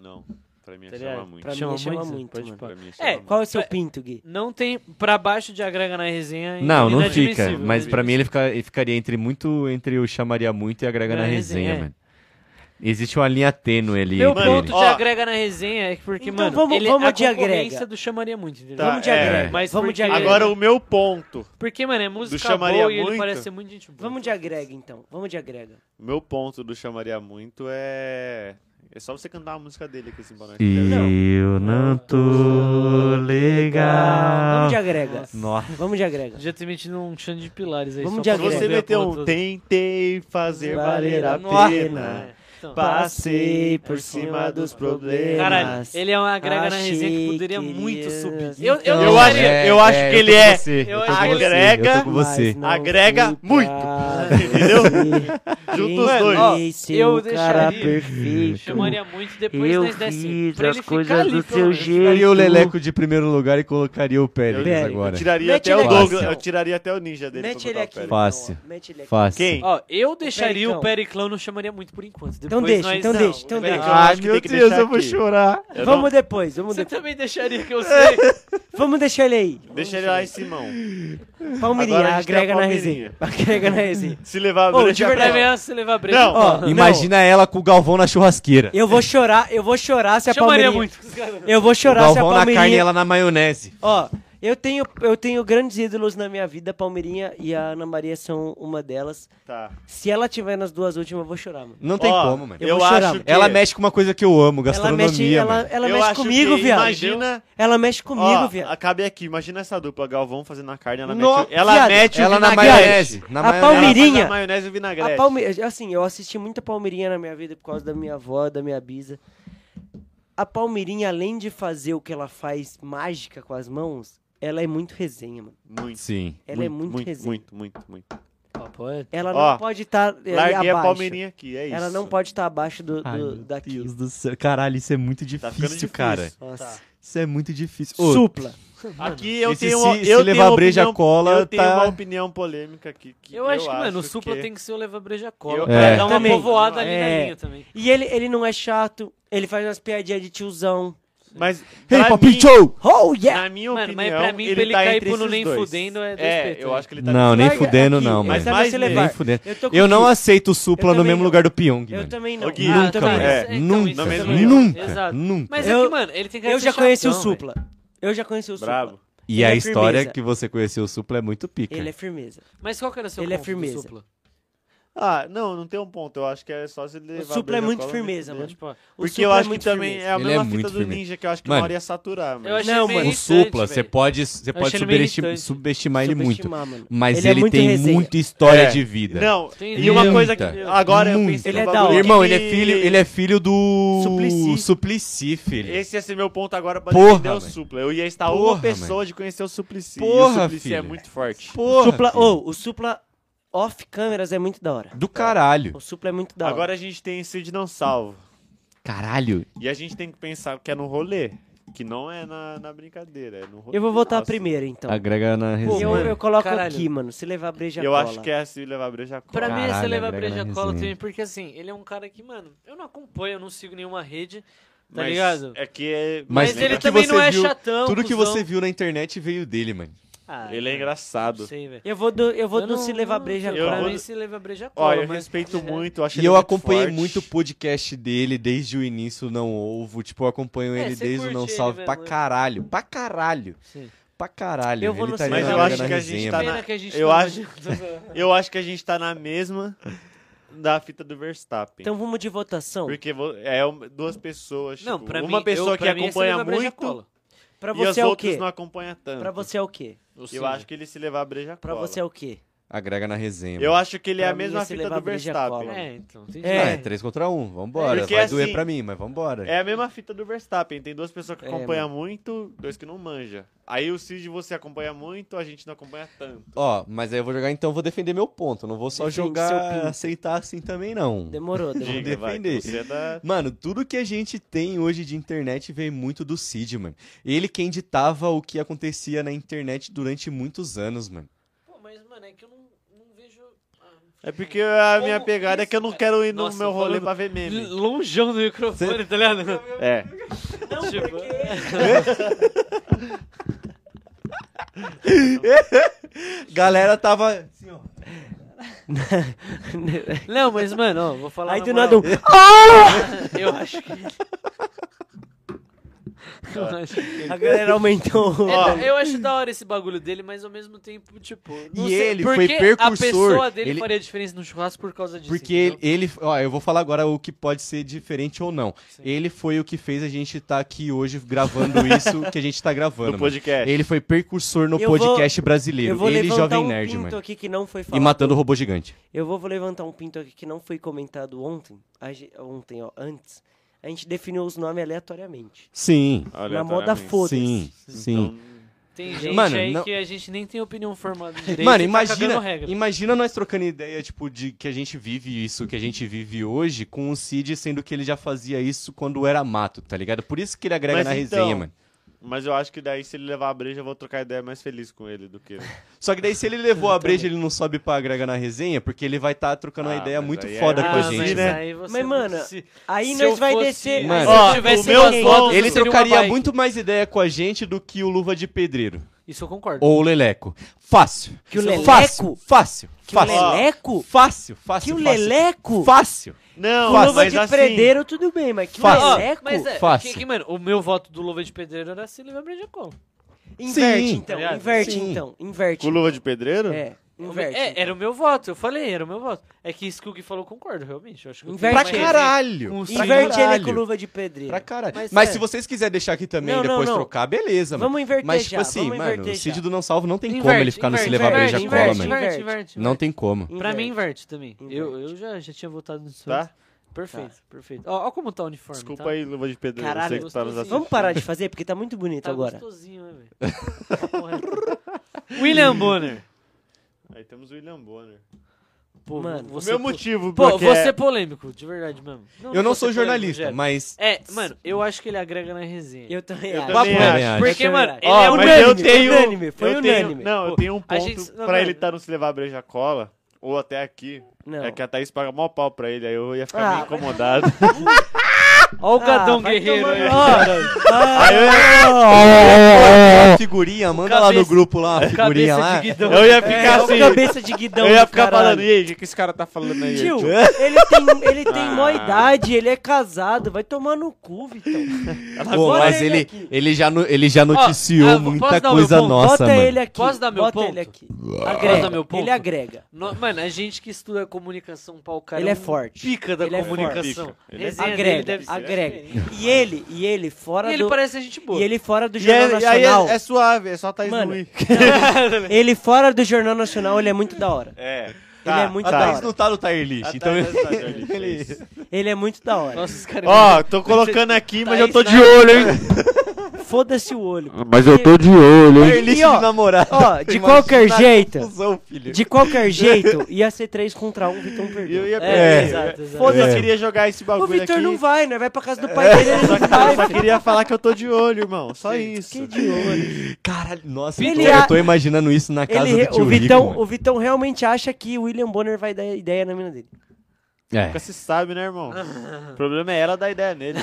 S3: Não, pra mim é
S4: Tá
S3: chamar
S4: ligado?
S3: muito.
S2: Pra
S4: Chama
S2: mim chama
S4: muito,
S2: muito,
S4: pode
S2: mano.
S4: pôr.
S3: Pra mim
S4: É,
S3: chamar muito.
S2: Qual é o seu pinto, Gui?
S4: Não tem. Pra baixo de agrega na resenha. é
S1: Não, não fica.
S4: inadmissível.
S1: Mas pra mim ele, fica- ele ficaria entre muito entre o chamaria muito e agrega na
S4: Na
S1: resenha,
S4: resenha, é.
S1: mano. Existe uma linha tênue ali
S4: Meu
S1: entre
S4: ponto
S1: ele.
S4: de
S3: Ó.
S4: agrega na resenha é que porque,
S2: Então
S4: mano,
S2: vamos-
S4: ele,
S2: vamos
S4: a
S2: de agrega.
S4: concorrência do chamaria muito, entendeu?
S3: Tá,
S2: Vamos de
S3: é.
S2: agrega.
S4: Mas
S2: Vamos de
S4: porque-
S2: agrega.
S3: Agora o meu ponto.
S4: Porque, mano, é música
S3: chamaria
S4: boa e ele
S3: muito?
S4: parece ser muito gente boa.
S2: Vamos de agrega, então. Vamos de agrega.
S3: O meu ponto do chamaria muito é. É só você cantar a música dele aqui assim pra nós.
S1: Eu não tô legal.
S2: Vamos de agrega.
S1: Nossa.
S2: Vamos de agrega.
S4: Já ter metido um chão de pilares aí.
S2: Vamos
S4: só
S2: de
S4: pra
S3: Se
S2: agrega.
S3: você
S4: ver a
S3: meter
S4: porra
S3: um
S4: toda.
S3: tentei fazer valer a
S2: Nossa.
S3: pena.
S4: Então,
S3: Passei por cima dos problemas.
S4: Caralho, ele é uma agrega na
S2: Achei
S4: resenha que poderia
S2: que
S4: muito
S2: ia-
S4: subir.
S2: Eu- eu
S3: Eu acho, eu acho que ele é.
S1: Eu tô
S4: eu acho
S1: com
S4: que
S1: você.
S4: ele
S3: é-
S1: Eu tô com você.
S2: Mas não
S3: Agrega
S2: fui pra
S3: muito.
S2: ver
S3: Entendeu?
S2: quem
S3: Junta os dois.
S4: Ó,
S2: fez seu
S1: é
S4: eu
S2: cara
S4: deixaria-
S2: perfeito.
S4: Chamaria muito depois
S2: Eu
S4: nós desse.
S2: fiz
S4: Pra
S2: as
S4: ele
S2: coisas
S4: ficar ali,
S2: do
S4: pelo
S2: seu
S4: menos.
S2: jeito.
S1: Tiraria o Leleco de primeiro lugar e colocaria o Pérez
S2: Pérez.
S1: agora.
S3: Eu tiraria
S2: Mete
S3: até o
S2: ele aqui,
S3: Douglas,
S2: então.
S3: eu tiraria até o ninja dele.
S2: Mete
S3: pra
S2: ele
S3: botar o
S2: aqui.
S3: Pérez.
S1: Fácil.
S2: então, ó. Mete ele aqui.
S1: Fácil.
S3: Quem?
S4: Ó, eu deixaria o
S2: Periclão.
S4: Periclão no chamaria muito por enquanto.
S2: Então
S4: Depois
S2: deixa,
S4: nós-
S2: então
S4: Não, né?
S2: deixa, então
S4: o
S1: Ah,
S2: deixa.
S3: Eu acho que tem que deixar aqui.
S1: chorar.
S3: Eu não- tá-
S2: Vamos depois, vamos
S4: Você
S2: depois.
S4: também deixaria que eu sei.
S2: Vamos deixar ele aí.
S3: Deixa ele lá em Simão.
S2: Palmeirinha,
S3: Agora a gente tem a
S2: agrega na
S3: Palmeirinha.
S2: resenha. Agrega na resenha.
S3: Se levar
S2: Ô,
S3: durante
S2: de
S3: a
S2: verdade
S4: Pra
S3: prova.
S4: mim, se levar break.
S3: Não.
S2: Ó,
S1: Imagina ela com o Galvão na churrasqueira.
S2: Eu vou chorar, eu vou chorar se a
S4: chamaria
S2: Palmeirinha...
S4: muito.
S2: Eu vou
S1: O
S2: chorar se a
S1: Galvão na
S2: Palmeirinha...
S1: carne e ela na maionese.
S2: Ó, eu tenho, eu tenho grandes ídolos na minha vida, a Palmeirinha e a Ana Maria são uma delas.
S3: Tá.
S2: Se ela tiver nas duas últimas, eu vou chorar, mano.
S1: Não tem
S3: Ó,
S1: como, mano.
S3: Eu,
S2: Eu vou chorar,
S3: acho
S2: mano.
S3: que...
S1: Ela mexe com uma coisa que eu amo,
S2: Ela
S1: gastronomia,
S2: mexe, ela,
S1: mano.
S2: ela
S3: Eu
S2: mexe
S3: acho
S2: comigo,
S3: que
S2: viado.
S3: Imagina...
S2: Ela mexe comigo,
S3: Ó,
S2: viado.
S3: Acabe aqui. Imagina essa dupla. Galvão fazendo a carne. Ela
S2: No-
S3: mete, o- ela
S2: viado.
S3: mete o
S1: Ela na
S3: vinagrete.
S1: maionese. Na
S2: A
S1: maionese.
S3: Ela faz
S2: Palmeirinha.
S3: a maionese e o vinagrete.
S2: A Palme... Assim, eu assisti muita Palmeirinha na minha vida por causa da minha avó, da minha bisa. A Palmeirinha, além de fazer o que ela faz mágica com as mãos, ela é muito resenha, mano.
S3: Muito.
S1: Sim.
S2: Ela é muito,
S3: muito,
S2: resenha.
S3: muito, muito, muito.
S2: Ela
S3: Ó,
S2: não pode estar
S3: Larguei
S2: abaixo.
S3: a Palmeirinha aqui, é isso.
S2: Ela não pode estar abaixo do, do-
S1: Ai, meu
S2: daqui.
S1: Deus do céu. Caralho, isso é muito difícil,
S3: Tá ficando difícil.
S1: cara.
S2: Nossa.
S1: Isso é muito difícil. Ô,
S2: Supla.
S3: Aqui eu
S1: Esse
S3: tenho
S1: se-
S3: uma-
S1: se
S3: eu
S1: levar
S3: tenho uma
S1: breja
S3: opinião-
S1: cola,
S3: eu tenho
S1: tá-
S3: uma opinião polêmica aqui que
S4: Eu acho que, mano, o Supla tem que ser o Leva Breja Cola.
S3: Eu-
S4: Pra
S1: É.
S4: dar uma
S2: Também.
S4: povoada ali
S2: É.
S4: na linha também.
S2: E ele, ele não é chato, ele faz umas piadinhas de tiozão.
S3: Mas
S1: Hey,
S3: pra
S1: papinho,
S3: mim,
S1: show!
S2: Oh, yeah!
S3: na minha
S4: Mano,
S3: opinião,
S4: mas pra mim, pra
S3: ele
S4: ele
S3: tá
S4: cair
S3: entre
S4: pro
S3: esses
S4: no nem
S3: dois.
S4: fudendo é
S3: É,
S4: desrespeito,
S3: eu
S4: né?
S3: acho que ele tá
S1: Não, nem
S2: Larga
S1: fudendo,
S2: aqui, é
S1: não,
S2: mas
S1: mano.
S2: sabe
S3: Mas
S2: se
S3: nem
S2: levar.
S1: Nem fudendo.
S2: Eu tô
S1: Eu não
S2: contigo.
S1: aceito o Supla
S2: Eu
S1: no
S2: também
S1: mesmo
S2: não.
S1: lugar do Pyong,
S2: Eu
S1: mano.
S2: também não. É,
S3: Ô, Gui,
S2: Eu
S4: Ah,
S1: Nunca,
S4: tá,
S1: mano.
S4: isso- então,
S1: nunca,
S4: isso
S3: eu
S1: nunca,
S3: também não.
S4: Exato.
S1: nunca.
S4: Mas é
S2: Eu-
S4: que, mano, ele tem que
S2: Eu
S4: ser
S2: já conheci o
S4: chatão, velho.
S2: Supla. Eu já conheci o Supla.
S3: brabo.
S1: E
S2: Ele
S1: a
S2: é
S1: história
S2: firmeza.
S1: que você conheceu o Supla é muito pica.
S2: Ele é firmeza.
S4: Mas qual que era o seu
S2: Ele é
S4: ponto do
S2: firmeza.
S4: Supla?
S3: Ah, não, não tem um ponto. Eu acho que é só se ele
S2: O
S3: levar
S2: Supla é
S3: breja
S2: muito
S3: cola,
S2: firmeza,
S3: nem
S2: mano.
S3: fudendo.
S2: O
S3: Porque
S2: Supla
S3: eu
S2: é
S3: acho que
S2: muito
S3: também
S2: firmeza.
S3: é a
S1: Ele é
S3: mesma
S1: muito
S3: fita do
S1: firmeza.
S3: Ninja que eu acho que
S1: Mano,
S3: uma hora ia saturar, mano.
S4: Eu acho
S2: Não,
S4: ele
S2: mano,
S4: meio
S1: O
S4: irritante,
S1: Supla, você
S4: velho.
S1: pode, você
S4: Eu
S1: pode
S4: acho ele meio
S1: subestim-
S4: irritante.
S1: subestimar ele é muito.
S2: Subestimar, mano.
S1: Mas ele,
S2: é muito
S1: tem
S2: resenha.
S1: muita história
S3: É.
S1: de vida.
S3: Não,
S4: Tem
S3: e uma
S1: muita,
S3: coisa que agora eu
S1: muita.
S3: pensei
S2: Ele
S3: num
S2: é da
S3: bagulho
S2: hora.
S1: Irmão, ele é
S3: que-
S1: filho, ele é filho do
S2: Suplicy.
S1: Suplicy, filho.
S3: Esse ia ser meu ponto agora pra
S1: Porra,
S3: defender o
S1: velho.
S3: Supla. Eu ia estar
S1: Porra,
S3: uma pessoa
S1: mano.
S3: de conhecer o Suplicy. E
S1: Porra,
S3: o Suplicy é
S1: filho.
S3: muito forte.
S1: Porra,
S2: Supla,
S1: filho.
S2: ou, o Supla off câmeras é muito da hora.
S1: do caralho.
S2: O Supla é muito da hora.
S3: Agora a gente tem Cid não salvo.
S1: Caralho.
S3: E a gente tem que pensar que é no rolê. Que não é na, na brincadeira, é no roteiro.
S2: Eu vou votar
S3: Nossa.
S2: primeiro, então.
S6: Agrega na
S2: Pô,
S6: resenha.
S2: eu, eu coloco
S4: Caralho.
S2: aqui, mano. Se levar breja
S3: Eu
S2: cola. tá
S3: acho que é assim levar breja cola.
S4: Pra mim, esse
S6: Caralho,
S4: leva
S6: André,
S4: breja
S6: na
S4: cola
S6: resenha.
S4: também, porque assim, ele é um cara que, mano, eu não acompanho, eu não sigo nenhuma rede, tá
S3: Mas
S4: ligado?
S3: É que é.
S1: Mas
S4: Mas,
S3: ele
S1: tudo
S4: ele
S1: que
S4: também
S1: você
S4: não é
S1: viu-
S4: chatão,
S1: Tudo que
S4: cuzão.
S1: você viu na internet veio dele, mano.
S4: Ah,
S3: Ele é
S4: cara,
S3: engraçado.
S4: Não sei, velho.
S2: Eu vou do, eu vou
S4: Eu
S2: do
S4: não-
S2: se levar
S4: não
S2: breja
S4: sei, pra
S3: eu vou
S2: cola.
S4: mim,
S3: do-
S4: se levar breja cola.
S3: Ó, eu
S4: mas-
S3: respeito
S4: mas é-
S3: muito, acho
S1: E
S3: ele
S1: eu
S3: muito
S1: acompanhei
S3: forte.
S1: muito o podcast dele desde o início, não ouvo. Tipo, eu acompanho
S4: É,
S1: ele
S4: cê
S1: desde o
S4: curte
S1: Não
S4: ele
S1: Salve pra
S4: mesmo, né?
S1: caralho. Pra caralho.
S4: Sim.
S1: Pra caralho.
S2: Eu vou
S1: ele
S2: no
S1: tá ali
S2: Mas
S1: na
S2: eu
S1: Liga
S2: acho
S1: da
S3: que a gente
S1: Resenha,
S3: tá
S1: mano.
S4: Pena que a gente
S3: eu
S4: não
S3: acho-
S4: vai-
S3: Eu acho que a gente tá na mesma da fita do Verstappen.
S2: Então vamos de votação.
S3: Porque vo- é um- duas pessoas.
S4: Não,
S3: tipo,
S4: pra
S3: uma
S4: mim,
S3: pessoa
S4: eu,
S3: que
S4: pra mim, esse
S3: acompanha
S4: leva breja
S3: muito
S4: cola.
S2: Pra
S3: e as
S2: você é o
S3: outras
S2: quê?
S3: não acompanha tanto.
S2: Pra você é o quê?
S4: Ou
S3: Eu
S4: seja,
S3: acho que ele se levar a breja
S2: Pra
S3: cola.
S2: você é o quê?
S1: Agrega na resenha.
S3: Eu acho que ele é
S2: Pra
S3: a
S2: mim,
S3: mesma
S2: esse
S3: fita
S2: levar
S3: do
S2: breja
S3: Verstappen.
S2: cola.
S4: É, então. tem
S2: É.
S1: É,
S4: jeito.
S1: é 3 contra 1, vambora.
S3: Porque
S1: Vai
S3: assim-
S1: doer pra mim, mas vambora.
S3: É a mesma fita do Verstappen. Tem duas pessoas que
S2: É,
S3: acompanham muito, dois que não manja. Aí o Cid você acompanha muito, a gente não acompanha tanto.
S1: Ó, mas aí eu vou jogar então, eu vou defender meu ponto. Não vou só
S2: Defende seu
S1: jogar,
S2: pinto.
S1: aceitar assim também, não.
S2: Demorou, demorou.
S3: Diga, vai,
S1: defender.
S3: que você é da...
S1: Mano, tudo que a gente tem hoje de internet veio muito do Cid, mano. Ele quem ditava o que acontecia na internet durante muitos anos, mano.
S4: Pô, mas, mano, é que eu não, não vejo. ah,
S3: É porque a
S4: Como
S3: minha pegada é que eu não
S4: isso,
S3: quero ir no
S4: Nossa,
S3: meu rolê
S4: falando-
S3: pra ver meme.
S4: Longeão do microfone, tá ligado?
S3: É.
S4: Não, tipo,
S1: Galera tava.
S4: não, mas, mano, ó, vou falar.
S2: Aí
S4: na
S2: do
S4: moral.
S2: nada um...
S4: Eu acho que. Eu acho que-
S2: um- A galera aumentou.
S4: É, eu acho da hora esse bagulho dele, mas ao mesmo tempo, tipo. Não
S1: E
S4: sei,
S1: ele
S4: por
S1: foi
S4: que A
S1: precursor,
S4: pessoa dele
S1: ele-
S4: faria diferença no churrasco por causa disso.
S1: Porque ele,
S4: entendeu?
S1: ele- Ó, eu vou falar agora o que pode ser diferente ou não.
S4: Sim.
S1: Ele foi o que fez a gente estar aqui hoje gravando isso que a gente tá gravando.
S3: No
S1: mano.
S3: podcast.
S1: Ele foi precursor no
S2: Eu vou-
S1: podcast brasileiro.
S2: Eu vou
S1: É, ele e
S2: levantar
S1: Jovem
S2: um
S1: Nerd,
S2: pinto
S1: mano.
S2: aqui que não foi
S1: E
S2: falado.
S1: matando o robô gigante.
S2: Eu vou vou levantar um pinto aqui que não foi comentado ontem. A ge- Ontem, ó, antes. A gente definiu os nomes aleatoriamente.
S1: Sim.
S3: tá
S2: Na moda
S3: Aleatoriamente.
S2: foda
S1: Sim, sim.
S2: Então,
S3: Então,
S4: Tem gente
S1: Mano,
S4: aí
S1: não-
S4: que a gente nem tem opinião formada direito.
S1: Mano,
S4: e tá
S1: imagina,
S4: cagando regra.
S1: imagina nós trocando ideia, tipo, de que a gente vive isso, que a gente vive hoje, com o Cid, sendo que ele já fazia isso quando era mato, tá ligado? Por isso que ele agrega
S3: Mas
S1: na
S3: então-
S1: resenha, mano.
S3: Mas eu acho que daí, se ele levar a breja, eu vou trocar ideia mais feliz com ele do que.
S1: Só que daí, se ele levou a breja, ele não sobe pra agrega na resenha, porque ele vai estar trocando uma
S3: Ah,
S1: ideia
S3: mas
S1: muito
S3: aí é
S1: foda com a
S4: mas
S1: gente, né?
S4: aí
S1: mano.
S4: você-
S2: Mas, mano,
S4: se-
S2: Aí
S4: se
S2: nós
S4: eu
S2: vai
S4: fosse-
S2: descer...
S1: assim, Mano.
S4: se eu
S3: Ó,
S4: tivesse
S3: o meu
S4: quem-
S3: voto-
S1: Ele
S4: seria uma
S1: trocaria
S4: bike.
S1: muito mais ideia com a gente do que o Luva de Pedreiro.
S4: Isso eu concordo.
S1: Ou o Leleco. Fácil.
S2: Que o Leleco?
S1: Fácil. Fácil.
S2: Que o
S1: fácil.
S2: Leleco?
S1: Fácil, fácil.
S2: Que o
S1: fácil.
S2: Leleco?
S1: Fácil.
S3: Não,
S2: O luva
S3: mas
S2: de
S3: assim,
S2: predeiro, tudo bem, mas que o
S1: Fácil.
S2: Leleco?
S4: Mas é,
S1: Fácil.
S4: que- que, mano, o meu voto do Luva de Pedreiro era se livrar de cola.
S2: Inverte,
S1: Sim.
S2: então.
S4: Aliás,
S2: inverte,
S1: sim.
S2: então. Inverte.
S3: Com luva de pedreiro?
S2: É,
S4: O
S2: inverte.
S4: meu- É, era o meu voto, eu falei, era o meu voto. É que isso que o Gui falou, eu concordo, realmente. Eu acho que eu tenho
S2: Inverte
S1: Pra
S4: mais
S2: ele.
S4: resenha.
S1: caralho.
S4: Com o
S1: pra
S2: Inverte ele
S1: caralho.
S2: com luva de pedreiro.
S1: Pra caralho.
S2: Mas
S1: Mas,
S2: é.
S1: se vocês quiserem deixar aqui também
S2: Não,
S1: e
S2: não,
S1: depois
S2: não.
S1: trocar, beleza, mano.
S2: Vamos inverter
S1: Mas,
S2: já.
S1: tipo assim,
S2: vamos
S1: mano,
S2: inverter
S1: o
S2: já.
S1: Cid do Não Salvo não tem como
S4: Inverte,
S1: ele ficar no Se
S4: inverte,
S1: Levar Breja
S2: inverte,
S1: Cola,
S2: inverte,
S1: mano.
S4: Inverte,
S2: Inverte.
S4: inverte.
S1: Não tem como.
S4: Pra mim,
S2: Inverte.
S4: inverte também. Eu,
S2: Inverte.
S4: eu já, já tinha votado nisso.
S3: Tá?
S4: Perfeito, perfeito. Ó, ó como tá o uniforme.
S3: Desculpa
S4: tá?
S3: aí, luva de pedreiro.
S2: Caralho,
S3: você que tá nos
S4: gostosinho.
S3: assistindo.
S2: Vamos parar de fazer, porque tá muito bonito
S4: Tá
S2: agora.
S4: gostosinho, né, velho? Porra. William Bonner.
S3: Aí temos o William Bonner.
S4: Pô,
S2: Mano,
S3: O
S4: você
S3: meu motivo,
S4: Pô,
S3: porque
S4: você é polêmico, de verdade mesmo.
S1: Eu não
S4: vou
S1: sou
S4: ser polêmico,
S1: jornalista,
S4: Rogério.
S1: mas.
S4: É, mano, eu acho que ele agrega na resenha.
S2: Eu também
S3: Eu
S2: acho.
S3: também
S1: Papo
S3: acho.
S1: reto.
S4: Porque,
S2: Eu
S4: mano,
S2: também
S4: ele
S3: Ó,
S4: é
S3: mas
S4: unânime.
S3: eu tenho.
S2: Unânime, foi
S3: eu tenho-
S2: unânime.
S3: não, eu tenho um
S4: a
S3: ponto
S4: gente- não,
S3: pra
S4: mano.
S3: ele estar tá no Se Levar a Breja Cola, ou até aqui.
S2: Não.
S3: É que a Thaís paga mó pau pra ele, aí eu ia ficar
S2: Ah,
S3: meio incomodado.
S4: Ó o
S2: Ah,
S4: Gadão
S2: vai
S4: Guerreiro
S2: tomar-
S4: aí.
S2: Ah,
S3: aí eu ia,
S1: Uma figurinha, manda lá no
S4: cabeça-
S1: grupo lá, uma figurinha
S4: Cabeça
S1: lá.
S4: de guidão.
S3: eu ia
S2: é,
S3: ficar
S2: o
S3: assim.
S2: cabeça de guidão
S3: Eu ia
S2: do
S3: ficar
S2: caralho.
S3: falando, e aí, o que, que esse cara tá falando aí?
S2: Tio,
S3: Tipo,
S2: ele tem, ele tem
S3: Ah.
S2: mó idade, ele é casado, vai tomar no cu, Vitão.
S1: Pô,
S2: Bota
S1: mas
S2: ele
S1: ele,
S2: aqui.
S1: ele, já, no- ele já noticiou
S4: ah, posso
S1: muita
S4: dar o meu
S1: coisa
S4: ponto?
S1: nossa,
S2: Bota
S1: mano.
S2: ele aqui.
S4: Posso dar meu
S2: bota
S4: ponto?
S2: ele aqui.
S4: Posso
S2: Agrega,
S4: dar meu ponto?
S2: Ele agrega.
S4: No- mano, a gente que estuda comunicação pau, cara.
S2: Ele é
S4: um
S2: forte.
S4: Pica da
S2: Ele é
S4: comunicação.
S3: forte. Pica. Ele é
S4: Resenha dele
S2: Agrega,
S4: deve ser
S2: agrega.
S4: diferente.
S2: E ele, e ele fora
S4: E ele
S2: do...
S4: parece gente boa.
S2: E ele fora do
S3: E,
S2: Jornal
S3: é- e aí
S2: Nacional.
S3: é, é suave, é só Thaís
S2: Mano,
S3: Nui.
S4: assim.
S2: Ele fora do Jornal Nacional, ele é muito da hora.
S3: É.
S2: é muito
S1: A
S2: da
S1: Thaís
S2: hora.
S1: não tá no Tier List, então.
S3: Ele...
S1: ele-
S2: Ele é muito da hora.
S4: Nossa, os caras.
S3: Ó, tô colocando aqui, mas
S4: Thaís
S3: eu tô de
S4: Nui.
S3: olho, hein?
S2: foda-se o olho.
S3: Mas eu tô de olho, hein?
S1: Playlist
S2: E, ó,
S1: de namorado.
S2: ó, de
S1: Imagina
S2: qualquer
S1: a
S2: jeito.
S1: Confusão, filho.
S2: De qualquer jeito, ia ser 3 contra 1, Vitão perdeu.
S3: Eu ia
S2: É,
S1: perder.
S2: exato, exato.
S3: Foda-se,
S1: É.
S3: eu queria jogar esse
S2: O
S3: bagulho
S2: Vitor
S3: aqui. É.
S2: não vai, né? Vai pra casa do pai dele, ele
S3: Só
S2: não
S3: que eu
S2: vai.
S3: só
S2: filho.
S3: queria falar que eu tô de olho, irmão. Só isso.
S2: Que idiota.
S1: Caralho, nossa,
S2: Ele
S1: eu tô, eu
S2: a-
S1: tô imaginando isso na casa
S2: Ele,
S1: do tio
S2: o, Vitão,
S1: Rico,
S2: o Vitão realmente acha que o William Bonner vai dar ideia na mina dele.
S1: mano.
S3: Nunca se sabe, né, irmão? O problema é ela dar ideia nele.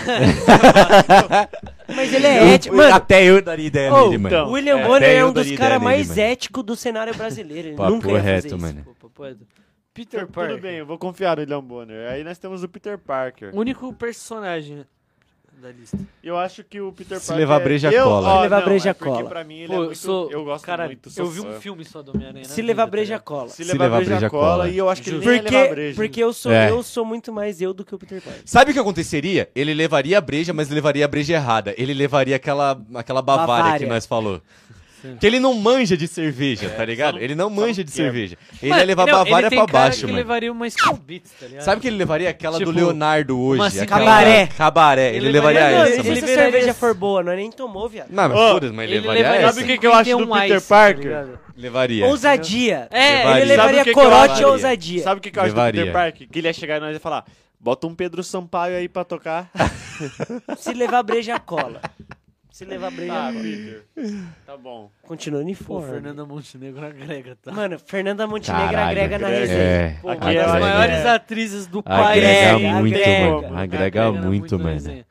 S2: Mas ele é ético. Mano,
S1: Até eu daria ideia
S2: Ô,
S1: nele,
S2: o
S1: mano.
S3: então,
S2: William
S3: é,
S2: Bonner
S1: até
S2: é
S1: eu
S2: um dos
S1: daria
S2: caras
S1: ideia nele,
S2: mais
S1: mano.
S2: éticos do cenário brasileiro. Ele
S1: Papo
S2: nunca ia fazer
S1: reto,
S2: isso.
S1: mano.
S4: é Peter
S3: Tudo bem,
S4: Parker.
S3: eu vou confiar no William Bonner. Aí nós temos o Peter Parker.
S4: O único personagem da lista.
S3: Eu acho que o Peter
S1: Se
S3: Parker... é
S1: levar breja,
S3: eu,
S1: cola.
S3: ó,
S2: Se levar
S3: não,
S2: breja,
S3: é porque
S2: cola.
S3: pra mim ele é
S4: Pô, eu
S3: muito-
S4: sou-
S3: Eu gosto
S4: Cara,
S3: muito. sou
S4: eu vi
S3: fã.
S4: um filme só do Homem-Aranha. na
S2: Se
S4: vida,
S2: levar
S4: tá
S2: breja,
S4: ligado?
S2: cola.
S3: Se levar breja, cola. E eu acho que ele nem ia levar
S2: Porque,
S3: breja.
S2: porque eu, sou,
S1: É.
S2: eu sou muito mais eu do que o Peter Parker.
S1: Sabe o que aconteceria? Ele levaria a breja, mas levaria a breja errada. Ele levaria aquela, aquela bavária,
S2: Bavária.
S1: que nós falou. Que ele não manja de cerveja, tá ligado? Ele não manja de
S3: que é.
S1: cerveja. Ele
S4: Mano,
S1: ia levar a
S4: não,
S1: bavária
S4: ele tem
S1: pra
S4: cara
S1: baixo,
S4: que
S1: mano.
S4: levaria uma Skull Beats, tá ligado?
S1: Sabe que ele levaria aquela
S4: Tipo,
S1: do Leonardo
S4: uma
S1: hoje? aquela-
S2: Cabaré.
S1: Cabaré. Ele,
S4: Ele
S1: levaria,
S4: levaria-
S2: Não,
S1: essa,
S2: se
S1: mano.
S4: ele-
S2: a
S4: levaria
S2: cerveja
S4: essa.
S2: for boa, nós nem tomou, viado.
S1: Não, mas
S3: Ó,
S1: foda-se, mas ele
S4: ele
S1: levaria
S4: levaria-
S1: essa.
S3: Sabe o que, que eu acho do
S4: 51
S3: Peter
S4: Ice, tá
S3: Parker?
S1: Levaria.
S2: Ousadia.
S4: É,
S1: Levaria.
S2: ele
S3: Sabe o
S2: levaria
S3: que que eu
S2: corote
S1: levaria?
S2: ou ousadia.
S3: Sabe o que, que eu acho do
S1: Levaria.
S3: Peter Parker? Que ele ia chegar e nós ia falar... Bota um Pedro Sampaio aí pra tocar.
S2: Se levar breja, cola. Se levar breja,
S3: Ah,
S2: cola.
S3: Peter. Tá bom.
S2: Continua
S4: Pô,
S2: uniforme.
S4: Fernanda Montenegro agrega, tá?
S2: Mano, Fernanda Montenegro
S1: Caralho.
S2: agrega na
S3: É.
S2: resenha.
S1: É,
S4: Pô, uma
S3: Agrega,
S4: das
S3: né?
S4: maiores atrizes do país.
S1: Agrega
S2: Agrega,
S1: muito,
S2: agrega.
S1: mano. Agrega
S4: na-
S1: muito,
S4: na
S1: mano.
S4: é resenha.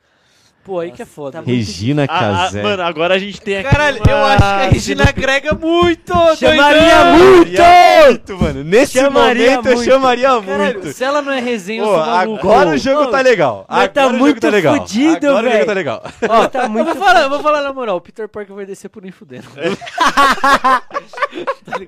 S4: Pô, aí que é foda.
S2: Tá
S1: Regina
S3: Ah, ah,
S1: Casé.
S3: mano, agora a gente tem aqui
S4: Caralho,
S3: uma-
S4: eu acho que a Regina agrega muito!
S2: Chamaria
S4: doidão!
S2: muito!
S1: Então, muito, mano. Nesse
S2: Chamaria
S1: momento eu
S2: muito.
S1: chamaria
S4: Caralho,
S1: muito.
S4: se ela não é resenha, eu
S1: Pô,
S4: sou maluco.
S1: agora o jogo tá legal.
S2: mas
S1: Agora
S2: tá
S1: o jogo
S2: muito
S1: tá legal.
S2: fudido,
S1: Agora o jogo
S2: velho.
S1: tá legal.
S2: Ó, tá
S4: Eu
S2: muito...
S4: vou falar, eu vou falar na moral, o Peter Parker vai descer por nem fudendo.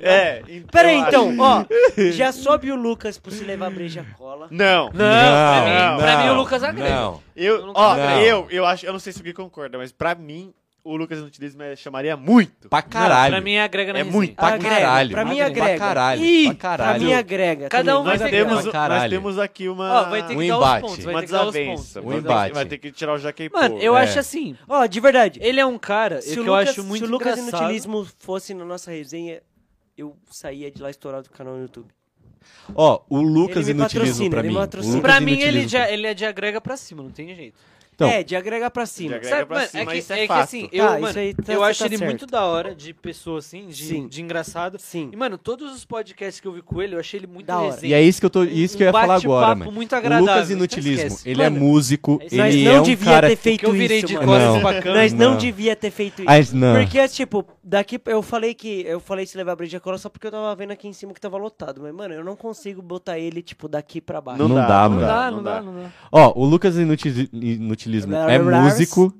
S3: É, então.
S2: Pera aí, então, ó. Já sobe o Lucas pra se levar breja, cola.
S3: Não.
S4: pra mim-
S1: não,
S4: pra mim o
S1: não,
S4: Lucas agrega.
S1: Não.
S3: Eu,
S4: não
S3: ó,
S1: concordo.
S3: eu, eu acho, eu não sei se alguém concorda, mas pra mim, o Lucas Nutilismo me chamaria muito.
S1: Pra
S4: Não,
S1: caralho.
S4: pra mim agrega na
S3: É
S4: resenha.
S3: muito. Pra
S2: Agrega,
S1: caralho.
S2: Ah, Pra mim
S4: Pra é
S2: agrega.
S1: caralho,
S2: Ih,
S1: pra caralho.
S2: mim é tá agrega.
S4: Cada
S2: também.
S4: um vai
S3: Nós
S4: ser
S3: temos,
S1: pra
S3: nós
S1: caralho.
S3: temos aqui uma,
S4: Ó, vai ter que
S1: Um
S4: dar
S1: embate.
S4: os pontos, vai
S3: uma
S4: ter que dar os pontos.
S3: desavença.
S1: Um
S3: Vai ter que-
S1: embate.
S3: Vai ter que tirar o jaquei
S4: Mano, eu
S1: É.
S4: acho assim,
S2: Ó, de verdade.
S4: ele é um cara
S2: Se o
S4: que eu
S2: Lucas,
S4: acho muito
S2: se o Lucas
S4: engraçado.
S2: Inutilismo fosse na nossa resenha, eu saía de lá estourado do canal no YouTube.
S1: Ó, o Lucas
S2: Ele me
S1: inutilismo
S2: patrocina,
S1: pra
S2: ele
S1: mim.
S2: me
S1: O
S2: patrocina.
S1: Lucas
S4: Pra mim, ele,
S1: inutilismo.
S4: já, ele é de agrega pra cima, não tem jeito.
S1: Então.
S2: é, de agregar pra cima.
S3: De Agrega pra
S4: mano,
S3: cima,
S4: é que,
S3: isso é
S4: é que
S3: fato.
S4: assim, eu,
S2: Tá,
S4: mano,
S2: isso aí tá-
S4: eu
S2: você
S4: acho
S2: tá
S4: ele
S2: certo.
S4: muito da hora de pessoa, assim, de,
S2: Sim.
S4: de engraçado.
S2: Sim.
S4: E, mano, todos os podcasts que eu vi com ele, eu achei ele muito
S2: Da hora.
S4: resenha.
S1: E é isso que eu tô, isso que eu ia
S4: Um
S1: falar
S4: bate-papo
S1: agora, mano.
S4: muito
S1: O
S4: agradável.
S1: Lucas
S4: Então
S1: inutilismo,
S4: esquece.
S1: ele é
S4: Mano,
S1: músico,
S4: isso
S2: Nós
S1: ele
S2: não
S1: é um
S2: devia
S1: cara
S2: ter
S4: que
S2: feito
S4: eu virei
S2: isso,
S4: de
S2: mano.
S4: costas
S1: Não.
S4: pra câmera.
S2: Nós não,
S1: Não.
S2: devia ter feito isso.
S1: Ah, não.
S2: Porque, tipo, daqui eu falei que eu falei se levar breja cola só porque eu tava vendo aqui em cima que tava lotado. Mas, mano, eu não consigo botar ele, tipo, daqui pra baixo.
S1: Não dá,
S3: não
S1: mano.
S3: dá, não dá.
S4: não dá.
S1: Ó, o Lucas Inuti- Inutilismo é músico.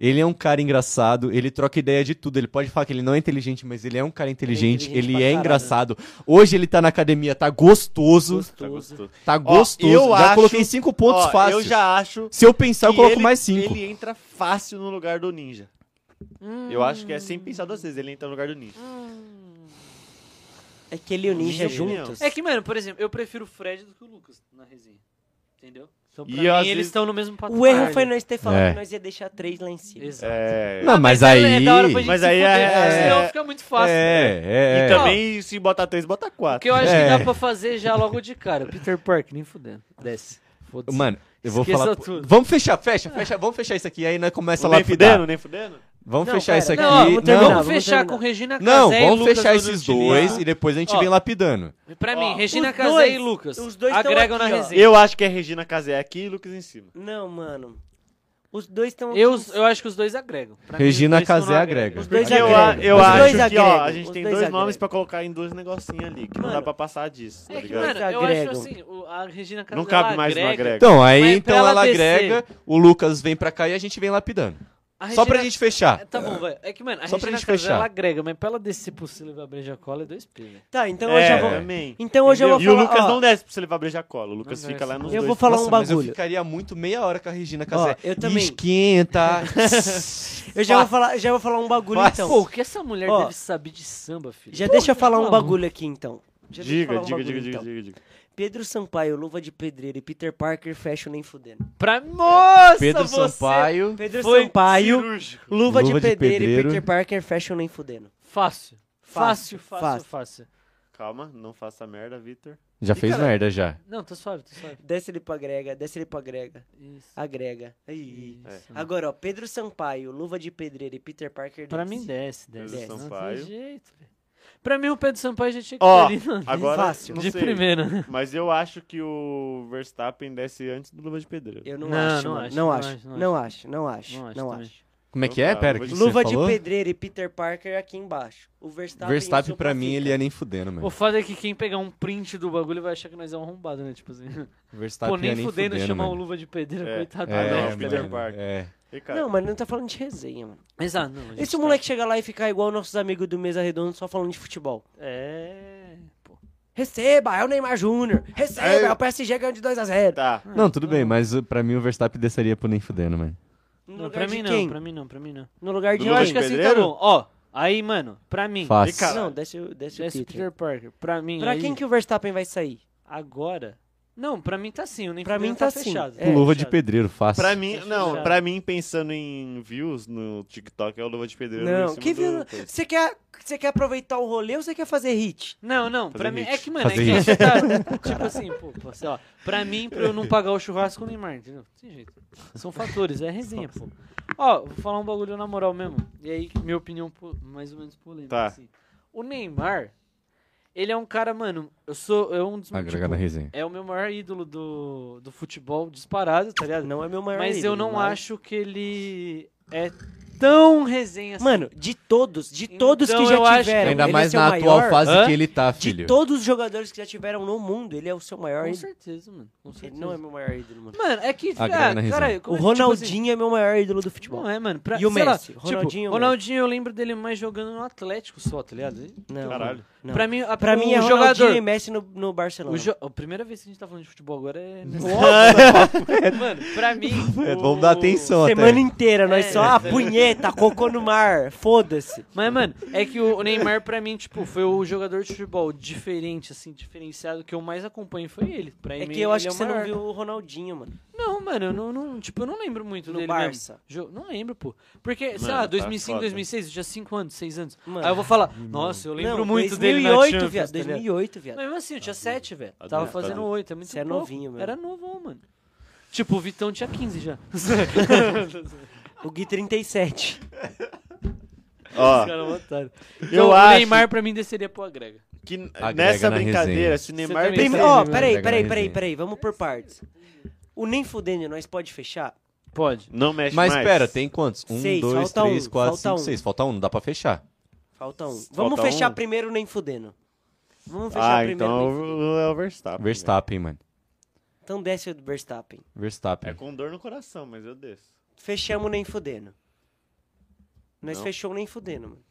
S1: Ele é um cara engraçado, ele troca ideia de tudo. Ele pode falar que ele não é inteligente, mas ele é um cara inteligente,
S2: inteligente
S1: ele
S2: pra
S1: é
S2: caralho.
S1: engraçado. Hoje ele tá na academia, tá gostoso.
S2: gostoso.
S3: Tá gostoso.
S1: Tá gostoso.
S3: eu
S1: já
S3: acho-
S1: coloquei cinco pontos
S3: Ó,
S1: fáceis.
S3: Eu já acho.
S1: Se eu pensar, eu
S3: que
S1: coloco
S3: ele-
S1: mais cinco.
S3: Ele entra fácil no lugar do ninja. Eu acho que é sem pensar duas vezes, ele entra no lugar do
S4: Hum.
S3: ninja.
S2: É que ele e o Ninja
S3: Ninja
S2: juntos.
S4: É que, mano, por exemplo, eu prefiro o Fred do que o Lucas na resenha. Entendeu? Então, pra
S3: E
S4: mim,
S3: às
S4: eles
S3: vezes-
S4: estão no mesmo patamar.
S2: O erro foi nós ter falado
S1: É.
S2: que nós ia deixar três lá em cima.
S4: Exato.
S3: É.
S1: Não, mas,
S4: é-
S1: aí.
S4: É da hora pra gente assim, né?
S3: Mas
S4: se
S3: aí
S4: fuder,
S3: é-
S4: senão fica muito fácil.
S1: é, é,
S3: E
S1: é.
S3: também, se botar três, bota
S4: O que
S3: quatro.
S4: eu acho
S1: É.
S4: que dá pra fazer já logo de cara. Peter Parker, nem fudendo. Desce. Foda-se.
S1: Mano, eu vou
S4: Esqueça
S1: falar.
S4: tudo.
S1: Vamos fechar, fecha, fecha. Vamos fechar isso aqui, aí nós começa a
S3: nem
S1: lapidar.
S3: fudendo, nem fudendo.
S1: Vamos
S2: Não,
S1: fechar
S2: pera,
S1: isso aqui.
S4: Não, ó, vamos
S1: Não,
S2: terminar.
S4: vamos
S1: vamos,
S4: fechar
S2: terminar.
S4: com Regina Casé
S1: não,
S4: e
S1: vamos
S4: Lucas
S1: fechar
S4: do
S1: esses
S4: Nutilismo.
S1: dois e depois a gente
S4: Ó.
S1: vem lapidando.
S4: Pra mim,
S3: Ó,
S4: Regina
S2: os
S4: Casé
S2: dois-
S4: e Lucas
S2: os dois tão
S4: agregam
S2: aqui,
S4: na
S2: ó.
S4: resenha.
S3: Eu acho que é Regina Casé aqui e Lucas em cima.
S2: Não, mano. Os dois estão.
S4: Eu, eu acho que os dois agregam. Pra mim,
S1: Regina
S4: os dois
S1: Casé
S4: não
S1: agrega.
S2: Os
S4: É
S2: dois
S1: Aqui
S3: eu
S2: agregam.
S3: a- eu
S2: Os
S3: acho
S2: dois
S3: que ó,
S2: agregam.
S3: a gente
S2: Os
S3: tem
S2: dois
S3: dois, nomes
S2: agregam.
S3: pra colocar em dois negocinhos ali, que não dá
S2: Mano,
S3: pra passar disso, tá
S4: É que,
S3: ligado?
S4: mano, eu acho
S2: Agregam.
S4: assim, o- a Regina Casé
S3: não cabe
S4: ela
S3: mais no
S4: agrega.
S3: agrega.
S1: Então, aí
S4: Mas
S1: então
S4: pra ela
S1: ela
S4: descer-
S1: agrega, o Lucas vem pra cá e a gente vem lapidando.
S4: A
S1: Só pra
S4: Regina-
S1: gente fechar.
S4: É, Tá bom, vai. É que, mano, a
S1: Só pra
S4: Regina
S1: gente
S4: Casé,
S1: fechar.
S4: ela agrega, mas pra ela descer pro Silva Breja Cola é dois p velho.
S2: Tá, então
S3: é,
S2: eu já vou.
S3: amém.
S2: Então hoje eu vou
S3: E o
S2: falar.
S3: Lucas
S2: ó,
S3: não desce pra você levar breja cola. O Lucas
S4: Não
S3: fica lá
S4: desce.
S3: nos
S2: Eu
S3: dois.
S2: vou falar um
S1: Nossa, mas eu
S2: bagulho.
S1: ficaria muito meia hora com a Regina
S2: Ó,
S1: Casé.
S2: eu também.
S1: Esquenta.
S2: Eu já vou falar, já vou falar um bagulho
S1: Faz.
S2: então.
S4: Pô, o que essa mulher
S2: Ó,
S4: deve saber de samba, filho?
S2: Já deixa eu falar um
S4: maluco.
S2: bagulho aqui então. Já deixa eu
S3: Diga,
S2: falar um
S3: diga,
S2: bagulho,
S3: diga, diga,
S2: então.
S3: diga, diga.
S2: Pedro Sampaio, Luva de Pedreiro e Peter Parker fecham nem fudendo.
S4: Pra moça,
S6: Pedro
S4: você
S6: Sampaio.
S2: Pedro
S4: foi
S2: Sampaio,
S4: cirúrgico.
S2: Luva, de,
S6: Luva de
S2: pedreiro,
S6: Pedreiro.
S2: e Peter Parker fecham nem fudendo.
S4: Fácil.
S2: Fácil,
S4: Fácil, fácil, fácil.
S3: Calma, não faça merda, Victor.
S6: Já
S4: E,
S6: fez
S4: cara,
S6: merda já.
S4: Não, tô suave, tô suave.
S2: Desce ele pra grega, desce ele pra grega.
S4: Isso.
S2: Agrega. Aí.
S4: isso.
S2: é. Agora, ó, Pedro Sampaio, Luva de Pedreiro e Peter Parker.
S4: Pra
S2: desce.
S4: mim desce, desce.
S2: Pedro
S4: Não
S3: Sampaio.
S4: tem jeito, velho. Pra mim o Pedro Sampaio já tinha que
S3: Ó,
S4: estar ali no-
S3: Agora,
S2: Fácil.
S3: não
S4: de
S3: sei,
S4: primeira, né?
S3: Mas eu acho que o Verstappen desce antes do Luva de Pedreiro.
S2: Eu não,
S4: Não,
S2: acho,
S4: não
S2: mano.
S4: acho,
S2: não,
S4: não
S2: acho,
S4: acho, não
S2: não acho, não acho,
S4: Não acho
S2: não
S4: também.
S2: acho.
S6: Como é que
S3: Então
S6: é?
S3: tá,
S6: Pera, o
S3: Luva
S6: que
S3: de-
S6: você
S2: Luva de Tá
S6: falou?
S2: Pedreiro e Peter Parker aqui embaixo. O Verstappen.
S6: Verstappen
S2: o
S6: pra mim,
S2: Soprafica.
S6: ele é nem fudendo, mano.
S4: O foda é que quem pegar um print do bagulho vai achar que nós é um arrombado, né? Tipo assim.
S6: Verstappen
S1: Tá
S4: Pô,
S6: é
S4: nem fudendo chamar o Ah,
S6: mano.
S4: luva de pedreiro,
S3: É.
S4: coitado.
S6: É,
S4: do
S3: não,
S6: mano,
S4: Pedro.
S3: Peter Parker.
S6: é.
S3: E, cara,
S2: Não, mas não tá falando de resenha, mano.
S4: Exato, não. a gente
S2: Esse
S4: tá-
S2: moleque chegar lá e ficar igual nossos amigos do Mesa Redonda só falando de futebol.
S4: É. Pô.
S2: Receba, é o Neymar Júnior. Receba,
S3: É.
S2: é o PSG ganhando de 2x0.
S3: Tá.
S6: Não, tudo bem, mas uh, pra mim o Verstappen desceria pro nem fudendo, mano.
S2: No
S4: Não,
S2: lugar
S4: pra
S2: de
S4: mim
S2: quem?
S4: não, pra mim não, pra mim não.
S2: No lugar de
S3: Do
S4: Eu acho
S2: quem?
S4: que assim tá
S3: pedreiro?
S4: bom. Ó, aí, mano, pra mim.
S6: Fácil.
S3: E, cara,
S2: Não, desce, o- desce,
S4: Jesse
S2: o Peter.
S4: Peter Parker. Pra mim,
S2: Pra
S4: aí,
S2: quem que o Verstappen vai sair?
S4: agora. Não, pra mim tá sim, o nem
S2: Pra
S4: fudendo
S2: mim tá sim.
S4: fechado.
S2: É,
S6: Luva de
S4: fechado.
S6: pedreiro, fácil.
S3: Pra mim,
S4: Tá
S3: não,
S4: fechado.
S3: pra mim, pensando em views no TikTok, é o Luva de Pedreiro. em
S2: Não,
S3: cima
S2: que
S3: do
S2: viu?
S3: coisa.
S2: Você quer, você quer aproveitar o rolê ou você quer fazer hit?
S4: Não, não,
S3: Fazer
S4: pra mim.
S3: hit.
S4: É que, mano,
S6: Fazer
S4: é que
S6: hit.
S4: você tá. tipo assim, pô, pô, sei lá. Pra mim, pra eu não pagar o churrasco, o Neymar, entendeu? Não tem jeito. São fatores, é resenha, pô. Ó, vou falar um bagulho na moral mesmo. E aí, minha opinião, po- mais ou menos polêmica.
S3: Tá.
S4: Assim. O Neymar, ele é um cara, mano. Eu sou. Eu um dos.
S6: Agregar
S4: tipo,
S6: na resenha.
S4: é o meu maior ídolo do, do futebol disparado, tá ligado?
S2: Não é meu maior
S4: Mas eu
S2: ídolo,
S4: não acho que ele é tão resenha assim.
S2: Mano, de todos, de todos
S4: Então
S2: que já
S4: eu acho que-
S2: tiveram.
S6: Ainda
S2: ele
S6: mais
S2: é seu
S6: na atual
S2: maior.
S6: fase
S4: Hã?
S6: que ele tá,
S2: De
S6: filho.
S2: todos os jogadores que já tiveram no mundo, ele é o seu maior
S4: com
S2: ídolo.
S4: certeza, mano. Com
S2: Ele
S4: certeza.
S2: não é meu maior ídolo, mano.
S4: Mano, é que.
S6: A
S4: Ah,
S6: grana
S4: cara,
S6: resenha.
S4: como
S2: o
S4: é que, tipo assim,
S2: Ronaldinho é meu maior ídolo do futebol.
S4: não é, mano. Pra,
S2: E o
S4: sei lá,
S2: Messi?
S4: tipo,
S2: Ronaldinho e o
S4: Ronaldinho eu lembro dele mais jogando no Atlético só, tá ligado? E-
S2: Não,
S3: Caralho.
S2: não.
S4: Pra mim, a,
S2: Pra
S4: o
S2: mim é
S4: jogador.
S2: Ronaldinho e Messi no, no Barcelona.
S4: O jo- A primeira vez que a gente tá falando de futebol agora é. mano, pra mim.
S6: É,
S4: o-
S6: vamos dar atenção até.
S2: Semana inteira, nós
S4: É,
S2: só, ah,
S4: é.
S2: punheta, cocô no mar, foda-se.
S4: Mas, mano, é que o Neymar, pra mim, tipo, foi o jogador de futebol diferente, assim, diferenciado que eu mais acompanho foi ele. Pra
S2: É
S4: mim,
S2: que eu
S4: ele
S2: acho
S4: é
S2: que
S4: o
S2: você não
S4: maior.
S2: viu o Ronaldinho, mano.
S4: Não, mano, eu não, não- tipo, eu não lembro muito
S2: No
S4: dele
S2: Barça.
S4: mesmo. Jo- Não lembro, pô. Porque, sei
S3: Mano,
S4: lá,
S3: tá
S4: 2005,
S3: foda.
S4: 2006, eu tinha 5 anos, 6 anos.
S2: Mano.
S4: Aí eu vou falar, nossa, eu lembro
S2: Não,
S4: muito dele na
S2: 2008,
S4: Champions,
S2: viado.
S4: tá ligado?
S2: 2008, viado.
S4: Mas mesmo assim, eu
S2: Tá
S4: tinha 7, velho.
S3: Adulto,
S4: Tava fazendo
S3: adulto.
S4: 8, é muito
S2: Você é
S4: pouco.
S2: novinho mesmo.
S4: Era novão, mano. Tipo, o Vitão tinha 15 já.
S2: O Gui 37.
S3: Ó,
S4: Os caras botaram.
S2: Então,
S3: eu
S4: Então, o
S3: acho
S4: Neymar, pra mim, desceria pro Agrega.
S3: que
S6: Agrega
S3: nessa
S6: na
S3: brincadeira,
S6: resenha.
S3: se o Neymar...
S4: também
S2: Prime...
S4: Pensa
S2: Ó,
S4: aí,
S2: peraí,
S6: Neymar.
S2: peraí, peraí, peraí. Vamos por partes. O Nem Fudendo, nós pode fechar?
S4: Pode.
S3: Não mexe
S6: Mas
S3: mais.
S6: pera, tem quantos? Um,
S2: Seis,
S6: dois,
S2: falta
S6: três,
S2: um,
S6: quatro,
S2: falta
S6: cinco,
S2: um.
S6: seis. Falta um, dá pra fechar.
S2: Falta um.
S3: Falta
S2: Vamos fechar
S3: um?
S2: primeiro o Nem Fudendo. Vamos fechar
S3: Ah,
S2: primeiro.
S3: então
S2: o
S3: é
S2: Nem Fudendo.
S3: o- é o Verstappen.
S6: Verstappen, mano.
S2: Então desce o do Verstappen.
S3: É
S6: Verstappen.
S3: com dor no coração, mas eu desço.
S2: Fechamos o Nem Fudendo. Nós
S3: Não.
S2: fechamos o Nem Fudendo, mano.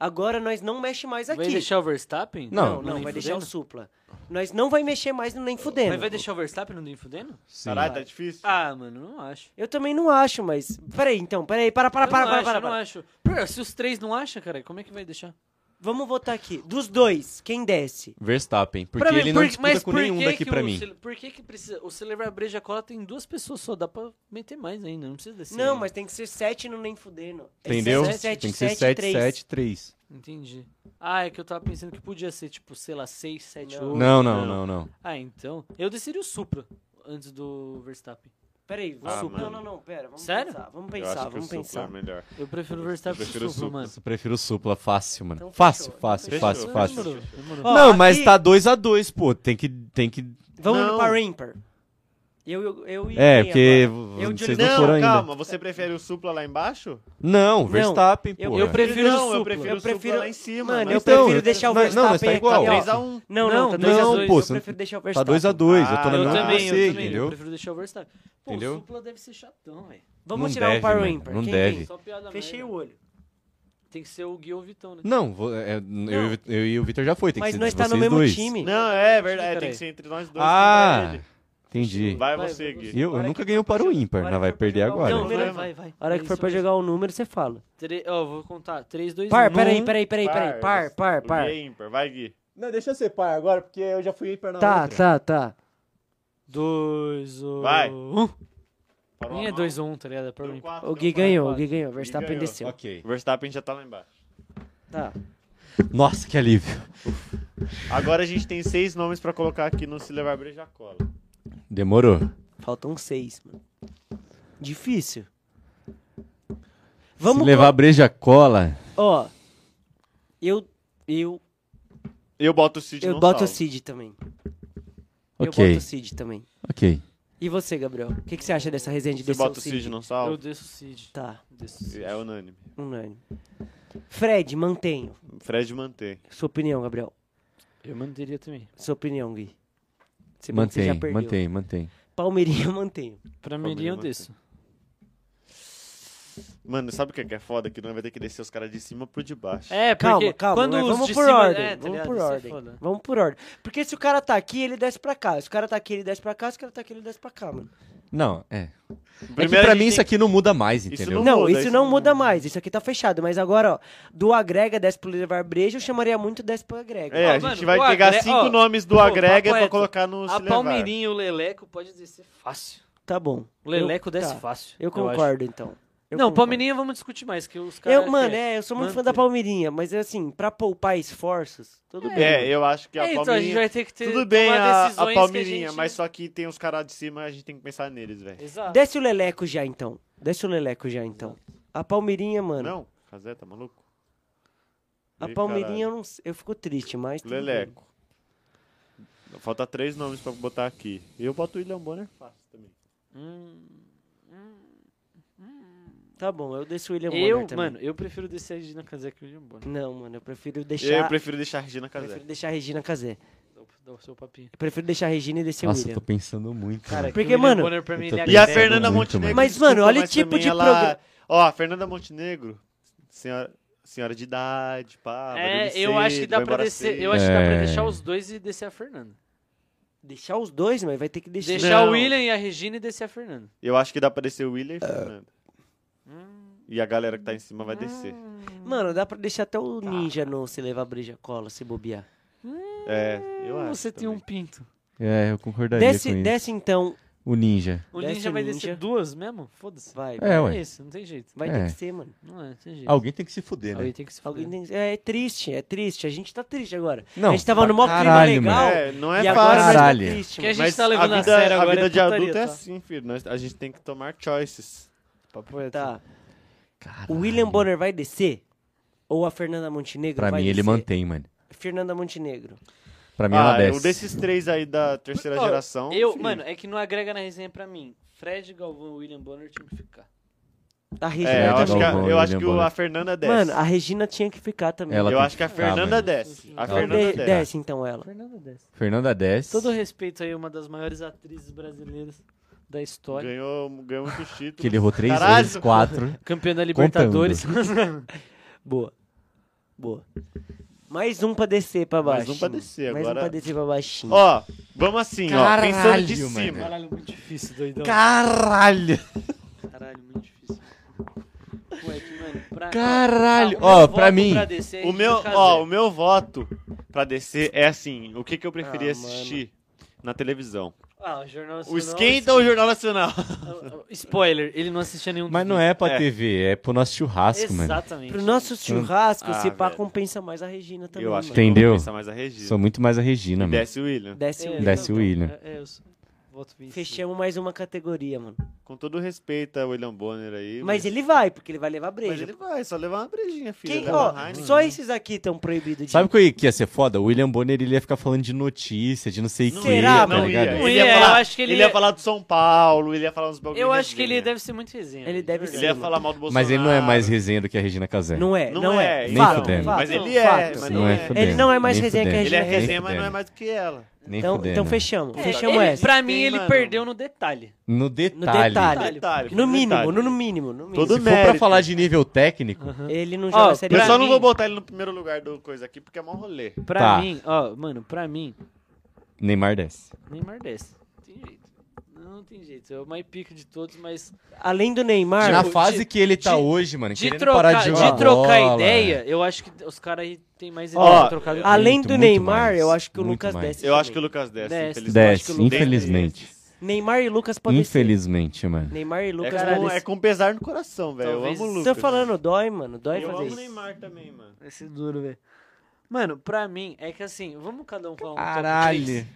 S2: Agora nós não mexe mais aqui.
S4: Vai deixar o Verstappen?
S6: Não,
S2: Não, não,
S4: Nem
S2: vai deixar o
S4: fudendo?
S2: Supla. Nós não vai mexer mais no Nem Fudendo.
S4: Mas vai deixar o Verstappen no Nem Fudendo?
S6: Sim.
S3: Caralho, tá difícil?
S4: Ah, mano, não acho.
S2: Eu também não acho, mas... Peraí, então, peraí. Para, para,
S4: Eu
S2: para,
S4: não
S2: para,
S4: acho,
S2: para.
S4: eu não
S2: para.
S4: acho. Pera, se os três não acham, cara, como é que vai deixar?
S2: Vamos votar aqui. Dos dois, quem desce?
S6: Verstappen, porque
S4: Pra mim,
S6: ele não
S4: por-
S6: disputa
S4: mas
S6: com
S4: por
S6: nenhum
S4: que
S6: daqui
S4: que
S6: pra
S4: o
S6: mim.
S4: Cele- Por que que precisa... O Celebrar Breja Cola tem duas pessoas só, dá pra meter mais ainda, não precisa descer.
S2: Não,
S4: ainda.
S2: mas tem que ser 7 no Nem Fudendo. Tem que
S6: Entendeu?
S2: ser é sete,
S6: Tem que ser
S2: sete,
S6: 7,
S2: três.
S6: 7, 3.
S4: Entendi. Ah, é que eu tava pensando que podia ser, tipo, sei lá, 6, 7,
S2: Não.
S4: 8.
S6: Não, não, não, não.
S4: Ah, então. Eu decidiria o Supra antes do Verstappen.
S2: Peraí, vamos...
S3: Ah,
S2: não,
S3: mano.
S2: não, não, pera. Vamos
S4: Sério?
S2: pensar, vamos
S3: eu acho
S2: pensar,
S3: que o
S2: vamos
S3: Supla
S2: pensar.
S3: é melhor.
S4: Eu prefiro o Verstappen
S3: prefiro
S4: que o
S3: o
S4: Supra,
S3: Supra.
S4: mano.
S6: Eu prefiro o Supla, fácil, mano.
S2: Então
S6: fácil,
S2: fechou,
S6: fácil,
S3: então
S6: fácil,
S3: fechou.
S6: fácil.
S4: Demorou, demorou.
S2: Ó,
S6: não, mas
S2: aqui-
S6: tá 2 a 2 pô. Tem que, tem que...
S2: Vamos
S3: Não.
S2: para ímpar. Eu, eu, eu e
S6: É,
S2: quem
S6: porque
S2: agora?
S6: v-
S2: Eu,
S6: vocês
S2: Juliano.
S6: não foram
S3: Não,
S6: ainda.
S3: calma, você prefere o Supla lá embaixo?
S6: Não, Verstappen,
S2: eu-
S6: pô.
S4: Eu prefiro
S3: não,
S4: o
S3: eu
S4: Supla.
S3: prefiro
S2: Eu
S3: o Supla
S2: prefiro-
S3: lá em cima.
S2: Mano,
S3: nós
S2: eu
S6: Então,
S2: prefiro deixar o
S6: mas- não, mas tá
S2: Verstappen aqui,
S6: igual.
S2: ó.
S3: 3x1.
S2: Não, não, tá
S4: Não,
S2: 2 a
S6: não,
S2: 2
S6: pô,
S2: eu
S6: você-
S2: prefiro deixar o
S6: Tá
S2: Verstappen.
S6: 2 a 2 eu tô
S3: Ah,
S6: na
S4: Eu
S6: mesma
S4: também,
S6: que você,
S4: eu também. Eu
S6: entendeu?
S4: prefiro deixar o Verstappen. Pô,
S6: Entendeu?
S4: o Supla deve ser chatão, velho.
S2: Vamos
S6: Não
S2: tirar
S6: deve,
S2: o par
S6: mano,
S2: ímpar.
S6: não
S2: Quem
S6: deve.
S2: tem?
S4: Só piada
S2: Fechei o
S4: merda.
S2: olho.
S4: Tem que ser o Gui ou o Vitão, né?
S6: Não, vo- é, Eu, e o Vi- eu e o Vitor já foi, tem
S2: Mas
S6: que ser
S2: nós tá no
S6: vocês
S2: mesmo
S6: dois.
S2: time.
S3: Não, é verdade,
S4: Peraí.
S3: tem que ser entre nós dois.
S6: Ah,
S3: não é
S6: entendi.
S3: ele. Vai
S4: Vai,
S3: você,
S4: vai
S3: Gui.
S6: Eu, eu
S2: Olha
S6: nunca
S2: que
S6: ganhei um
S2: foi
S6: para
S2: pra
S6: o
S2: jogar-
S6: ímpar,
S2: olha
S6: não
S2: que
S6: vai
S2: foi pra
S6: perder
S2: jogar o-
S6: agora.
S2: Não,
S4: vai,
S3: problema.
S4: vai, vai.
S2: A hora que
S4: É
S2: for
S4: isso
S2: pra
S4: mesmo.
S2: jogar o número, você fala.
S4: Tre- Ó, vou contar. um. 3, 2, 1.
S2: Par, peraí, peraí, peraí, peraí.
S3: Par,
S2: Par, par, par, par.
S3: Gui é ímpar, vai, Gui.
S5: Não, deixa eu ser par agora, porque eu já fui ímpar na
S2: Tá,
S5: outra.
S2: tá, tá.
S4: Dois, um.
S3: Vai.
S4: Um. Pra
S3: Parou
S4: mim
S3: a
S4: é
S3: mão.
S4: 2 1 tá ligado? É pra
S3: Deu
S4: mim.
S3: quatro,
S2: O
S3: deu
S2: Gui
S3: quatro.
S2: ganhou, o Gui ganhou. O Verstappen
S3: ganhou.
S2: desceu.
S6: Ok.
S3: O Verstappen já tá lá embaixo.
S2: Tá.
S6: Nossa, que alívio.
S3: Agora a gente tem seis nomes pra colocar aqui no Se Levar Brejacola.
S6: Demorou.
S2: Faltam seis, mano. Difícil.
S6: Se
S2: Vamos
S6: levar breja cola.
S2: co- Ó. Eu. Eu.
S3: Eu boto o Cid
S2: Eu
S3: não
S2: boto o
S3: salvo.
S2: Cid também. Eu
S6: Ok.
S2: boto assim, o Cid também.
S6: Ok.
S2: E você, Gabriel? O que, que você acha dessa resenha de
S3: Você
S2: descer
S3: bota o Cid não
S4: Eu
S3: salvo?
S4: desço o Cid.
S2: Tá,
S4: Desço o Cid.
S3: É unânime.
S2: unânime. Fred, mantenho.
S3: Fred mantém.
S2: Sua opinião, Gabriel.
S4: Eu manteria também.
S2: Sua opinião, Gui. Você bem que você já
S6: Mantém,
S2: perdeu.
S6: mantém, mantém.
S2: Palmeirinha, eu mantenho.
S4: Pra
S3: Palmeiras
S4: mim, eu
S3: mantém.
S4: desço.
S3: Mano, sabe o que é que é foda? Que não vai ter que descer os caras de cima pro de baixo.
S4: É, porque
S2: Calma, calma.
S4: quando
S2: mas
S4: os
S2: vamos
S4: de
S2: por
S4: cima-
S2: ordem.
S4: é, tá
S2: vamos
S4: ligado?
S2: por
S4: Isso é
S2: ordem.
S4: foda.
S2: vamos por ordem. Porque se o cara tá aqui, ele desce pra cá. Se o cara tá aqui, ele desce pra cá. Se o cara tá aqui, ele desce pra cá, mano.
S6: Não, é. É que
S3: Primeiro
S6: pra
S3: a gente
S6: mim isso
S3: tem-
S6: aqui não muda mais,
S3: Isso
S6: entendeu?
S3: Não
S2: Não,
S3: muda,
S2: isso
S3: isso
S2: não
S3: não-
S2: muda mais. Isso aqui tá fechado. Mas agora, ó, do agrega desce pro levar brejo, eu chamaria muito desce pro agrega.
S3: É,
S4: Ó,
S3: a gente
S4: mano,
S3: vai
S4: o
S3: pegar
S4: Agre-
S3: cinco
S4: ó,
S3: nomes do
S4: pô,
S3: Agrega
S4: papo
S3: pra
S4: reto.
S3: colocar no Se
S4: A
S3: Levar.
S4: Palmeirinha e o Leleco pode descer fácil.
S2: Tá bom.
S4: O Leleco
S2: Eu-
S4: desce
S2: tá.
S4: fácil.
S2: Eu
S4: acho.
S2: concordo, então. Eu
S4: não,
S2: concordo.
S4: Palmeirinha vamos discutir mais, que os caras...
S2: Eu, mano, é, eu sou muito fã da Palmeirinha, mas assim, pra poupar esforços, tudo bem.
S3: É, eu acho que a
S4: É, então a gente
S3: Palmeirinha...
S4: vai ter que ter
S3: Tudo bem
S4: tomar
S3: a,
S4: decisões
S3: a
S4: que
S3: Palmeirinha,
S4: gente-
S3: mas só que tem os caras de cima a gente tem que pensar neles, velho.
S4: Exato.
S2: Desce o Leleco já, então. Desce o Leleco já, então. A Palmeirinha, mano.
S3: Não? Casé, tá maluco?
S2: a
S3: Ih,
S2: Palmeirinha, eu,
S3: caralho.
S2: não, sei, eu fico triste, mas... tudo bem.
S3: Leleco. Falta três nomes pra botar aqui. E eu boto o William Bonner fácil também.
S4: Hum,
S2: Tá bom, eu desço o William
S4: Eu,
S2: Bonner também.
S4: mano, eu prefiro descer a Regina Casé que o William Bonner.
S2: Não, mano, eu prefiro
S3: Eu
S2: deixar...
S3: prefiro deixar a Regina
S2: Eu
S3: Casé.
S2: prefiro deixar a Regina Casé.
S4: Dá o- Dá o seu papinho.
S2: Eu prefiro deixar a Regina e descer o
S6: Nossa, eu
S2: William.
S6: tô pensando muito. né?
S4: Cara,
S2: Porque,
S4: que o William
S2: mano,
S4: Bonner, pra mim,
S6: eu tô
S4: ele é
S3: E a
S6: pensando
S4: Greg.
S3: Fernanda
S6: muito,
S3: Montenegro.
S6: mano.
S2: Mas,
S3: desculpa,
S2: mano, olha o
S3: mas
S2: tipo
S3: também
S2: de
S3: ela-
S2: progra-
S3: Ó, a Fernanda Montenegro, senhora, senhora de idade, pá. vai
S4: É,
S3: dormir
S4: eu acho que
S3: cedo,
S4: dá
S3: vai
S4: pra
S3: embora
S4: descer.
S3: cedo.
S4: Eu acho que dá pra
S6: É.
S4: deixar os dois e descer a Fernanda.
S2: Deixar os dois, mas vai ter que deixar...
S4: Deixar
S3: Não.
S4: o William e a Regina e descer a Fernanda.
S3: Eu acho que dá pra descer o William
S4: É.
S3: e Fernanda. E a galera que tá em cima vai descer.
S4: Hum.
S2: Mano, dá pra deixar até o
S3: Tá.
S2: Ninja não se levar a breja cola, se bobear.
S3: É, eu acho.
S4: Você tem um
S3: também.
S4: pinto.
S6: É, eu concordaria
S2: Desce,
S6: com isso.
S2: desce então...
S6: O ninja.
S4: O
S2: Desce
S4: Ninja
S2: o
S4: vai
S2: Ninja.
S4: descer duas mesmo? Foda-se.
S2: Vai,
S6: É,
S4: É
S6: ué.
S4: isso, não tem jeito.
S2: vai
S6: É.
S2: ter que ser, mano.
S4: Não é, não tem jeito.
S6: Alguém tem que se fuder, né?
S4: Alguém tem que se
S2: Alguém
S4: fuder.
S2: tem- É, é triste, é triste. A gente tá triste agora.
S6: Não,
S2: a gente tava no maior clima
S6: caralho,
S2: legal.
S6: mano.
S3: É, não é
S2: e agora
S3: fácil.
S2: nós tá
S6: Caralho.
S2: triste,
S4: Que a
S2: mano.
S4: gente tá levando a,
S3: vida,
S4: sério agora.
S3: vida
S4: é
S3: de
S4: putaria,
S3: adulto é
S4: tá?
S3: assim, filho. Nós- a gente tem que tomar choices.
S2: Tá. O William Bonner vai descer? Ou a Fernanda Montenegro
S6: Pra
S2: vai
S6: mim,
S2: descer?
S6: ele mantém, mano.
S2: Fernanda Montenegro.
S6: Pra mim, ela
S3: Ah,
S6: desce.
S3: um desses três aí da terceira
S4: Ó,
S3: geração.
S4: Eu,
S3: filho.
S4: mano, é que não agrega na resenha pra mim. Fred, Galvão, William Bonner tinha que ficar.
S2: A Regina
S3: É, eu
S6: tá
S3: acho que,
S2: também.
S3: a,
S6: bom,
S3: eu acho
S6: William
S3: que o-
S6: Bonner.
S3: a Fernanda desce.
S2: né? Mano, a Regina tinha que ficar também.
S6: Ela
S3: eu
S6: tem
S3: acho que a
S6: que ficar,
S3: Fernanda
S6: mano.
S3: desce. A
S4: Ela
S2: Então
S3: Fernanda
S2: de-
S3: desce.
S2: desce então ela.
S4: Fernanda desce.
S6: Fernanda desce.
S4: Todo respeito aí, uma das maiores atrizes brasileiras da história.
S3: Ganhou, ganhou muitos títulos.
S6: Que ele errou três
S3: Caralho.
S6: vezes, quatro.
S4: Campeã da Libertadores.
S2: Boa. Boa. Mais um pra descer pra
S3: Mais um
S2: baixo.
S3: pra descer,
S2: Mais
S3: agora-
S2: um pra descer pra baixinho.
S3: Ó, vamos assim, ó. Pensando de
S6: Caralho, mano.
S3: cima.
S4: Caralho, muito difícil, doidão.
S6: Caralho!
S4: Caralho, muito difícil. Pô, é que, mano, pra...
S6: Caralho.
S4: o meu
S6: Ó,
S4: voto
S6: pra mim,
S4: pra descer é
S3: O meu,
S4: Regina
S3: ó,
S4: Casé.
S3: o meu voto pra descer é assim, o que que eu preferia
S2: Ah,
S3: assistir na televisão?
S4: Ah, o Jornal
S3: O é
S4: Nacional-
S3: Esquenta ou o Jornal Nacional?
S4: Spoiler, ele não assistia nenhum
S6: Mas
S4: dos
S6: não
S4: dois.
S6: é pra
S3: É.
S6: TV, é pro nosso churrasco, mano.
S4: Exatamente.
S2: Pro nosso churrasco,
S3: Ah,
S2: se pá,
S3: velho.
S2: compensa mais a Regina também.
S3: Eu acho que
S2: mano.
S6: Entendeu?
S3: eu vou pensar mais a Regina.
S6: Sou muito mais a Regina,
S3: E
S6: mano.
S3: desce o William.
S2: Desce o
S4: É,
S2: William.
S6: Desce o William.
S4: É, é, eu sou- voto 25.
S2: Fechamos mais uma categoria, mano.
S3: Com todo respeito ao William Bonner aí.
S2: Mas ele vai, porque ele vai levar
S3: mas
S2: breja.
S3: ele vai, só levar uma brejinha, filho.
S2: Quem,
S3: Leva
S2: ó,
S3: uma Heineken.
S2: só esses aqui estão proibidos de.
S6: Sabe o que que ia ser foda? O William Bonner ele ia ficar falando de notícia, de não sei o
S3: Não
S6: que,
S2: ia,
S6: tá
S2: não
S6: ligado?
S4: ia.
S3: Ele ia,
S4: Não ia,
S3: falar,
S4: eu acho que
S3: ele...
S4: ele
S3: ia
S4: ia-
S3: falar do São Paulo, ele ia falar uns bagulho.
S4: Eu acho que ele
S3: resenha.
S4: deve ser muito resenha.
S2: Ele
S4: velho,
S2: deve
S4: de
S2: ser.
S3: Ele ia falar mal do Bolsonaro.
S6: Mas ele não é mais resenha do que a Regina Casé.
S2: Não é, não,
S3: Não
S2: é.
S3: é, nem
S2: Fato,
S6: fudendo.
S2: fato,
S3: Mas ele é,
S2: fato.
S3: mas
S6: Não é fudendo,
S2: Ele não é mais
S6: nem
S2: resenha que a
S6: fudendo.
S3: Ele é
S2: Regina
S3: resenha, mas não é
S6: fudendo,
S3: mais do que ela.
S6: Nem
S2: Então,
S6: fudendo.
S2: então fechamos.
S4: verdade.
S2: Fechamos
S4: É, Ele-
S2: essa.
S4: Pra mim,
S3: Tem,
S4: ele
S3: mano.
S4: perdeu no detalhe.
S6: No
S2: No
S6: detalhe.
S2: detalhe.
S3: Detalhe,
S2: No
S3: foi
S2: mínimo,
S3: detalhe.
S2: no, no mínimo, no mínimo.
S3: Todo
S6: Se for pra
S3: mérito.
S6: falar de nível técnico,
S2: Ele é não joga
S4: Ó,
S2: série
S3: Eu
S4: pra
S2: A.
S3: só não
S4: mim-
S3: vou botar ele no primeiro lugar do coisa aqui, porque é mó rolê.
S4: Pra
S6: Tá.
S4: mim, ó, mano, pra mim,
S6: Neymar desce.
S4: Neymar desce. Tem jeito. Não, não tem jeito. É o mais pica de todos, mas.
S2: Além do Neymar,
S1: Na
S4: de-
S1: fase que ele tá
S4: de-
S1: hoje, mano,
S4: De
S1: querendo
S4: trocar,
S1: parar de
S4: de
S1: jogar
S4: trocar
S1: bola.
S4: ideia, eu acho que os caras aí têm mais
S3: Ó,
S4: ideia pra trocar do que
S2: além
S1: Muito,
S2: do
S1: muito
S2: Neymar,
S1: mais.
S2: eu acho que o
S6: Muito
S2: Lucas
S6: mais.
S2: desce.
S3: Eu
S2: também.
S3: acho que o Lucas desce,
S4: Desce.
S3: infelizmente.
S6: Desce,
S2: Lucas-
S6: infelizmente.
S2: Neymar e Lucas podem ser.
S6: Infelizmente, mano.
S2: Neymar e Lucas
S3: é, com,
S2: podem
S3: é com pesar no coração, velho. Eu
S4: Talvez-
S3: amo o Lucas.
S2: Tô tá falando, dói, mano. Dói
S3: Eu
S2: fazer
S3: amo o
S2: isso.
S3: Neymar também, mano.
S4: Vai ser é duro, velho. Mano, pra mim, é que assim, vamos cada um falar um top
S1: Caralho.
S4: três?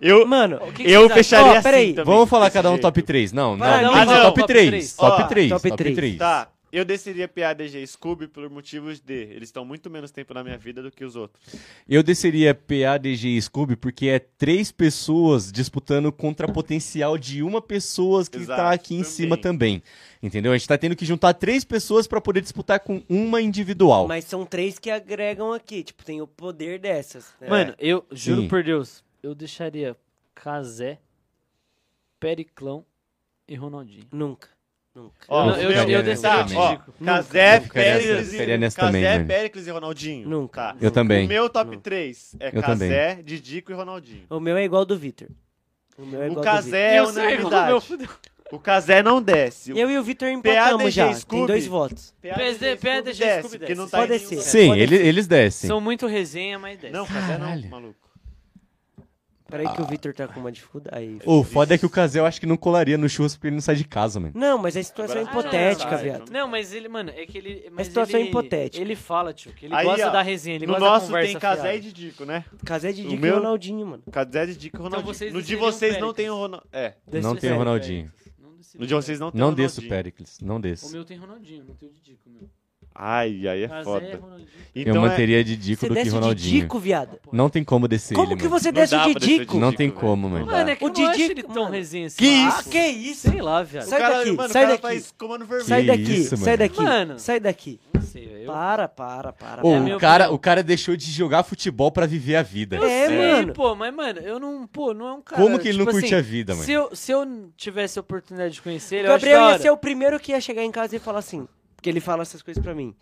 S3: Eu,
S2: Mano,
S4: O que que
S3: eu
S4: vocês acham?
S3: fecharia
S2: Ó, peraí.
S3: assim também.
S1: Vamos falar
S3: desse
S1: cada um
S6: tá
S3: jeito.
S1: top 3. Não, não,
S4: Vai,
S1: tem
S4: não,
S1: que
S4: não,
S1: ser
S4: não,
S1: top
S4: top
S1: 3.
S4: três.
S1: Top
S3: Ó,
S1: 3.
S2: top
S1: Top
S2: três.
S1: 3.
S3: Tá, eu desceria PADG e Scooby por motivos de... Eles estão muito menos tempo na minha vida do que os outros.
S1: Eu desceria PADG e Scooby porque é três pessoas disputando contra potencial de uma pessoa que
S3: Exato,
S1: está aqui em
S3: também.
S1: cima também. Entendeu? A gente tá tendo que juntar três pessoas para poder disputar com uma individual.
S2: Mas são três que agregam aqui. Tipo, tem o poder dessas. né?
S4: É. Mano, eu juro
S1: Sim.
S4: por Deus, eu deixaria Kazé, Periclão e Ronaldinho.
S2: Nunca. Nunca.
S3: Ó,
S4: não, eu- eu
S3: meu-
S4: desceria
S3: tá,
S4: o
S3: ó,
S4: Tico.
S3: Cazé,
S1: Nunca. Eu
S3: Péricles
S1: ficaria
S3: e...
S1: nessa também,
S3: Cazé,
S4: né?
S1: mano.
S3: Péricles e Ronaldinho.
S2: Nunca.
S3: Tá.
S1: Eu também.
S3: O meu top
S2: Não.
S3: 3 é
S1: Eu
S3: Cazé, Didico e Ronaldinho.
S2: O meu é igual ao do Vitor. O meu é
S3: O
S2: igual ao do Vitor.
S3: Cazé
S4: E
S3: é
S4: o seu irmão, meu
S3: unanimidade.
S4: fudeu.
S3: O Cazé não desce. O
S2: Eu e o Vitor empatamos
S3: PADG
S2: já. Tem
S3: Scooby.
S2: dois votos.
S4: PADG,
S3: PADG, Scooby desce,
S4: Scooby
S3: porque não
S4: desce.
S3: tá
S2: Pode
S3: em nenhum
S2: descer.
S3: lugar.
S1: Sim,
S2: Pode
S1: ele- eles descem.
S4: São muito resenha, mas 10.
S3: Não, Cazé não,
S1: Caralho.
S3: maluco.
S2: Peraí
S1: Ah.
S2: que o Vitor tá com uma dificuldade. Aí.
S1: O foda é que o Casel acho que não colaria no churras porque ele não sai de casa, mano.
S2: Não, mas a situação é
S3: Agora-
S2: hipotética,
S3: Ah, não,
S2: viado.
S1: então.
S4: Não, mas ele, mano, é que ele. Mas
S2: situação
S4: ele,
S2: hipotética.
S4: Ele fala, tio, que ele
S3: Aí,
S4: gosta
S3: ó,
S4: da resenha, ele
S3: no
S4: gosta
S3: nosso
S4: da conversa.
S3: tem Cazé e
S4: fiada.
S3: Didico, né?
S2: Casé é de
S3: O
S2: Didico e
S3: meu-
S2: Ronaldinho, mano.
S3: Cazé, Didico e Ronaldinho.
S4: Então vocês
S3: no de
S4: desceriam
S3: vocês não
S4: Péricles.
S3: tem o Ronaldinho. É,
S4: Desce
S1: Não tem
S4: o
S1: o
S4: Cazé,
S1: Ronaldinho.
S4: velho. Não decide,
S3: no de vocês não tem o
S1: Não
S3: Ronaldinho.
S1: desço o Pericles, não
S4: velho. O
S1: desço.
S4: meu tem Ronaldinho, não tem o Didico, meu.
S3: Ai, aí é
S4: Cazé,
S3: foda.
S4: Ronaldinho.
S1: eu
S3: Então é-
S1: manteria de Didico
S2: Você
S1: do que
S2: desce o
S1: Ronaldinho.
S2: Didico, viado.
S1: Não tem como descer
S2: Como
S1: ele,
S2: que
S1: mano.
S2: você
S3: Não
S2: desce
S3: dá
S2: o
S3: pra descer o
S2: Didico?
S1: Não tem
S3: Dico,
S1: como,
S3: velho.
S1: mano.
S3: Não dá.
S4: Mano, é que
S2: O
S4: eu não acho
S2: Didico,
S4: ele tão
S2: mano.
S4: resenha assim.
S2: Que
S4: Ah,
S2: isso? Que isso?
S4: Sei lá, viado.
S3: O
S2: Sai
S3: cara,
S2: daqui,
S3: mano, o
S2: sai
S3: cara
S2: daqui.
S3: faz comando vermelho.
S2: Sai
S1: Que
S2: daqui,
S1: isso,
S2: sai
S1: mano.
S2: daqui,
S4: Mano.
S2: sai daqui.
S4: Não sei, velho. eu-
S2: Para, para, para.
S1: Ô,
S4: É a
S1: o
S4: minha
S1: cara,
S4: opinião.
S1: o cara deixou de jogar futebol pra viver a vida.
S4: Eu
S2: É,
S4: sei,
S2: mano.
S4: pô, mas, mano, eu não, pô, não é um cara...
S1: Como que ele
S4: tipo
S1: não curte
S4: assim,
S1: a vida, mano?
S4: Se eu, se eu tivesse a oportunidade de conhecer ele,
S2: O Gabriel
S4: eu
S2: ia
S4: acho da
S2: ser
S4: hora.
S2: o primeiro que ia chegar em casa e falar assim. Porque ele fala essas coisas pra mim.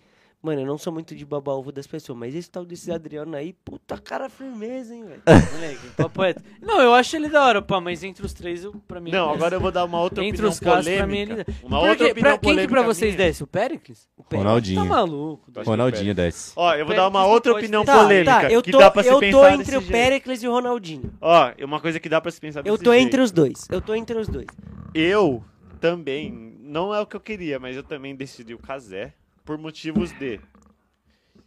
S2: Mano, eu não sou muito de babar ovo das pessoas, mas esse tal desse Adriano aí, puta cara firmeza, hein, velho.
S4: Moleque, papo reto. Não, eu acho ele da hora, pá, mas entre os três, eu, pra mim...
S3: Não,
S4: ele
S3: agora eu vou dar uma outra
S4: Entre
S3: opinião
S4: os casos,
S3: polêmica.
S4: pra mim, ele...
S3: Uma
S4: Por
S3: outra
S4: quê? pra quem
S3: opinião
S4: que pra
S3: polêmica
S4: vocês
S3: minha.
S4: desce? O Pericles? Tá
S1: Ronaldinho.
S4: maluco.
S3: Tá
S1: Ronaldinho desce.
S3: Ó, eu vou dar uma
S4: Péricles não
S3: outra
S4: pode
S3: opinião
S4: ser. Tá,
S3: polêmica,
S2: eu
S3: que
S2: tô,
S3: dá pra se
S2: eu tô
S3: pensar
S2: entre
S3: desse
S2: o
S3: jeito.
S2: Péricles e o Ronaldinho.
S3: Ó, uma coisa que dá pra se pensar
S2: Eu
S3: desse
S2: tô
S3: jeito.
S2: entre os dois. Eu tô entre os dois.
S3: Eu também, não é o que eu queria, mas eu também decidi o Casé por motivos de.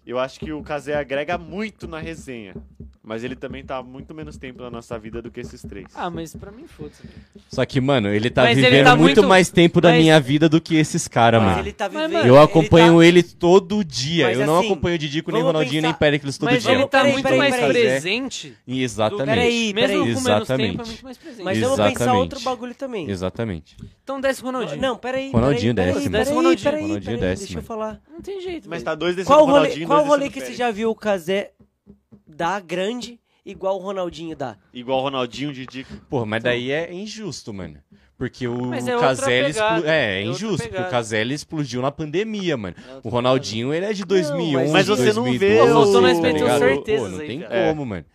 S3: Eu acho que o Casé agrega muito na resenha, mas ele também tá muito menos tempo na nossa vida do que esses três.
S4: Ah, mas pra mim, foda-se.
S1: Só que, mano, ele tá
S4: Mas ele
S1: vivendo
S4: tá
S1: muito
S4: muito-
S1: mais tempo da
S4: mas-
S1: minha vida do que esses caras,
S2: Mas
S1: mano.
S2: ele tá
S4: Mas,
S2: vivendo.
S4: mano,
S1: Eu acompanho
S4: tá
S2: ele.
S1: ele, todo dia.
S2: Mas
S1: eu não
S2: assim,
S1: acompanho o Didico, nem
S2: vamos
S1: Ronaldinho,
S2: pensar-
S1: nem Pericles todo
S4: Mas
S1: dia.
S4: ele
S1: Eu
S4: tá
S2: Peraí,
S1: acompanho
S4: muito
S2: peraí,
S4: mais
S1: Casé.
S2: peraí.
S4: presente.
S1: Exatamente.
S2: Peraí,
S4: Mesmo
S2: peraí.
S4: com menos tempo, é
S1: Exatamente.
S4: muito mais presente.
S2: Tá... Mas eu vou pensar
S1: Exatamente.
S2: outro bagulho também.
S1: Exatamente.
S4: Então desce o Ronaldinho.
S2: Não, peraí.
S1: Ronaldinho
S2: peraí,
S1: desce,
S2: peraí,
S4: mano.
S2: Peraí,
S4: Ronaldinho.
S2: peraí,
S1: Ronaldinho
S2: peraí,
S1: desce,
S2: deixa eu
S1: mano.
S2: falar.
S4: Não tem jeito,
S3: Mas
S4: velho.
S3: tá dois desses
S2: Qual rolê,
S3: Ronaldinho,
S2: qual
S3: dois
S2: rolê
S3: descendo
S2: que você
S3: Pérez.
S2: já viu o Casé dar grande igual o Ronaldinho dá?
S3: Igual Ronaldinho, Didico.
S1: Porra, mas daí é injusto, mano. Porque o
S4: Mas é outra
S1: Caselli.
S4: pegada,
S1: explo- É, é
S4: é outra
S1: injusto. Porque o
S4: pegada.
S1: Caselli explodiu na pandemia, mano.
S4: outra
S1: O Ronaldinho, ele é de 2011.
S3: mas você não vê
S1: Não,
S4: o-
S1: tá
S4: Pô,
S1: ligado?
S4: meteu certezas
S1: Pô, Não
S4: aí,
S1: tem
S4: cara.
S1: como, mano.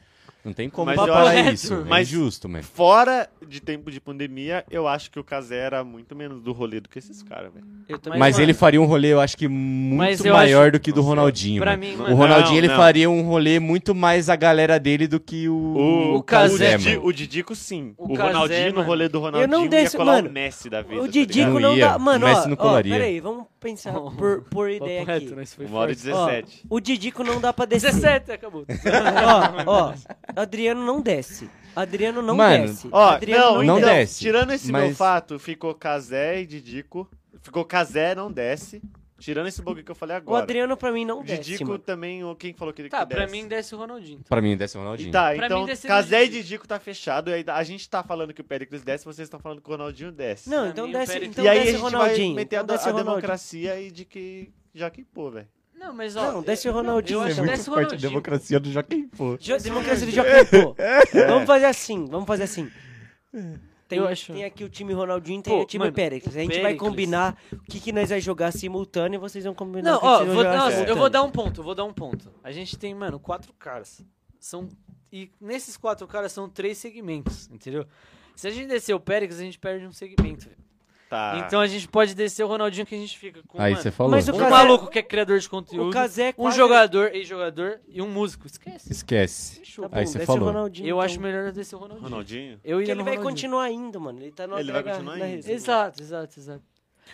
S1: Não tem como
S3: Mas
S1: pra
S3: eu
S1: parar
S4: acho-
S1: isso. É
S3: mas-
S1: injusto, mano.
S3: Fora de tempo de pandemia, eu acho que o Casé era muito menos do rolê do que esses caras, velho.
S4: Eu também-
S1: Mas, ele faria um rolê, eu acho que muito
S4: Mas eu
S1: maior
S4: acho-
S1: do que do Ronaldinho.
S4: pra
S1: mano.
S4: mim,
S1: o
S4: mano.
S1: Ronaldinho
S3: Não,
S1: ele
S3: não.
S1: faria um rolê muito mais a galera dele do que o,
S4: o Cazé,
S3: o, Didi-
S1: mano.
S3: o Didico, sim.
S4: O
S3: O,
S4: Cazé,
S3: Ronaldinho no
S4: mano.
S3: rolê do Ronaldinho
S2: não desço,
S3: ia colar
S2: mano.
S3: o Messi da vida.
S2: O
S3: tá
S2: Didico
S1: ligado?
S2: não,
S1: Não
S2: dá.
S1: ia,
S2: Mano,
S1: o
S2: ó,
S1: Messi não
S2: ó,
S1: colaria.
S2: peraí, vamos pensar por,
S3: Tá
S2: por ideia
S4: Papo reto,
S1: né?
S2: aqui.
S4: nós foi
S3: ligado? Uma hora e
S4: forte.
S2: Ó,
S3: 17.
S2: o Didico não dá pra descer.
S4: 17, acabou.
S2: ó, ó, Adriano não desce. Adriano não
S1: Mano,
S2: desce.
S3: Ó,
S2: Adriano
S3: não,
S1: não
S3: então,
S1: desce,
S3: Tirando esse meu
S1: mas-
S3: fato, ficou Casé e Didico. Ficou Casé, não desce. Tirando esse bug que eu falei
S2: O
S3: agora.
S2: Adriano pra mim não desce.
S3: Didico
S2: mano.
S3: também, ou quem falou que ele
S4: Tá,
S3: que
S4: pra
S3: desce.
S4: mim desce o Ronaldinho.
S1: Pra mim, desce o
S3: E
S1: Ronaldinho.
S3: tá,
S4: Pra
S3: então,
S4: mim desce o
S3: Casé e
S4: Didico.
S3: Didico tá fechado. e aí A gente tá falando que o Pericles desce, vocês estão falando que o Ronaldinho desce.
S2: Não,
S4: pra
S2: então
S4: mim,
S2: desce,
S4: Pericles-
S2: então
S3: e aí
S2: desce
S3: a
S2: o
S3: gente vai
S2: Ronaldinho.
S3: meter a,
S2: então
S3: do-
S2: desce o
S3: a
S2: Ronaldinho.
S3: democracia e de que já que pô, velho.
S4: Não, mas ó.
S2: Não, desce o
S4: eu-
S2: Ronaldinho.
S4: Eu
S2: Isso
S4: acho
S2: é
S4: que desce o Ronaldinho.
S1: democracia do Joaquim Pô.
S2: Jo- Democracia
S3: é
S2: do Joaquim Pô. Vamos fazer assim, vamos fazer assim. Tem,
S4: Eu acho-
S2: tem aqui o time Ronaldinho e tem
S4: Pô,
S2: o time
S4: mano,
S2: Péricles. A gente vai
S4: Péricles.
S2: combinar o que, que nós vai jogar simultâneo e vocês vão combinar
S4: Não,
S2: o que,
S4: ó,
S2: que vocês
S4: vou-
S2: vão jogar
S4: não,
S2: simultâneo.
S4: eu vou dar um ponto, eu vou dar um ponto. A gente tem, mano, quatro caras. São. E nesses quatro caras são três segmentos, entendeu? Se a gente descer o Péricles, a gente perde um segmento. velho.
S3: Tá.
S4: Então a gente pode descer o Ronaldinho que a gente fica com
S1: Aí
S4: mano,
S1: você falou.
S2: Mas o
S4: um
S2: Cazé-
S4: maluco que é criador de conteúdo,
S2: O Kazé é
S4: um
S2: quase-
S4: jogador, ex-jogador e um músico. Esquece.
S1: Esquece.
S4: Fechou.
S2: Tá bom,
S1: Aí você
S2: desce o
S1: falou.
S2: Ronaldinho,
S4: Eu
S2: então.
S4: acho melhor descer o Ronaldinho.
S3: Ronaldinho?
S4: Eu ia
S2: Porque ele
S4: no
S2: vai
S4: Ronaldinho.
S2: continuar indo, mano. Ele tá na
S3: Ele vai
S2: pega-
S3: continuar
S2: na
S3: indo.
S2: resenha.
S4: Exato, exato, exato.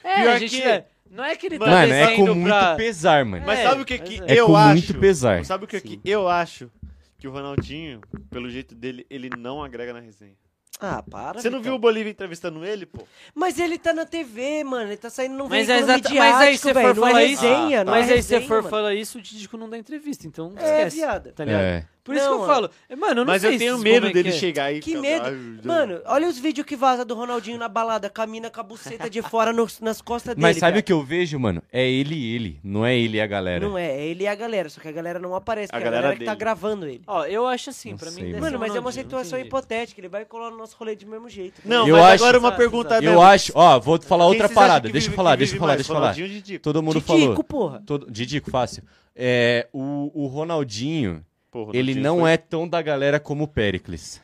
S4: É,
S3: Pior
S4: a gente,
S3: que-
S4: né, Não é que ele tá
S3: Mano,
S4: mano,
S1: Mano, é com
S4: descendo
S1: muito
S4: pra...
S1: pesar, mano.
S3: Mas
S4: É,
S3: sabe o que, que
S4: mas
S1: é
S3: eu
S1: com
S3: acho?
S1: muito pesar.
S3: Sabe o que, que eu acho? Que o Ronaldinho, pelo jeito dele, ele não agrega na resenha.
S2: Ah, para.
S3: Você não viu
S2: Vitão.
S3: o Bolívia entrevistando ele, pô?
S2: Mas ele tá na TV, mano. Ele tá saindo num
S4: Mas é
S2: veículo
S4: exata-
S2: midiático,
S4: mas aí se for
S2: velho. Não é
S4: falar isso-
S2: resenha,
S3: Ah,
S2: não é
S4: Mas aí você
S2: resenha,
S4: for
S2: mano.
S4: falar isso, o Didico não dá entrevista, então
S2: É,
S4: esquece.
S2: viada.
S4: Tá ligado?
S3: né?
S1: É.
S4: Por isso
S2: Não, é.
S4: que eu
S2: mano.
S4: falo. Mano, eu não
S3: Mas
S4: sei
S3: eu tenho
S4: se-
S3: medo
S4: como é
S3: dele
S4: que é.
S3: chegar aí. e
S2: Que
S3: ficar-
S2: medo.
S3: Ai, meu Deus.
S2: Mano, olha os vídeos que vaza do Ronaldinho na balada. Camina com a buceta de fora nos- nas costas dele.
S1: Mas sabe
S2: cara.
S1: o que eu vejo, mano? É ele e ele. Não é ele e a galera.
S2: Não é, é ele e a galera. Só que a galera não aparece.
S3: A
S2: que é
S3: galera
S2: a galera que tá
S3: dele.
S2: gravando ele.
S4: Ó, eu acho assim, pra
S1: sei,
S4: mim. deve
S1: mano.
S4: ser
S2: Mano,
S4: o
S2: mas é uma
S4: Ronaldinho, não
S2: situação
S4: tem jeito.
S2: hipotética. Ele vai colar no nosso rolê do mesmo jeito.
S3: Não,
S1: Eu
S3: mas
S1: acho-
S3: agora uma
S4: Exato,
S3: pergunta
S4: exato.
S1: Eu
S3: mesmo.
S1: acho, ó, vou falar
S3: Quem
S1: outra
S3: vocês acham
S1: parada.
S3: que
S1: Deixa eu
S3: vive-
S1: falar,
S3: que
S1: deixa eu
S3: vive
S1: falar,
S3: mais,
S1: deixa eu falar.
S3: Ronaldinho ou Didico?
S1: Todo mundo
S2: Didico,
S1: falou.
S2: porra.
S1: Todo... Didico, fácil. É, o, o Ronaldinho,
S3: Pô, Ronaldinho
S1: ele não
S3: foi-
S1: é tão da galera como o Péricles.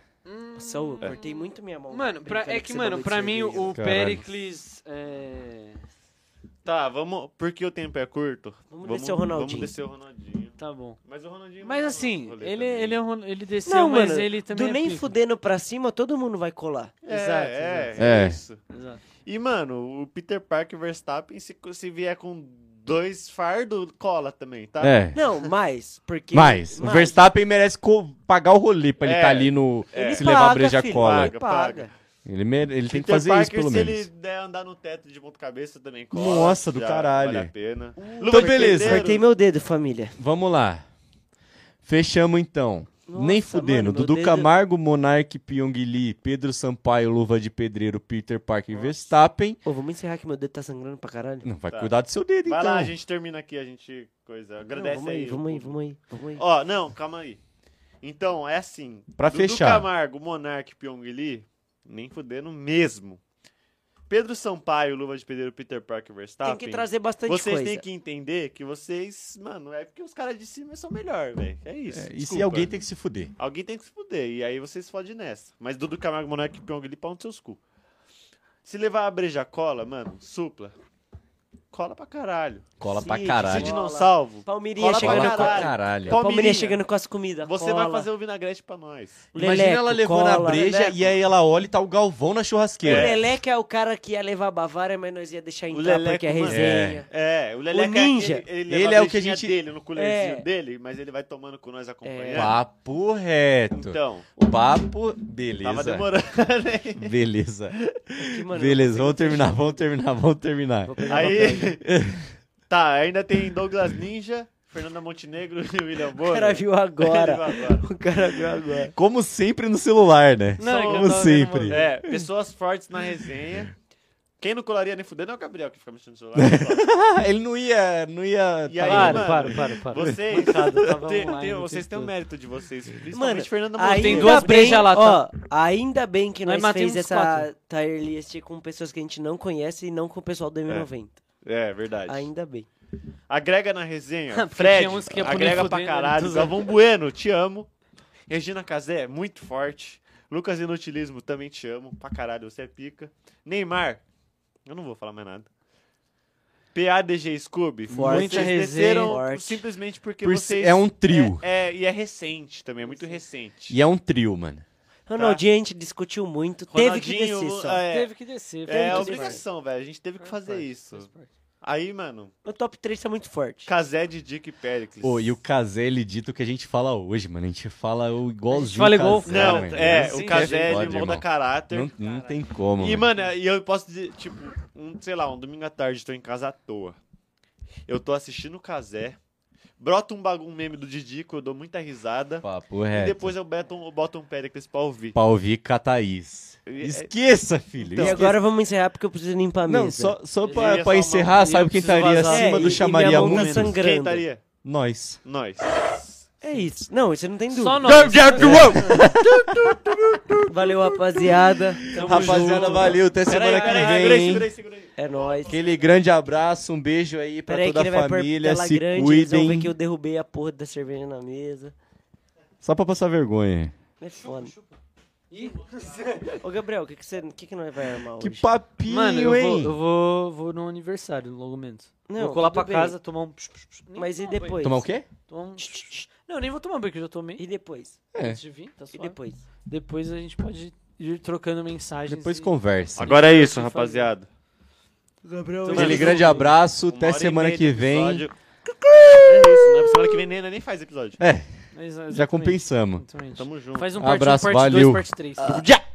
S2: Nossa, eu
S1: É.
S2: cortei muito minha mão.
S4: Mano, pra-
S2: brincando
S4: é
S2: com
S4: que,
S2: esse
S4: mano,
S2: bagulho
S4: pra
S2: de
S4: mim
S2: cerveja.
S4: o
S1: Caralho.
S4: Pericles. É.
S3: Tá, vamos. Porque o tempo é curto.
S2: Vamos descer o Ronaldinho.
S3: Vamos descer o Ronaldinho.
S4: Tá bom.
S3: Mas o Ronaldinho.
S4: Mas
S3: não é
S4: assim,
S3: rolê
S4: ele,
S3: também.
S4: ele, é um- ele desceu,
S2: Não,
S4: mas
S2: mano,
S4: ele também.
S2: do
S4: é
S2: nem
S4: pica.
S2: fudendo pra cima, todo mundo vai colar.
S3: É,
S4: Exato,
S3: é,
S1: exato.
S3: é
S1: É.
S3: isso.
S4: Exato.
S3: E, mano, o Peter Parker e o Verstappen, se, se vier com dois fardos, cola também, tá?
S1: É.
S2: Não, mais, porque...
S1: Mas, o
S2: mais.
S1: Verstappen merece co- pagar o rolê pra ele
S3: É,
S1: estar tá ali no.
S2: Ele
S1: se
S2: paga,
S1: levar a breja
S2: filho,
S1: cola.
S2: Ele paga.
S1: Ele, mere- ele tem que
S3: Peter
S1: fazer
S3: Parker,
S1: isso, pelo
S3: se
S1: menos.
S3: ele der andar no teto de ponta cabeça, também cola.
S1: Nossa, do
S3: já
S1: caralho.
S3: Vale a pena.
S2: Uh,
S1: Então, beleza.
S2: Cortei meu dedo, família.
S1: Vamos lá. Fechamos então.
S2: Nossa,
S1: Nem fudendo.
S2: mano, meu
S1: Dudu
S2: dedo- é
S1: Camargo, Monark, Pyong Lee, Pedro Sampaio, Luva de Pedreiro, Peter Parker e Verstappen.
S2: Ô, vamos encerrar que meu dedo tá sangrando pra caralho.
S1: Não, vai
S3: Tá.
S1: cuidar do seu dedo,
S3: Vai
S1: então.
S3: lá, a gente termina aqui, a gente coisa. Agradece
S2: Não, vamos aí,
S3: aí.
S2: vamos aí, vamos aí, vamos aí.
S3: Ó, não, calma aí. Então, é assim.
S1: Pra
S3: Dudu
S1: fechar.
S3: Camargo, Monark, Pyong Lee, nem fudendo mesmo. Pedro Sampaio, Luva de Pedreiro, Peter Parker, Verstappen.
S2: Tem que trazer bastante
S3: tá, Vocês
S2: coisa.
S3: têm que entender que vocês, mano, é porque os caras de cima são melhor, velho. É isso.
S1: É, e se
S3: desculpa.
S1: alguém tem que se fuder?
S3: Alguém tem que se fuder, e aí vocês fodem nessa. Mas Dudu Camargo, Monark e Pyong, ele pão seus cu. Se levar a breja cola, mano, supla. Cola pra caralho.
S1: Cola
S2: Sim,
S1: pra
S3: Se
S1: caralho.
S3: de
S2: Cola.
S3: não salvo,
S2: Palmeirinha
S3: cola
S2: chegando,
S1: Cola
S3: pra
S2: com...
S1: pra
S3: caralho.
S1: caralho.
S3: Palmeirinha.
S2: Palmeirinha chegando com as comidas.
S3: você
S2: cola.
S3: vai fazer o vinagrete pra nós.
S1: Imagina ela levando
S2: cola.
S1: a breja
S2: Leleco.
S1: e aí ela olha e tá o Galvão na
S2: O
S1: churrasqueira.
S2: Leleco é o cara que ia levar a Bavária, mas nós ia deixar entrar porque é
S3: mano.
S2: resenha.
S3: É, o Leleco
S2: ninja.
S3: é aquele- ele,
S1: Ele
S3: é
S1: é
S3: o
S1: o que a gente-
S3: dele, no coolerzinho
S2: É.
S3: dele, mas ele vai tomando com nós acompanhando.
S1: Papo reto.
S3: Então,
S1: Papo.
S3: tava
S1: Beleza.
S3: demorando, né? hein?
S1: Beleza.
S2: Que, mano,
S1: Beleza, vamos terminar, vamos terminar, vamos terminar.
S2: Vou pegar
S3: Aí. tá, ainda tem Douglas Ninja, Fernanda Montenegro e William
S2: O
S3: Bonner.
S2: cara viu agora.
S3: Ele viu agora.
S2: O cara viu agora.
S1: Como sempre no celular, né?
S4: Não, é que eu
S1: Como
S4: tava vendo uma-
S1: sempre.
S3: É, pessoas fortes na resenha. Quem não colaria nem fudendo é o Gabriel que fica mexendo no celular. só.
S1: Ah, ele não ia. Não ia.
S3: E aí,
S4: Para,
S3: mano,
S4: para, para, para.
S3: vocês,
S4: Coitado, eu tava
S3: tem-
S4: online
S3: tem-
S4: o
S3: vocês
S4: tempo
S3: têm o
S4: todo.
S3: mérito de vocês. Principalmente
S2: Mano,
S3: Fernanda
S2: Ainda
S3: Montenegro.
S4: Tem duas
S2: bem-
S4: brejas lá, tá?
S2: Ó, ainda bem que
S4: Nós
S2: nós,
S4: matei
S2: fez
S4: uns
S2: essa
S4: quatro.
S2: tier list com pessoas que a gente não conhece e não com o pessoal do M90.
S3: É, verdade.
S2: Ainda bem.
S3: Agrega na resenha.
S4: Porque
S3: Fred,
S4: tinha uns que é por
S3: agrega
S4: nem
S3: pra
S4: fudendo,
S3: caralho.
S4: né?
S3: Galvão Bueno, te amo. Regina Casé, muito forte. Lucas Inutilismo, também te amo. Pra caralho, você é pica. Neymar, eu não vou falar mais nada. PADG Scooby,
S2: Forte.
S3: vocês
S4: Muita
S3: desceram
S2: resenha.
S3: simplesmente porque
S1: Por-
S3: vocês...
S1: É um trio.
S3: É, é, e é recente também, é muito recente.
S1: E é um trio, mano.
S2: Ronaldinho a gente discutiu muito, teve que
S3: Ronaldinho,
S2: descer só.
S3: É,
S4: Teve que descer.
S3: é,
S4: teve que descer.
S3: obrigação, velho. A gente teve que fazer isso. Aí, mano,
S2: O top 3 tá muito forte.
S3: Casé de Dick e Pericles.
S1: Ô, e o Casé, ele dita o que a gente fala hoje, mano. A gente fala o igualzinho.
S4: A gente fala igual o
S1: Cazé,
S3: Não,
S1: mano.
S3: é,
S4: Sim,
S3: o Casé,
S1: foda,
S3: ele molda
S1: irmão.
S3: caráter.
S1: Não, não tem como.
S3: E,
S1: mano.
S3: mano, e eu posso dizer, tipo, um, sei lá, um domingo à tarde, tô em casa à toa. Eu tô assistindo o Casé, brota um bagulho um meme do Didico, eu dou muita risada.
S1: Papo
S3: E
S1: reto.
S3: depois eu boto, um- eu boto um Péricles pra ouvir.
S1: Pra ouvir Cataís.
S3: E-
S1: Esqueça, filho.
S2: e
S1: esqueça.
S2: Então, agora vamos encerrar porque eu preciso limpar a mesa.
S1: Então, Não, só, só
S3: Eu
S1: pra,
S3: ia
S1: pra
S3: só
S1: encerrar,
S4: mal-
S1: sabe
S4: eu
S1: quem
S4: preciso
S1: estaria
S4: vazar.
S1: acima
S2: É, e- e
S1: do
S2: minha
S1: chamaria
S2: mão tá
S1: muito?
S2: sangrando.
S3: Quem estaria?
S1: Nós.
S3: Nós.
S2: É isso. Não, isso não tem dúvida.
S4: Só nós.
S2: Valeu, rapaziada.
S1: Rapaziada, valeu. Até semana
S3: Peraí,
S1: que
S3: peraí,
S1: vem.
S3: segura aí,
S1: hein?
S3: segura aí, segura aí.
S2: É nóis.
S1: Aquele grande abraço, um beijo aí pra
S2: Peraí que
S1: toda
S2: ele vai
S1: a
S2: pôr
S1: família.
S2: tela
S1: Se
S2: grande, eles vão ver
S1: cuidem.
S2: que eu derrubei a porra da cerveja na mesa.
S1: Só pra passar vergonha.
S2: É foda.
S4: Ih,
S2: Ô, Gabriel, o que, que você que que não vai armar
S1: Que
S2: hoje?
S1: papinho,
S4: Mano, eu vou,
S1: hein?
S4: eu vou, vou no aniversário, logo menos.
S2: Não,
S4: vou colar
S2: tudo
S4: pra
S2: bem.
S4: casa, tomar um... psh, psh, psh. Nem
S2: Mas e
S4: tomar banho.
S2: depois?
S1: Tomar o quê?
S4: Tomar um... Não, eu nem vou tomar banho, que eu já tomei.
S2: E depois?
S4: Antes de vir, tá
S2: E
S4: suave.
S2: depois?
S4: Depois a gente pode ir trocando mensagens.
S1: Depois
S4: e-
S1: conversa.
S3: Agora é isso,
S4: Sim,
S3: rapaziada.
S4: Gabriel,
S3: Então,
S1: Aquele
S3: mano,
S1: grande abraço,
S3: Uma
S1: até
S3: hora e
S1: semana
S3: meia
S1: que
S3: de
S1: vem.
S3: episódio. É isso, né? semana que vem nem, nem faz episódio.
S1: É, já compensamos.
S4: Exatamente.
S3: Tamo Ah, junto.
S4: Faz um parte 1,
S1: Abraço,
S4: parte 2,
S1: valeu.
S4: parte 3.
S1: Já!